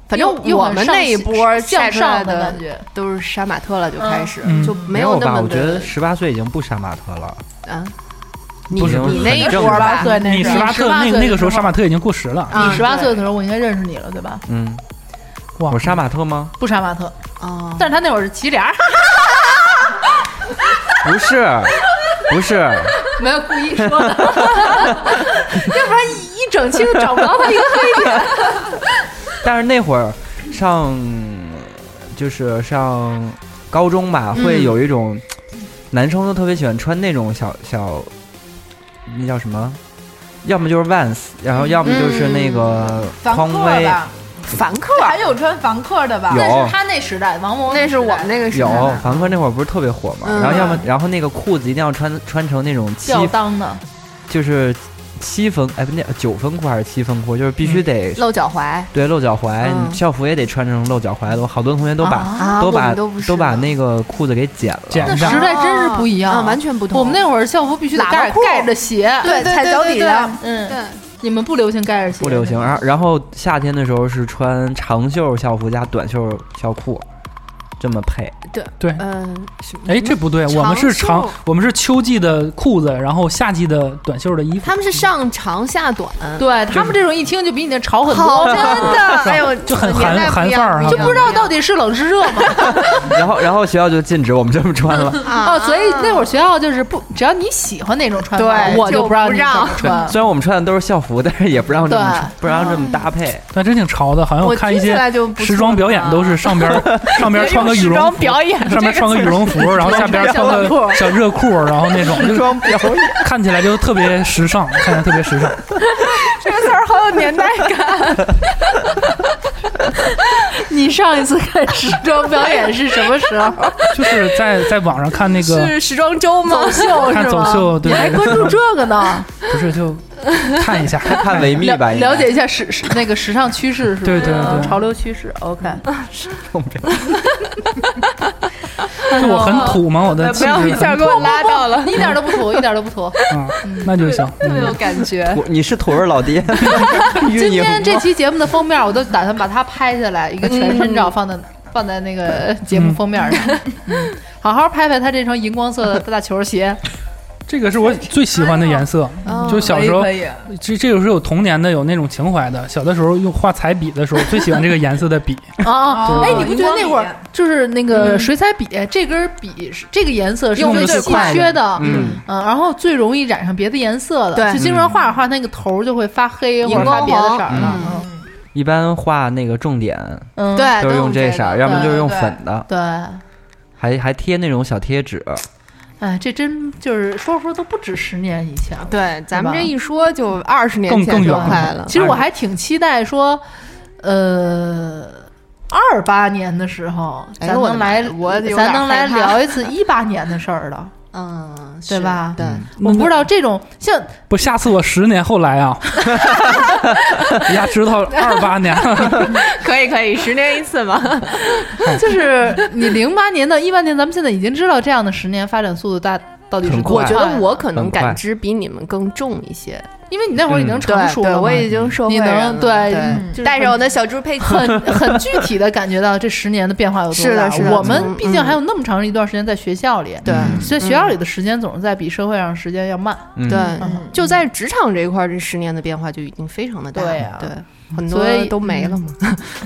Speaker 11: 反
Speaker 6: 又
Speaker 11: 正
Speaker 6: 又
Speaker 11: 我
Speaker 6: 很
Speaker 11: 们
Speaker 6: 上
Speaker 11: 那一
Speaker 6: 心
Speaker 11: 波晒
Speaker 6: 向
Speaker 11: 出来
Speaker 6: 上的
Speaker 11: 的
Speaker 6: 感觉，
Speaker 11: 都是杀马特了，就开始
Speaker 8: 嗯
Speaker 11: 就
Speaker 8: 没
Speaker 11: 有那
Speaker 8: 吧？
Speaker 11: 么
Speaker 8: 我觉
Speaker 11: 的
Speaker 8: 得十八岁已经不杀马特了。
Speaker 11: 啊。
Speaker 8: 你
Speaker 9: 不是
Speaker 11: 你那一
Speaker 8: 很正
Speaker 11: 波
Speaker 8: 常
Speaker 11: 吧对那
Speaker 9: 你
Speaker 11: 是
Speaker 9: 十八岁
Speaker 11: 18
Speaker 9: 那
Speaker 11: 岁
Speaker 9: 那个时
Speaker 11: 的时
Speaker 9: 候
Speaker 11: 候啊
Speaker 9: 杀马特已经过时了。
Speaker 6: 你十八岁的时候，我应该认识你嗯了，对吧？
Speaker 8: 嗯，
Speaker 9: 哇，
Speaker 8: 我杀马特吗？
Speaker 6: 不杀马特哦，但是他那会儿是齐脸儿，
Speaker 8: 不是，不是，
Speaker 6: 没有故意说的，要不然一整期都找不到他一个黑点。 [LAUGHS]
Speaker 8: 但是那会儿上就是上高中吧，
Speaker 6: 嗯
Speaker 8: 会有一种男生都特别喜欢穿那种小小，那叫什么？要么就是 Vans，然后要么就是那
Speaker 6: 嗯
Speaker 8: 个匡威，
Speaker 11: 凡客
Speaker 6: 还有穿凡客的吧
Speaker 8: 有
Speaker 6: 那是他那时代，王蒙
Speaker 11: [LAUGHS] 那是我们那个时代
Speaker 8: 有凡客那会儿不是特别火嘛，
Speaker 6: 嗯
Speaker 8: 然后要么然后那个裤子一定要穿穿成那种七
Speaker 6: 吊裆的，
Speaker 8: 就是七分哎不那九分裤还是七分裤，就是必须得
Speaker 11: 露脚踝，
Speaker 8: 对，露脚踝，
Speaker 11: 嗯
Speaker 8: 你校服也得穿成露脚踝的。我好多同学都把、
Speaker 11: 啊
Speaker 8: 都
Speaker 11: 我
Speaker 8: 把
Speaker 11: 们都不是
Speaker 8: 把那个裤子给剪了，
Speaker 6: 那时代真是不一样，
Speaker 11: 啊完全不同
Speaker 6: 我们那会儿校服必须得
Speaker 11: 喇叭
Speaker 6: 盖
Speaker 11: 裤
Speaker 6: 盖着鞋，
Speaker 11: 对对踩脚底的
Speaker 6: 对对对嗯，你们不流行盖着鞋，
Speaker 8: 不流行。然后然后夏天的时候是穿长袖校服加短袖校裤，这么配。
Speaker 11: 对
Speaker 9: 对
Speaker 11: 嗯，什么
Speaker 9: 哎，这不对，我们是长
Speaker 11: 袖，
Speaker 9: 我们是秋季的裤子，然后夏季的短袖的衣服，
Speaker 11: 他们是上长下短，
Speaker 6: 对他们这种一听就比你那潮很
Speaker 11: 好
Speaker 6: 多，
Speaker 11: 真的哎呦
Speaker 9: 就很韩韩范儿哈，
Speaker 6: 就不知道 [LAUGHS] 到底是冷是热嘛。
Speaker 8: 然后然后学校就禁止我们这么穿
Speaker 11: [LAUGHS]
Speaker 8: 了。
Speaker 6: 哦，所以那会儿学校就是不，只要你喜欢哪种穿法，
Speaker 11: 啊对
Speaker 6: 我
Speaker 11: 就
Speaker 6: 不让你
Speaker 11: 不
Speaker 6: 怎
Speaker 11: 让
Speaker 6: 么穿。
Speaker 8: 虽然我们穿的都是校服，但是也不让这么穿
Speaker 6: 对
Speaker 8: 不让这么搭配。
Speaker 9: 但真挺潮的，好像
Speaker 11: 我
Speaker 9: 看一
Speaker 11: 听起
Speaker 9: 些
Speaker 11: 来就不啊
Speaker 9: 时装表演都是上边
Speaker 11: [LAUGHS]
Speaker 9: 上边穿个羽
Speaker 11: 时
Speaker 9: 绒
Speaker 11: 装
Speaker 9: 服，
Speaker 11: 表演
Speaker 9: 上面穿个羽绒服，然后下边
Speaker 11: [LAUGHS]
Speaker 9: 穿个小热裤，然后那种就是
Speaker 8: [LAUGHS] 装表演，
Speaker 9: 看起来就特别时尚，看起来特别时尚。
Speaker 11: 这个词儿好有年代感。
Speaker 6: 你上一次看时装表演是什么
Speaker 11: [LAUGHS]
Speaker 6: 时候？
Speaker 9: 就是在在网上看那个
Speaker 11: 是时装周吗？
Speaker 6: 走秀
Speaker 9: 看
Speaker 6: 是
Speaker 9: 走
Speaker 6: 吗？
Speaker 9: 秀对
Speaker 6: 你还关注这个呢？
Speaker 9: 不是就看一下，
Speaker 8: [LAUGHS] [LAUGHS] 看维密吧，应该
Speaker 6: 了解一下时时那个时尚趋势是吧？
Speaker 9: 对对对
Speaker 6: 潮流趋势。OK，
Speaker 9: [LAUGHS] 就我很土吗？我的气质很土
Speaker 11: 我拉到了
Speaker 6: 你一点都不土，一点都不
Speaker 9: [LAUGHS]
Speaker 6: 土。
Speaker 9: 啊，那就行。嗯
Speaker 11: 特有感觉。
Speaker 8: 我 [LAUGHS] 你是土味儿老爹， [LAUGHS]
Speaker 6: 今
Speaker 8: 今
Speaker 6: 天这期节目的封面，我都打算把它拍下来，一个全身
Speaker 11: 嗯
Speaker 6: 照放在、放在那个节目封面
Speaker 11: [LAUGHS]
Speaker 6: 上，嗯好好拍拍他这双荧光色的大球鞋。
Speaker 9: 这个是我最喜欢的颜色，就小
Speaker 10: 哦
Speaker 9: 时候，
Speaker 10: 啊
Speaker 9: 这这个是有童年的，有那种情怀的。小的时候用画彩笔的时候，最喜欢这个颜色的笔。
Speaker 6: [LAUGHS]
Speaker 11: 哦
Speaker 6: 啊！哎，你不觉得那会
Speaker 10: 荧光
Speaker 6: 儿就是那个水彩笔，这根笔是这个颜色是
Speaker 9: 嗯用得
Speaker 6: 最
Speaker 9: 最
Speaker 6: 稀
Speaker 9: 快的
Speaker 6: 缺的，
Speaker 8: 嗯
Speaker 6: 嗯，然后最容易染上别的颜色的，
Speaker 11: 对
Speaker 6: 就经常画着画着那个头儿就会发黑或者
Speaker 11: 荧
Speaker 6: 发
Speaker 11: 光
Speaker 6: 别的
Speaker 11: 黄
Speaker 6: 色儿了，嗯
Speaker 8: 一般画那个重点
Speaker 6: 嗯，
Speaker 11: 对，
Speaker 8: 都是用这
Speaker 11: 这
Speaker 8: 色
Speaker 11: 个
Speaker 8: 儿，要么就是用
Speaker 6: 对对
Speaker 8: 粉的，
Speaker 6: 对，
Speaker 8: 还还贴那种小贴纸。
Speaker 6: 哎，这真就是说说都不止十年以前了。
Speaker 11: 对，咱们
Speaker 6: 对吧
Speaker 11: 这一说就二十年
Speaker 9: 更
Speaker 11: 前
Speaker 9: 更
Speaker 11: 就
Speaker 9: 远
Speaker 11: 快
Speaker 9: 了
Speaker 11: 了。
Speaker 6: 其实我还挺期待说，呃，二八年的时候，
Speaker 11: 哎
Speaker 6: 咱
Speaker 11: 呦我的
Speaker 6: 能来，
Speaker 11: 妈呀我有点
Speaker 6: 咱能来
Speaker 11: 害怕
Speaker 6: 聊一次一八年的事
Speaker 9: [LAUGHS]
Speaker 6: 儿了。
Speaker 11: 嗯，
Speaker 6: 对
Speaker 11: 是
Speaker 6: 吧
Speaker 11: 对，
Speaker 6: 我不知道这种像
Speaker 9: 不，下次我十年后来 [LAUGHS] 啊，你家知道二八年 [LAUGHS] 了，
Speaker 11: 可以可以，十年一次嘛。
Speaker 8: [LAUGHS]
Speaker 6: 就是你零八年到一八年，咱们现在已经知道这样的十年发展速度大到底是
Speaker 8: 很
Speaker 6: 多
Speaker 11: 我
Speaker 8: 快
Speaker 6: 快
Speaker 11: 觉得我可能
Speaker 8: 很快
Speaker 11: 感知比你们更重一些，
Speaker 6: 因为你那会儿已
Speaker 8: 嗯
Speaker 6: 经成
Speaker 11: 对
Speaker 6: 熟
Speaker 11: 对，
Speaker 6: 了嘛，
Speaker 11: 我已经社会
Speaker 6: 你
Speaker 11: 人了
Speaker 6: 能对
Speaker 11: 对，
Speaker 6: 就是
Speaker 11: 带着我的小猪佩奇，
Speaker 6: 很很具体的感觉到这十年的变化有多大。
Speaker 11: 是的是的
Speaker 6: 我们
Speaker 11: 嗯
Speaker 6: 毕竟还有那么长一段时间在学校里，
Speaker 11: 对
Speaker 6: 所以学校里的时间总是在比社会上时间要慢。
Speaker 8: 嗯
Speaker 11: 对，
Speaker 6: 嗯
Speaker 11: 就在职场这一块儿，这十年的变化就已经非常的大了，
Speaker 6: 对啊
Speaker 11: 对，嗯很多
Speaker 6: 所以嗯
Speaker 11: 都没了嘛。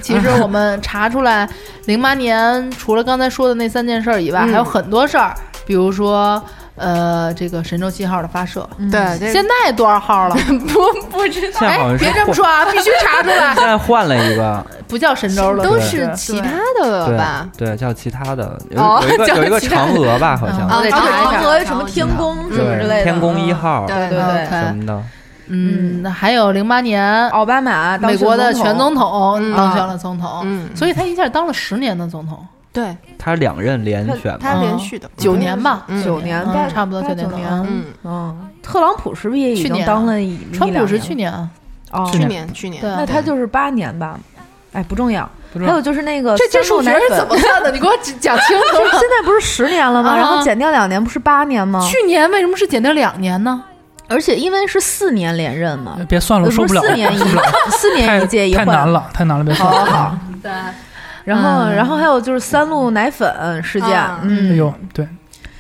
Speaker 6: 其实我们查出来，零八年除了刚才说的那三件事儿以外，
Speaker 11: 嗯
Speaker 6: 还有很多事儿，比如说呃，这个神舟七号的发射，
Speaker 11: 对，这
Speaker 6: 现在多少号了？
Speaker 11: 不不知
Speaker 8: 现在好像是
Speaker 6: 别这么说 [LAUGHS] 啊，必须查出来，
Speaker 8: 现在换了一个，
Speaker 6: 不叫神舟了，
Speaker 11: 都
Speaker 6: 对
Speaker 11: 是其他的吧？
Speaker 8: 对对，叫其他的，有
Speaker 11: 哦
Speaker 8: 有一个
Speaker 11: 叫
Speaker 8: 有一个
Speaker 11: 其他
Speaker 8: 嫦
Speaker 11: 的
Speaker 8: 娥吧，好像
Speaker 6: 嗯
Speaker 11: 啊
Speaker 6: 得
Speaker 10: 对，
Speaker 6: 查一
Speaker 10: 嫦
Speaker 6: 下
Speaker 10: 娥什么天宫什么之类
Speaker 8: 嗯对，
Speaker 10: 的，
Speaker 8: 天宫一号
Speaker 10: 对对
Speaker 6: 对
Speaker 10: 对，
Speaker 8: 什么的，
Speaker 6: 嗯，还有零八年
Speaker 10: 奥巴马当
Speaker 6: 美
Speaker 10: 选
Speaker 6: 国的
Speaker 10: 总
Speaker 6: 全总
Speaker 10: 统
Speaker 6: 统
Speaker 11: 嗯
Speaker 6: 当选了总统，
Speaker 11: 嗯，
Speaker 6: 所以他一下当了十年的总统，
Speaker 11: 对，
Speaker 8: 他两任连选嘛，
Speaker 11: 他连续的
Speaker 6: 九年吧，
Speaker 11: 嗯
Speaker 10: 九年
Speaker 6: 嗯
Speaker 10: 大
Speaker 6: 差不多
Speaker 10: 大
Speaker 6: 九年
Speaker 10: 九
Speaker 6: 了
Speaker 10: 年，
Speaker 6: 嗯
Speaker 11: 嗯，
Speaker 10: 嗯，特朗普是不是也已
Speaker 6: 去
Speaker 10: 经
Speaker 6: 年
Speaker 10: 当了一？一
Speaker 6: 川普
Speaker 10: 两
Speaker 6: 是
Speaker 10: 年
Speaker 6: 去
Speaker 10: 了
Speaker 6: 年啊，
Speaker 10: 哦，
Speaker 9: 去
Speaker 11: 去
Speaker 9: 年
Speaker 11: 年去年
Speaker 6: 对
Speaker 10: 那他就是八年吧？哎，不重要。
Speaker 9: 不知
Speaker 10: 还
Speaker 9: 道
Speaker 10: 有就是那个
Speaker 6: 这这
Speaker 10: 呃三鹿
Speaker 6: 数学
Speaker 10: 奶
Speaker 6: 是
Speaker 10: 粉
Speaker 6: 怎么算的？你给我讲讲清楚
Speaker 10: [LAUGHS] 就是。现在不是十年了吗？
Speaker 6: 啊
Speaker 10: 然后减掉两年，不是八年吗？
Speaker 6: 去年为什么是减掉两年呢？
Speaker 10: 而且因为是四年连任嘛，
Speaker 9: 别算了，
Speaker 10: 呃
Speaker 9: 受不了，
Speaker 10: 不是四年一
Speaker 9: 受不了
Speaker 10: 四年一届一
Speaker 9: 太
Speaker 10: 换
Speaker 9: 太难了，太难了，别算了。
Speaker 10: 好好好
Speaker 6: 对，
Speaker 10: 然后，
Speaker 6: 嗯
Speaker 10: 然后还有就是三鹿奶粉事件，
Speaker 6: 啊
Speaker 10: 嗯，
Speaker 9: 哎呦，对，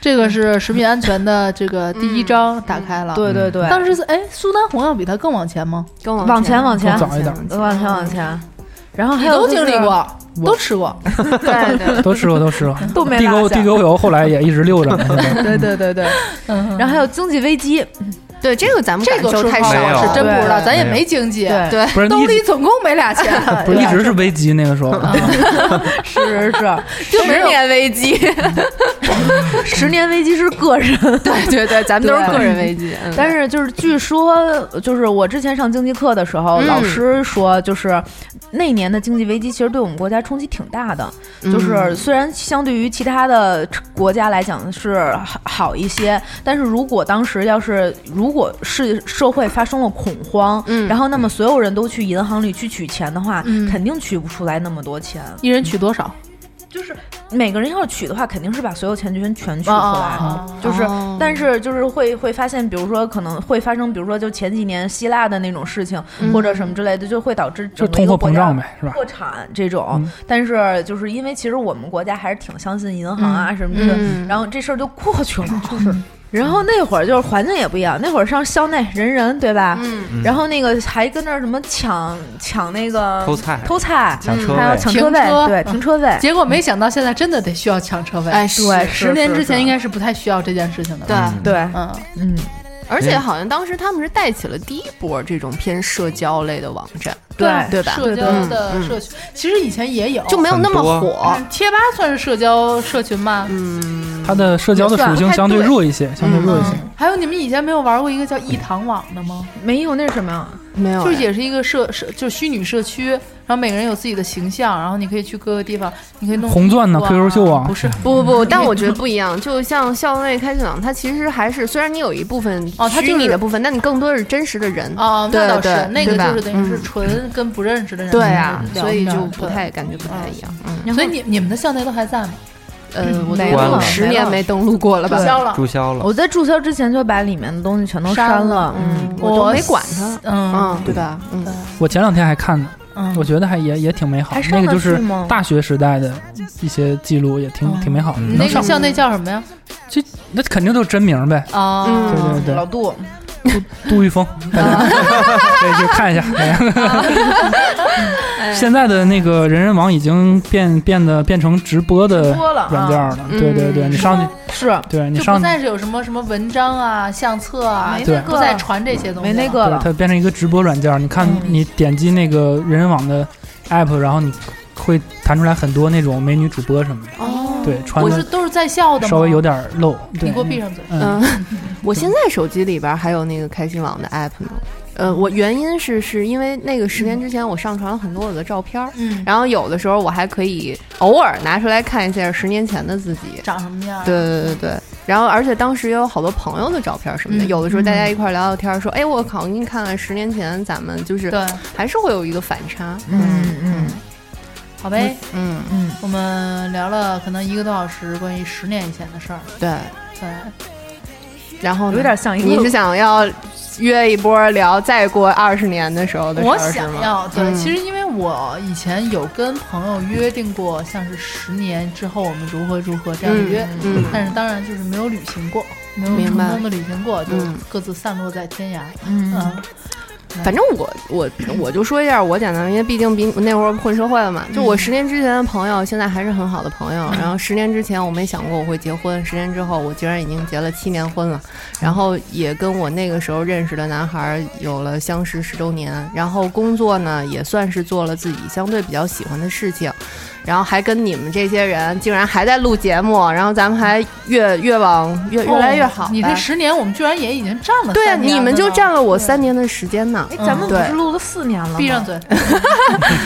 Speaker 6: 这个是食品安全的这个第一章打开了，
Speaker 10: 对对对
Speaker 6: 当时是哎，苏丹红要比它更往前吗？
Speaker 11: 更
Speaker 10: 往前往前，
Speaker 9: 更早一点
Speaker 10: 往前往前，然后还
Speaker 6: 你
Speaker 10: 有
Speaker 6: 都
Speaker 10: 就是
Speaker 6: 经历过，都吃过，
Speaker 11: [LAUGHS] 对对
Speaker 9: 都吃过，都吃过。
Speaker 10: [LAUGHS] 都没
Speaker 9: 地
Speaker 10: 落
Speaker 9: 沟
Speaker 10: 下
Speaker 9: 地沟油后来也一直溜着呢。现在
Speaker 6: 对对对对，嗯，
Speaker 10: 然后还有经济危机，
Speaker 11: 对这个咱们
Speaker 6: 这
Speaker 11: 感
Speaker 6: 个
Speaker 11: 受
Speaker 6: 说
Speaker 11: 太
Speaker 6: 实话
Speaker 11: 少
Speaker 8: 没有
Speaker 11: 了，
Speaker 6: 我是真不知道，
Speaker 9: 对
Speaker 6: 咱也
Speaker 9: 没有
Speaker 6: 没经济，
Speaker 10: 对
Speaker 11: 对，
Speaker 9: 不是
Speaker 6: 兜
Speaker 9: 一
Speaker 6: 里
Speaker 9: 直
Speaker 6: 总共没俩钱， [LAUGHS]
Speaker 9: 不是一
Speaker 6: 对
Speaker 9: 直是危机那个时候，啊
Speaker 10: 是是是，
Speaker 11: 就十年危机，
Speaker 10: 十年危机是个人，
Speaker 11: [LAUGHS] 对对对，咱们都是
Speaker 10: 对
Speaker 11: 个人危机，嗯
Speaker 10: 但是就是据说，就是我之前上经济课的时候，
Speaker 11: 嗯
Speaker 10: 老师说，就是那年的经济危机其实对我们国家冲击挺大的。
Speaker 11: 嗯
Speaker 10: 就是虽然相对于其他的国家来讲是好好一些，但是如果当时要是如果是社会发生了恐慌，
Speaker 11: 嗯
Speaker 10: 然后那么所有人都去银行里去取钱的话，
Speaker 6: 嗯
Speaker 10: 肯定取不出来那么多钱。
Speaker 6: 一人取多少？
Speaker 10: 就是每个人要是取的话，肯定是把所有钱全全取出来。
Speaker 6: 哦哦哦
Speaker 10: 就是
Speaker 11: 哦，
Speaker 10: 但是就是会会发现，比如说可能会发生，比如说就前几年希腊的那种事情，
Speaker 6: 嗯
Speaker 10: 或者什么之类的，就会导致
Speaker 9: 就
Speaker 10: 整
Speaker 9: 是
Speaker 10: 个
Speaker 9: 通
Speaker 10: 一个
Speaker 9: 货
Speaker 10: 国
Speaker 9: 膨
Speaker 10: 家
Speaker 9: 胀呗，是嗯吧？
Speaker 10: 破产这种。但是就是因为其实我们国家还是挺相信银行啊什么之类的，
Speaker 11: 嗯
Speaker 10: 然后这事儿就过
Speaker 6: [LAUGHS]
Speaker 10: 去了，就是。然后那会儿就是环境也不一样，那会儿上校内人人对吧？
Speaker 11: 嗯，
Speaker 10: 然后那个还跟那儿什么抢抢那个
Speaker 8: 偷菜
Speaker 10: 偷菜，
Speaker 8: 抢车
Speaker 10: 还有
Speaker 8: 位，
Speaker 10: 抢
Speaker 6: 停
Speaker 10: 车位，
Speaker 6: 车嗯
Speaker 10: 对，停车位。
Speaker 6: 结果没想到现在真的得需要抢车位，
Speaker 11: 哎，
Speaker 10: 对
Speaker 11: 是
Speaker 6: 十年之前应
Speaker 10: 该
Speaker 6: 该是不太需要这件事情的，
Speaker 11: 对，
Speaker 10: 对，
Speaker 6: 嗯，
Speaker 10: 嗯，
Speaker 11: 而且好像当时他们是带起了第一波这种偏社交类的网站，
Speaker 10: 对
Speaker 11: 对吧？嗯
Speaker 6: 社交的社群，其实以前也嗯有，嗯
Speaker 11: 就没有那么
Speaker 8: 很
Speaker 11: 火，
Speaker 6: 贴吧算是社交社群吗？
Speaker 9: 它的社交的属性相对弱一些，相对弱一些。
Speaker 6: 嗯，还有你们以前没有玩过一个叫一堂网的吗？
Speaker 10: 没有那什么，
Speaker 11: 没有
Speaker 6: 就是
Speaker 11: 哎
Speaker 6: 也是一个社社，就是虚拟社区，然后每个人有自己的形象，然后你可以去各个地方，你可以弄
Speaker 9: 红钻呢
Speaker 6: 衣服啊
Speaker 9: QQ 秀啊
Speaker 6: 不 [LAUGHS] 是
Speaker 11: 不不不，但我觉得不一样。就像校内开学党，它其实还是虽然你有一部分
Speaker 6: 哦它就是
Speaker 11: 虚拟的部分，但你更多的是真实的人。
Speaker 6: 哦，那
Speaker 11: 对
Speaker 6: 倒是
Speaker 11: 对，
Speaker 6: 那个
Speaker 11: 对吧
Speaker 6: 就是等于是
Speaker 11: 嗯
Speaker 6: 纯跟不认识的人
Speaker 11: 对啊，
Speaker 6: 聊哦
Speaker 11: 所以
Speaker 6: 天
Speaker 11: 就
Speaker 6: 儿
Speaker 11: 不。太感觉不太一样。嗯，
Speaker 6: 对所以你你们的校内都还在吗？
Speaker 11: 呃，我都
Speaker 10: 没
Speaker 8: 关了
Speaker 11: 十年没登录
Speaker 9: 啊
Speaker 11: 过了吧
Speaker 6: 取？消了。
Speaker 8: 注销了。
Speaker 10: 我在注销之前就把里面的东西全都
Speaker 6: 删
Speaker 10: 删
Speaker 6: 了
Speaker 10: 嗯，
Speaker 11: 嗯，我都没管它。
Speaker 6: 嗯
Speaker 11: 嗯，对吧？嗯，
Speaker 9: 我前两天还看呢，
Speaker 6: 嗯，
Speaker 9: 我觉得还也也挺美好
Speaker 10: 还，上
Speaker 9: 那个
Speaker 10: 得
Speaker 9: 就是
Speaker 10: 去吗
Speaker 9: 大学时代的一些记录，也挺
Speaker 6: 哦
Speaker 9: 挺美好的。
Speaker 8: 嗯
Speaker 6: 你那
Speaker 9: 能
Speaker 6: 个
Speaker 9: 上
Speaker 6: 校内叫什
Speaker 9: 嗯
Speaker 6: 么呀？
Speaker 9: 那肯定都是真名呗，
Speaker 6: 啊，
Speaker 11: 嗯
Speaker 9: 对对对
Speaker 10: 老杜，
Speaker 9: 杜玉峰，对，去看一下。哎现在的那个人人网已经变变得变成直播的
Speaker 10: 播了啊
Speaker 9: 软件了，
Speaker 11: 嗯
Speaker 9: 对对对，你上去，
Speaker 10: 是
Speaker 9: 对你
Speaker 6: 就不
Speaker 9: 上去，
Speaker 6: 再是有什么什么文章啊、相册啊，
Speaker 10: 没
Speaker 9: 对
Speaker 10: 那
Speaker 6: 不
Speaker 10: 个
Speaker 6: 再传这些东西
Speaker 10: 没
Speaker 6: 了，
Speaker 10: 那个
Speaker 9: 对，
Speaker 10: 了，
Speaker 9: 它变成一个直播软件。你看，你点击那个人人网的 app，然后你会弹出来很多那种美女主播什么的，
Speaker 6: 哦，
Speaker 9: 对，穿
Speaker 6: 我是
Speaker 9: 的
Speaker 6: 都是在校的吗，
Speaker 9: 稍微有点儿露。对，
Speaker 6: 你给我闭上嘴。
Speaker 9: 嗯，
Speaker 11: 嗯，我现在手机里边还有那个开心网的 app 呢。呃，我原因是是因为那个十年之前我上传了很多我的照片儿，
Speaker 6: 嗯，
Speaker 11: 然后有的时候我还可以偶尔拿出来看一下十年前的自己。
Speaker 6: 长什么样？啊
Speaker 11: 对，对对对。然后，而且当时也有好多朋友的照片什么的，
Speaker 6: 嗯
Speaker 11: 有的时候大家一块儿聊聊天儿，说：“哎，我靠，我给你看看十年前咱们就是
Speaker 6: 对，
Speaker 11: 还是会有一个反差。”
Speaker 10: 嗯嗯
Speaker 6: 好呗，
Speaker 11: 嗯，
Speaker 10: 嗯，
Speaker 6: 我们聊了可能一个多小时关于十年以前的事儿，
Speaker 11: 对。
Speaker 6: 对，
Speaker 11: 然后呢
Speaker 10: 有点像一
Speaker 11: 你是
Speaker 10: 个
Speaker 11: 想要约一波聊再过二十年的时候的事
Speaker 6: 我
Speaker 11: 儿是
Speaker 6: 想
Speaker 11: 吗？
Speaker 6: 要对，
Speaker 11: 嗯
Speaker 6: 其实因为我以前有跟朋友约定过，像是十年之后我们如何如何这样约，
Speaker 11: 嗯
Speaker 6: 但是当然就是没有履行过，没有
Speaker 11: 明
Speaker 6: 成
Speaker 11: 白
Speaker 6: 功的履行过，就
Speaker 11: 嗯
Speaker 6: 各自散落在天涯。
Speaker 10: 嗯，
Speaker 6: 嗯，
Speaker 11: 反正我我我就说一下我简单，因为毕竟比那会儿混社会了嘛。就我十年之前的朋友，现在还是很好的朋友。然后十年之前我没想过我会结婚，十年之后我竟然已经结了七年婚了。然后也跟我那个时候认识的男孩儿有了相识十周年。然后工作呢也算是做了自己相对比较喜欢的事情。然后还跟你们这些人竟然还在录节目，然后咱们还越越往越越来越好
Speaker 6: 哦
Speaker 11: 吧。
Speaker 6: 你这十年我们居然也已经占了，
Speaker 11: 对啊，
Speaker 6: 呀，
Speaker 11: 你们就占了我
Speaker 6: 对
Speaker 11: 三年的时间呢。
Speaker 10: 哎，咱们不
Speaker 11: 对
Speaker 10: 是录了四年了吗，
Speaker 6: 闭上嘴！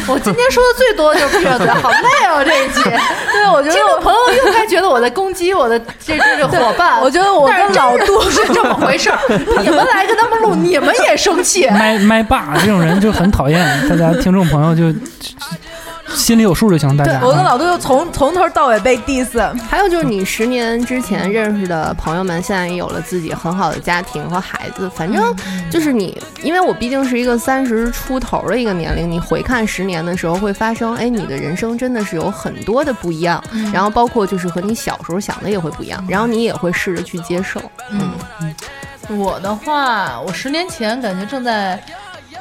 Speaker 6: 我今天说的最多就是闭上嘴，好累哦这一
Speaker 11: [LAUGHS]
Speaker 6: 集。对，我觉得听众朋友哦又该觉得我在攻击我的这这
Speaker 11: [LAUGHS]
Speaker 6: 这伙伴。
Speaker 10: 我觉得我
Speaker 6: 但
Speaker 10: 跟
Speaker 6: 是
Speaker 10: 老
Speaker 6: 老杜是这么回事儿，你们来跟他们录，你们
Speaker 9: [LAUGHS]
Speaker 6: 也生气。
Speaker 9: 麦麦霸这种人就很讨厌，大家听众朋友就心里有数就行，大
Speaker 10: 对
Speaker 9: 家。
Speaker 10: 我跟老杜就从从头到尾被 diss，
Speaker 11: 还有就是你十年之前认识的朋友们，现在也有了自己很好的家庭和孩子。反正
Speaker 6: 嗯
Speaker 11: 就是你，因为我毕竟是一个三十出头的一个年龄，你回看十年的时候，会发生，哎，你的人生真的是有很多的不一样。
Speaker 10: 嗯
Speaker 11: 然后包括就是和你小时候想的也会不一样，然后你也会试着去接受。
Speaker 6: 嗯，我的话，我十年前感觉正在，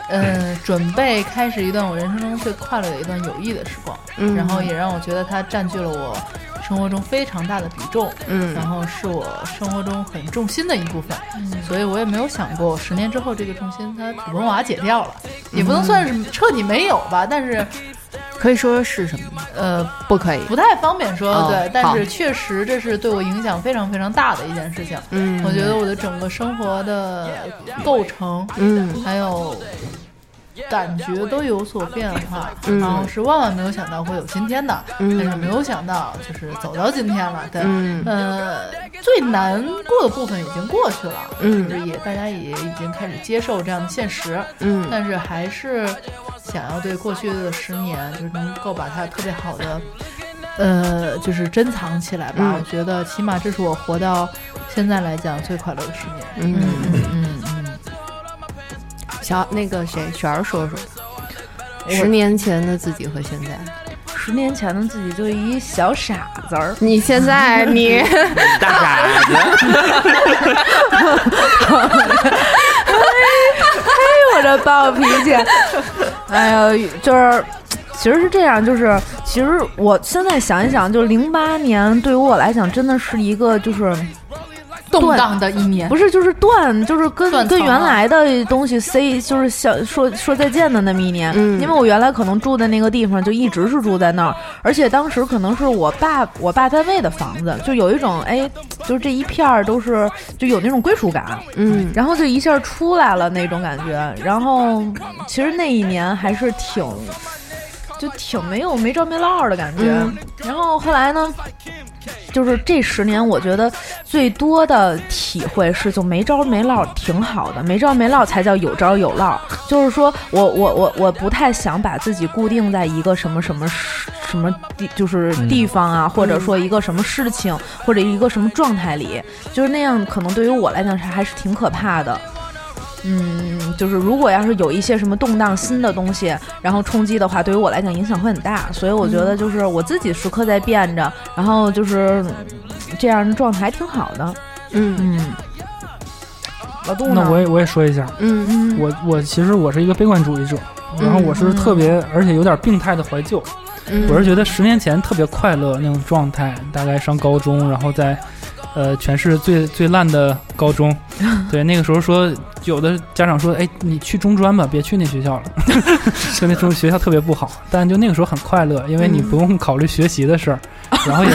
Speaker 6: 呃，准备开始一段我人生中最快乐的一段有益的时光，
Speaker 11: 嗯
Speaker 6: 然后也让我觉得它占据了我生活中非常大的比重，
Speaker 11: 嗯
Speaker 6: 然后是我生活中很重心的一部分，
Speaker 10: 嗯
Speaker 6: 所以我也没有想过十年之后这个重心它土崩瓦解掉了，
Speaker 11: 嗯
Speaker 6: 也不能算是彻底没有吧，但是
Speaker 11: 可以说是什么吗？
Speaker 6: 呃，
Speaker 11: 不可以。
Speaker 6: 不太方便说，
Speaker 11: 哦
Speaker 6: 对，但
Speaker 11: 好
Speaker 6: 是确实这是对我影响非常非常大的一件事情。
Speaker 11: 嗯
Speaker 6: 我觉得我的整个生活的构成，
Speaker 11: 嗯
Speaker 6: 还有感觉都有所变化，
Speaker 11: 嗯
Speaker 6: 然后是万万没有想到会有今天的，
Speaker 11: 嗯
Speaker 6: 但是没有想到就是走到今天了，对，
Speaker 11: 嗯
Speaker 6: 呃，最难过的部分已经过去了，
Speaker 11: 嗯
Speaker 6: 就是也大家也已经开始接受这样的现实，
Speaker 11: 嗯
Speaker 6: 但是还是想要对过去的十年，就是能够把它特别好的。呃，就是珍藏起来吧。
Speaker 11: 嗯
Speaker 6: 我觉得起码这是我活到现在来讲最快乐的十年。
Speaker 11: 嗯
Speaker 6: 嗯嗯
Speaker 11: 小那个谁，雪儿说说，
Speaker 10: 我
Speaker 11: 十年前的自己和现在，
Speaker 10: 十年前的自己就一小傻子儿，
Speaker 11: 你现在你
Speaker 8: 大傻子，
Speaker 10: 哎呦，我这暴脾 [LAUGHS] 气！哎呀，就是，其实是这样，就是，其实我现在想一想，就零八年对于我来讲，真的是一个就是
Speaker 6: 动荡的一年，
Speaker 10: 不是就是断，就是跟
Speaker 6: 断层啊
Speaker 10: 跟
Speaker 6: 了
Speaker 10: 原来的东西 say 就是想说说再见的那么一年，
Speaker 11: 嗯
Speaker 10: 因为我原来可能住的那个地方就一直是住在那儿，而且当时可能是我爸我爸单位的房子，就有一种哎，就是这一片儿都是就有那种归属感，
Speaker 11: 嗯 [LAUGHS]
Speaker 10: 然后就一下出来了那种感觉，然后其实那一年还是挺。就挺没有没着没落儿的感觉，
Speaker 11: 嗯
Speaker 10: 然后后来呢，就是这十年，我觉得最多的体会是，就没招没落挺好的，没招没落才叫有招有落。就是说我我我我不太想把自己固定在一个什么什么事什么地，就是地方啊，或者
Speaker 11: 嗯
Speaker 10: 说一个什么事情，或者一个什么状态里，就是那样，可能对于我来讲是还是挺可怕的。嗯，就是如果要是有一些什么动荡新的东西，然后冲击的话，对于我来讲影响会很大，所以我觉
Speaker 11: 嗯
Speaker 10: 得就是我自己时刻在变着，然后就是嗯这样的状态还挺好的。
Speaker 11: 嗯
Speaker 10: 嗯，老杜呢？
Speaker 9: 那我也我也说一下，
Speaker 11: 嗯
Speaker 10: 嗯
Speaker 9: 我我其实我是一个悲观主义者，
Speaker 11: 嗯
Speaker 9: 然后我是特别而且有点病态的怀旧，
Speaker 11: 嗯，
Speaker 9: 我是觉得十年前特别快乐那种状态，大概上高中，然后在呃全市最最烂的高中，对那个时候说有的家长说，哎，你去中专吧，别去那学校了，就那中学校特别不好，但就那个时候很快乐，因为你不用考虑学习的事儿，然后也。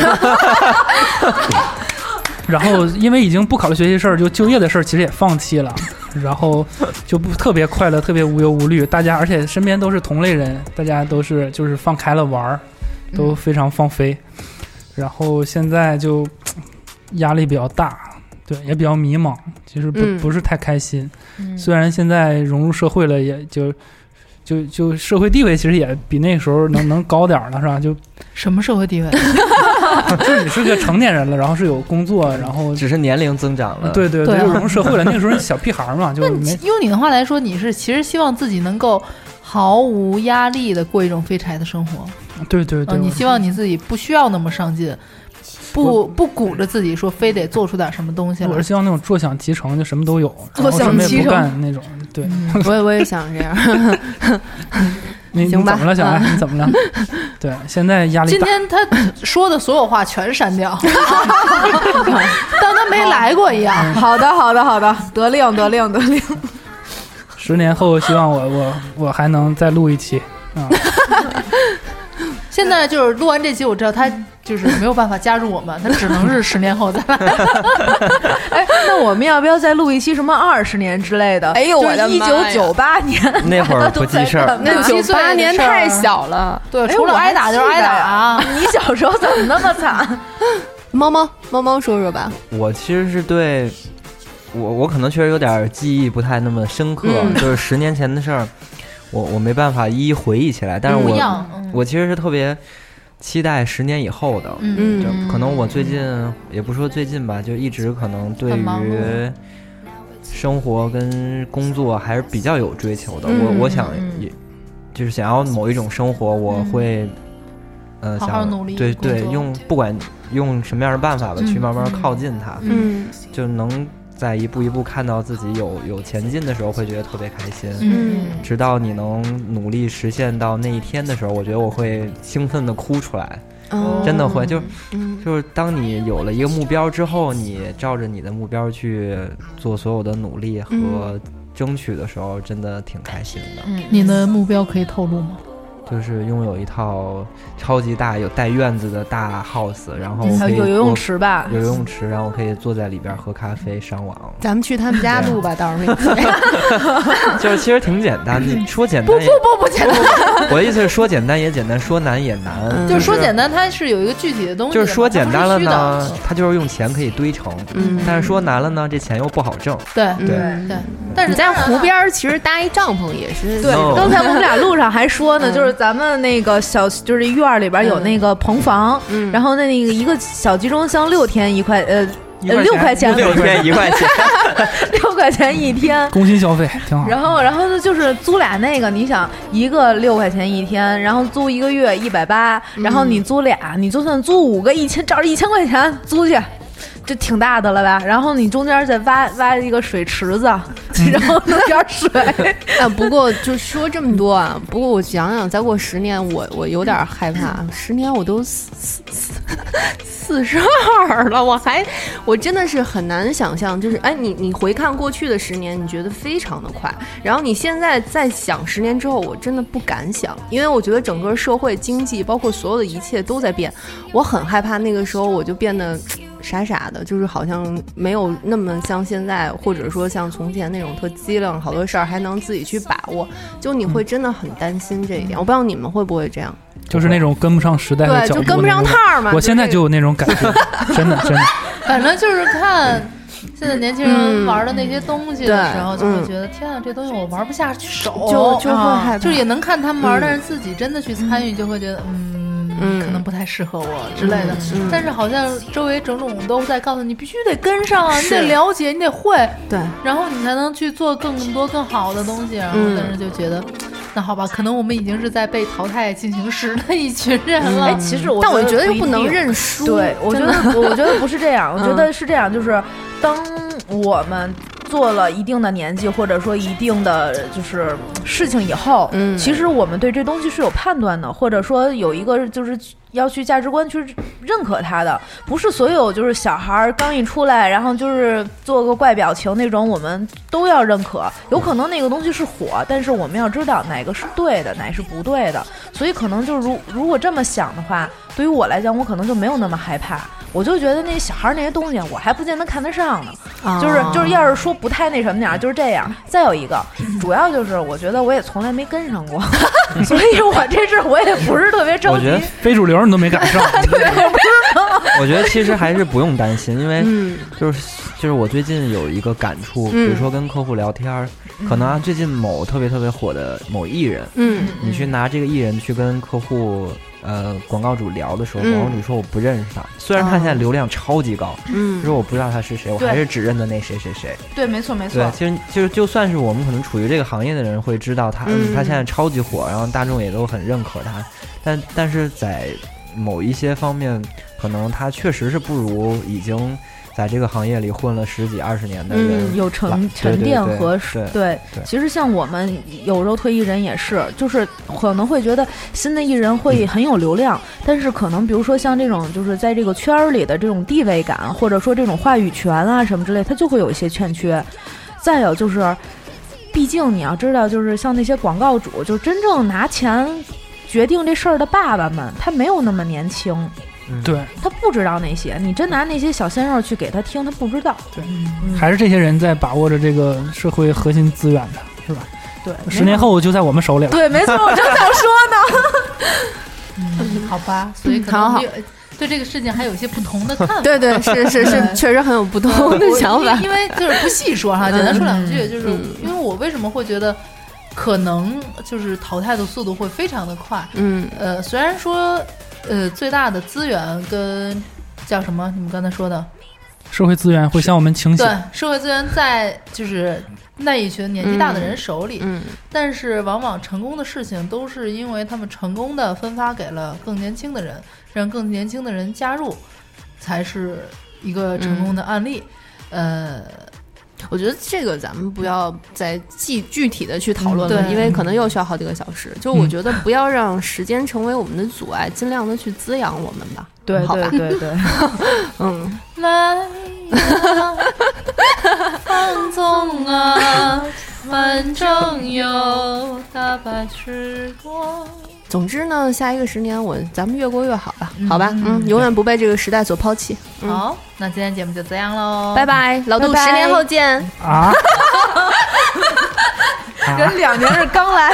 Speaker 9: 然后，因为已经不考虑学习的事儿，就就业的事儿，其实也放弃了。然后就不特别快乐，特别无忧无虑。大家而且身边都是同类人，大家都是就是放开了玩儿，都非常放飞。然后现在就压力比较大，对，也比较迷茫，其实不、
Speaker 11: 嗯
Speaker 9: 不是太开心。
Speaker 10: 嗯
Speaker 9: 虽然现在融入社会了，也就就就社会地位其实也比那时候能能高点儿了，是吧？就
Speaker 6: 什么社会地位？啊
Speaker 9: 就是你是个成年人了，然后是有工作，然后
Speaker 8: 只是年龄增长了。
Speaker 9: 对对
Speaker 6: 对啊
Speaker 9: 就融入社会了。那时候小屁孩儿嘛，就
Speaker 6: 那
Speaker 9: 没
Speaker 6: 你用你的话来说，你是其实希望自己能够毫无压力的过一种废柴的生活，
Speaker 9: 对对对，
Speaker 6: 嗯，你
Speaker 9: 我
Speaker 6: 希望你自己不需要那么上进，不不鼓着自己说非得做出点什么东西
Speaker 9: 我
Speaker 6: 来
Speaker 9: 是。希望那种坐享其成，就什么都有，然后
Speaker 11: 坐享
Speaker 9: 什么也
Speaker 11: 其
Speaker 9: 不
Speaker 11: 成
Speaker 9: 干那种。对，
Speaker 11: 嗯我也我也想这样。
Speaker 9: 你你
Speaker 11: 行
Speaker 9: 怎
Speaker 11: 吧
Speaker 9: 么了，小艾？你怎么了？ [LAUGHS] 对，现在
Speaker 8: 啊
Speaker 9: 压力
Speaker 6: 今
Speaker 9: 大。
Speaker 6: 天他说的所有话全删掉， [LAUGHS] 当他没来过一
Speaker 8: 嗯
Speaker 6: 样。
Speaker 10: 好的，好的，好的， [LAUGHS] 得令，得令，得令。 [LAUGHS]
Speaker 9: 十年后，希望我我我还能再录一期。啊，
Speaker 6: 现在就是录完这期，我知道他就是没有办法加入我们，他只能是十年后再来。
Speaker 10: 哎，那我们要不要再录一期什么二十年之类的？
Speaker 11: 哎呦我的
Speaker 10: 一
Speaker 11: 妈
Speaker 10: 九
Speaker 11: 呀
Speaker 10: 九八年， [LAUGHS]
Speaker 8: 那会儿不记事儿，
Speaker 11: [LAUGHS] 那
Speaker 6: 七
Speaker 11: 九
Speaker 6: 岁
Speaker 11: 八
Speaker 6: 的
Speaker 11: 年
Speaker 6: 事儿
Speaker 11: 太小了。
Speaker 6: 对，
Speaker 10: 哎
Speaker 6: 除了
Speaker 10: 我还
Speaker 6: 挨打就是挨打啊。
Speaker 10: 你小时候怎么那么惨？
Speaker 11: 猫猫猫猫说说吧，
Speaker 8: 我其实是对我我可能确实有点记忆不太那么深刻，
Speaker 11: 嗯
Speaker 8: 就是十年前的事儿，我我没办法一一回忆起来。但是
Speaker 6: 不
Speaker 8: 我
Speaker 6: 一样，嗯
Speaker 8: 我其实是特别期待十年以后的，
Speaker 6: 嗯
Speaker 8: 就
Speaker 6: 嗯
Speaker 8: 可能我最近也不说最近吧，就一直可能对
Speaker 6: 很忙
Speaker 8: 于
Speaker 6: 碌
Speaker 8: 生活跟工作还是比较有追求的。
Speaker 6: 嗯
Speaker 8: 我我想
Speaker 6: 嗯
Speaker 8: 也就是想要某一种生活，我会。呃，
Speaker 6: 嗯好
Speaker 8: 想
Speaker 6: 好努力
Speaker 8: 对
Speaker 6: 工
Speaker 8: 对，
Speaker 6: 作
Speaker 8: 用不管用什么样的办法吧，去
Speaker 6: 嗯
Speaker 8: 慢慢
Speaker 6: 嗯
Speaker 8: 靠近它，
Speaker 6: 嗯，
Speaker 8: 就能在一步一步看到自己有有前进的时候，会觉得特别开心，
Speaker 6: 嗯
Speaker 8: 直到你能努力实现到那一天的时候，我觉得我会兴奋的哭出来，
Speaker 11: 哦
Speaker 8: 真的会，就、
Speaker 11: [LAUGHS] 嗯
Speaker 8: 就是当你有了一个目标之后，你照着你的目标去做所有的努力
Speaker 10: 嗯
Speaker 8: 和争取的时候，真的挺开心的。
Speaker 6: 你的目标可以透露吗？
Speaker 8: 就是拥有一套超级大、有带院子的大 house，然后
Speaker 10: 嗯
Speaker 8: 可以
Speaker 10: 有游泳
Speaker 8: 我
Speaker 10: 池吧
Speaker 8: 有游泳池，然后我可以坐在里边喝咖啡、上网。
Speaker 12: 咱们去他们家录吧，到时候给你
Speaker 8: [LAUGHS] 就是其实挺简单，你说简单
Speaker 6: 不
Speaker 8: 也
Speaker 6: 不不不简单，
Speaker 8: [LAUGHS]
Speaker 6: 嗯
Speaker 8: 我的意思是说简单也简单，说难也难，
Speaker 9: 嗯
Speaker 6: 就是说简单，它是有一个具体的东西的
Speaker 8: 就
Speaker 6: 嘛，
Speaker 8: 是说简单了
Speaker 6: 它不是虚的
Speaker 8: 呢，它就是用钱可以堆成，
Speaker 11: 嗯
Speaker 8: 但是说难了呢，这钱又不好挣，
Speaker 6: 对
Speaker 8: 对。
Speaker 6: 对，但是
Speaker 11: 你在湖边儿其实搭一帐篷也是
Speaker 10: 对，
Speaker 8: No 嗯
Speaker 10: 刚才我们俩路上还说呢，就是咱们那个小，就是院儿里边有那个棚房，
Speaker 8: 嗯
Speaker 10: 然后那那个一个小集装箱六天一块，呃， [LAUGHS] 呃六块钱，
Speaker 9: [LAUGHS] 六天一块钱，
Speaker 10: 六块钱一天。
Speaker 9: 工薪消费挺好。
Speaker 10: 然后，然后呢，就是租俩那个，你想一个六块钱一天，然后租一个月一百八，然后你租俩，你就算租五个一千，照着一千块钱租去，这挺大的了吧？然后你中间再挖挖一个水池子，然后弄点水。
Speaker 11: [LAUGHS] 啊，不过就说这么多啊，不过我想想，再过十年，我我有点害怕，十年我都四四四四十二了，我还我真的是很难想象，就是哎，你你回看过去的十年，你觉得非常的快，然后你现在再想十年之后，我真的不敢想，因为我觉得整个社会经济，包括所有的一切都在变，我很害怕那个时候我就变得。傻傻的，就是好像没有那么像现在，或者说像从前那种特机灵，好多事儿还能自己去把握。就你
Speaker 9: 嗯
Speaker 11: 会真的很担心这一点，我不知道你们会不会这样。
Speaker 9: 就是那种跟不上时代的
Speaker 11: 对
Speaker 9: 脚步那种，
Speaker 11: 就跟不上趟儿嘛
Speaker 9: 我
Speaker 11: 就
Speaker 9: 现在
Speaker 11: 这
Speaker 9: 就有那种感觉，真的真的。
Speaker 6: 反正就是看现在年轻
Speaker 11: 嗯
Speaker 6: 人玩的那些东西的时候，就会觉得天啊，这东西我玩不下去手，啊
Speaker 11: 就就会害怕
Speaker 6: 就是也能看他们玩，
Speaker 11: 嗯
Speaker 6: 但是自己真的去参与，就会觉得嗯，
Speaker 11: 嗯
Speaker 6: 可能不太适合我之类的
Speaker 11: 嗯嗯。
Speaker 6: 但是好像周围种种都在告诉你，必须得跟上啊，你
Speaker 11: 是
Speaker 6: 得了解，你得会，
Speaker 11: 对，
Speaker 6: 然后你才能去做更多更好的东西。然后
Speaker 10: 嗯
Speaker 6: 但是就觉得。那好吧，可能我们已经是在被淘汰进行时的一群人了。
Speaker 10: [LAUGHS] 哎，其实我，
Speaker 6: 但我
Speaker 10: 觉
Speaker 6: 觉
Speaker 10: 得
Speaker 6: 得
Speaker 10: 又
Speaker 6: 又不能
Speaker 10: 啊
Speaker 6: 认输
Speaker 10: 对，我觉
Speaker 6: 真
Speaker 10: 得
Speaker 6: 的
Speaker 10: 我我觉得不是这样，我觉得
Speaker 6: 嗯
Speaker 10: 是这样，就是当我们。做了一定的年纪，或者说一定的就是事情以后，嗯，其实我们对这东西是有判断的，或者说有一个就是要去价值观去认可它的，不是所有就是小孩儿刚一出来，然后就是做个怪表情那种，我们都要认可。有可能那个东西是火，但是我们要知道哪个是对的，哪是不对的。所以可能就如如果这么想的话，对于我来讲，我可能就没有那么害怕。我就觉得那小孩儿那些东西，我还不见得看得上呢。
Speaker 11: 哦
Speaker 10: 就是就是，要是说不太那什么点儿，就是这样。再有一个，主要就是我觉得我也从来没跟上过， [LAUGHS] 所以我这事儿我也不是特别着
Speaker 8: 我
Speaker 10: 急
Speaker 8: 觉。得
Speaker 9: 非主流你都没赶
Speaker 11: [LAUGHS]
Speaker 9: 上，
Speaker 8: 我觉得其实还是不用担心，因为
Speaker 10: 嗯
Speaker 8: 就是就是我最近有一个感触，
Speaker 11: 嗯
Speaker 8: 比如说跟客户聊天儿，
Speaker 11: 嗯
Speaker 8: 可能啊最近某特别特别火的某艺人，
Speaker 11: 嗯
Speaker 8: 你去拿这个艺人去跟客户呃广告主聊的时候，
Speaker 11: 嗯
Speaker 8: 广告主说我不认识他，虽然他
Speaker 6: 哦
Speaker 8: 现在流量超级高，
Speaker 10: 嗯
Speaker 8: 就是我不知道他是谁，我
Speaker 10: 对
Speaker 8: 还是只认得那谁谁谁。
Speaker 10: 对，没错没错
Speaker 8: 对，。其实就是就算是我们可能处于这个行业的人会知道他，
Speaker 10: 嗯
Speaker 8: 他现在超级火，然后大众也都很认可他，但但是在某一些方面，可能他确实是不如已经在这个行业里混了十几二十年的人
Speaker 10: 嗯，
Speaker 8: 了，
Speaker 10: 有沉
Speaker 8: 对
Speaker 10: 沉
Speaker 8: 对
Speaker 10: 淀
Speaker 8: 对
Speaker 10: 和
Speaker 8: 对
Speaker 10: 对。其实像我们有时候推艺人也是，就是可能会觉得新的艺人会
Speaker 8: 嗯
Speaker 10: 很有流量，但是可能比如说像这种就是在这个圈儿里的这种地位感，或者说这种话语权啊什么之类，它就会有一些欠缺。再有就是，毕竟你要知道，就是像那些广告主，就真正拿钱决定这事儿的爸爸们，他没有那么年轻。
Speaker 9: 对，
Speaker 10: 他不知道那些，你真拿那些小鲜肉去给他听，他不知道。
Speaker 9: 对，还是这些人在把握着这个社会核心资源的，是吧？
Speaker 10: 对，
Speaker 9: 十年后就在我们手里了。
Speaker 10: 对，没错，我正想说呢。
Speaker 6: 嗯，好吧，所以可
Speaker 11: 好
Speaker 6: 能
Speaker 11: 好
Speaker 6: 你有对这个事情还有一些不同的看法。
Speaker 11: 对对是是是，
Speaker 9: [LAUGHS]
Speaker 11: 确实很有不 [LAUGHS] 同的
Speaker 6: 我
Speaker 11: 想法 [LAUGHS]
Speaker 6: 因为因为就是不细说哈，简单说两句，
Speaker 11: 嗯
Speaker 6: 就是因为我为什么会觉得。可能就是淘汰的速度会非常的快。
Speaker 11: 嗯，
Speaker 6: 呃，虽然说呃最大的资源跟叫什么你们刚才说的
Speaker 9: 社会资源会向我们倾斜
Speaker 6: 对。社会资源在就是那一群年纪大的人手里，
Speaker 11: 嗯
Speaker 6: 但是往往成功的事情都是因为他们成功的分发给了更年轻的人，让更年轻的人加入，才是一个成
Speaker 11: 嗯
Speaker 6: 功的案例。呃，
Speaker 11: 我觉得这个咱们不要再具具体的去讨
Speaker 6: 嗯
Speaker 11: 论了，
Speaker 6: 对
Speaker 11: 因为可能又需要好几个小时。就我觉得不要让时间成为我们的阻碍，尽量的去滋养我们吧。
Speaker 10: 对
Speaker 11: 好吧
Speaker 10: 对对对，
Speaker 11: [LAUGHS] 嗯，
Speaker 6: 来呀，放纵啊， [LAUGHS] 反正有大把时光。
Speaker 11: 总之呢，下一个十年我咱们越过越好吧，好吧，嗯，永远不被这个时代所抛弃。嗯，
Speaker 6: 好，那今天节目就这样喽，
Speaker 11: 拜拜，老杜，
Speaker 6: 拜拜
Speaker 11: 十年后见。
Speaker 9: 啊，
Speaker 11: 人两年是刚来。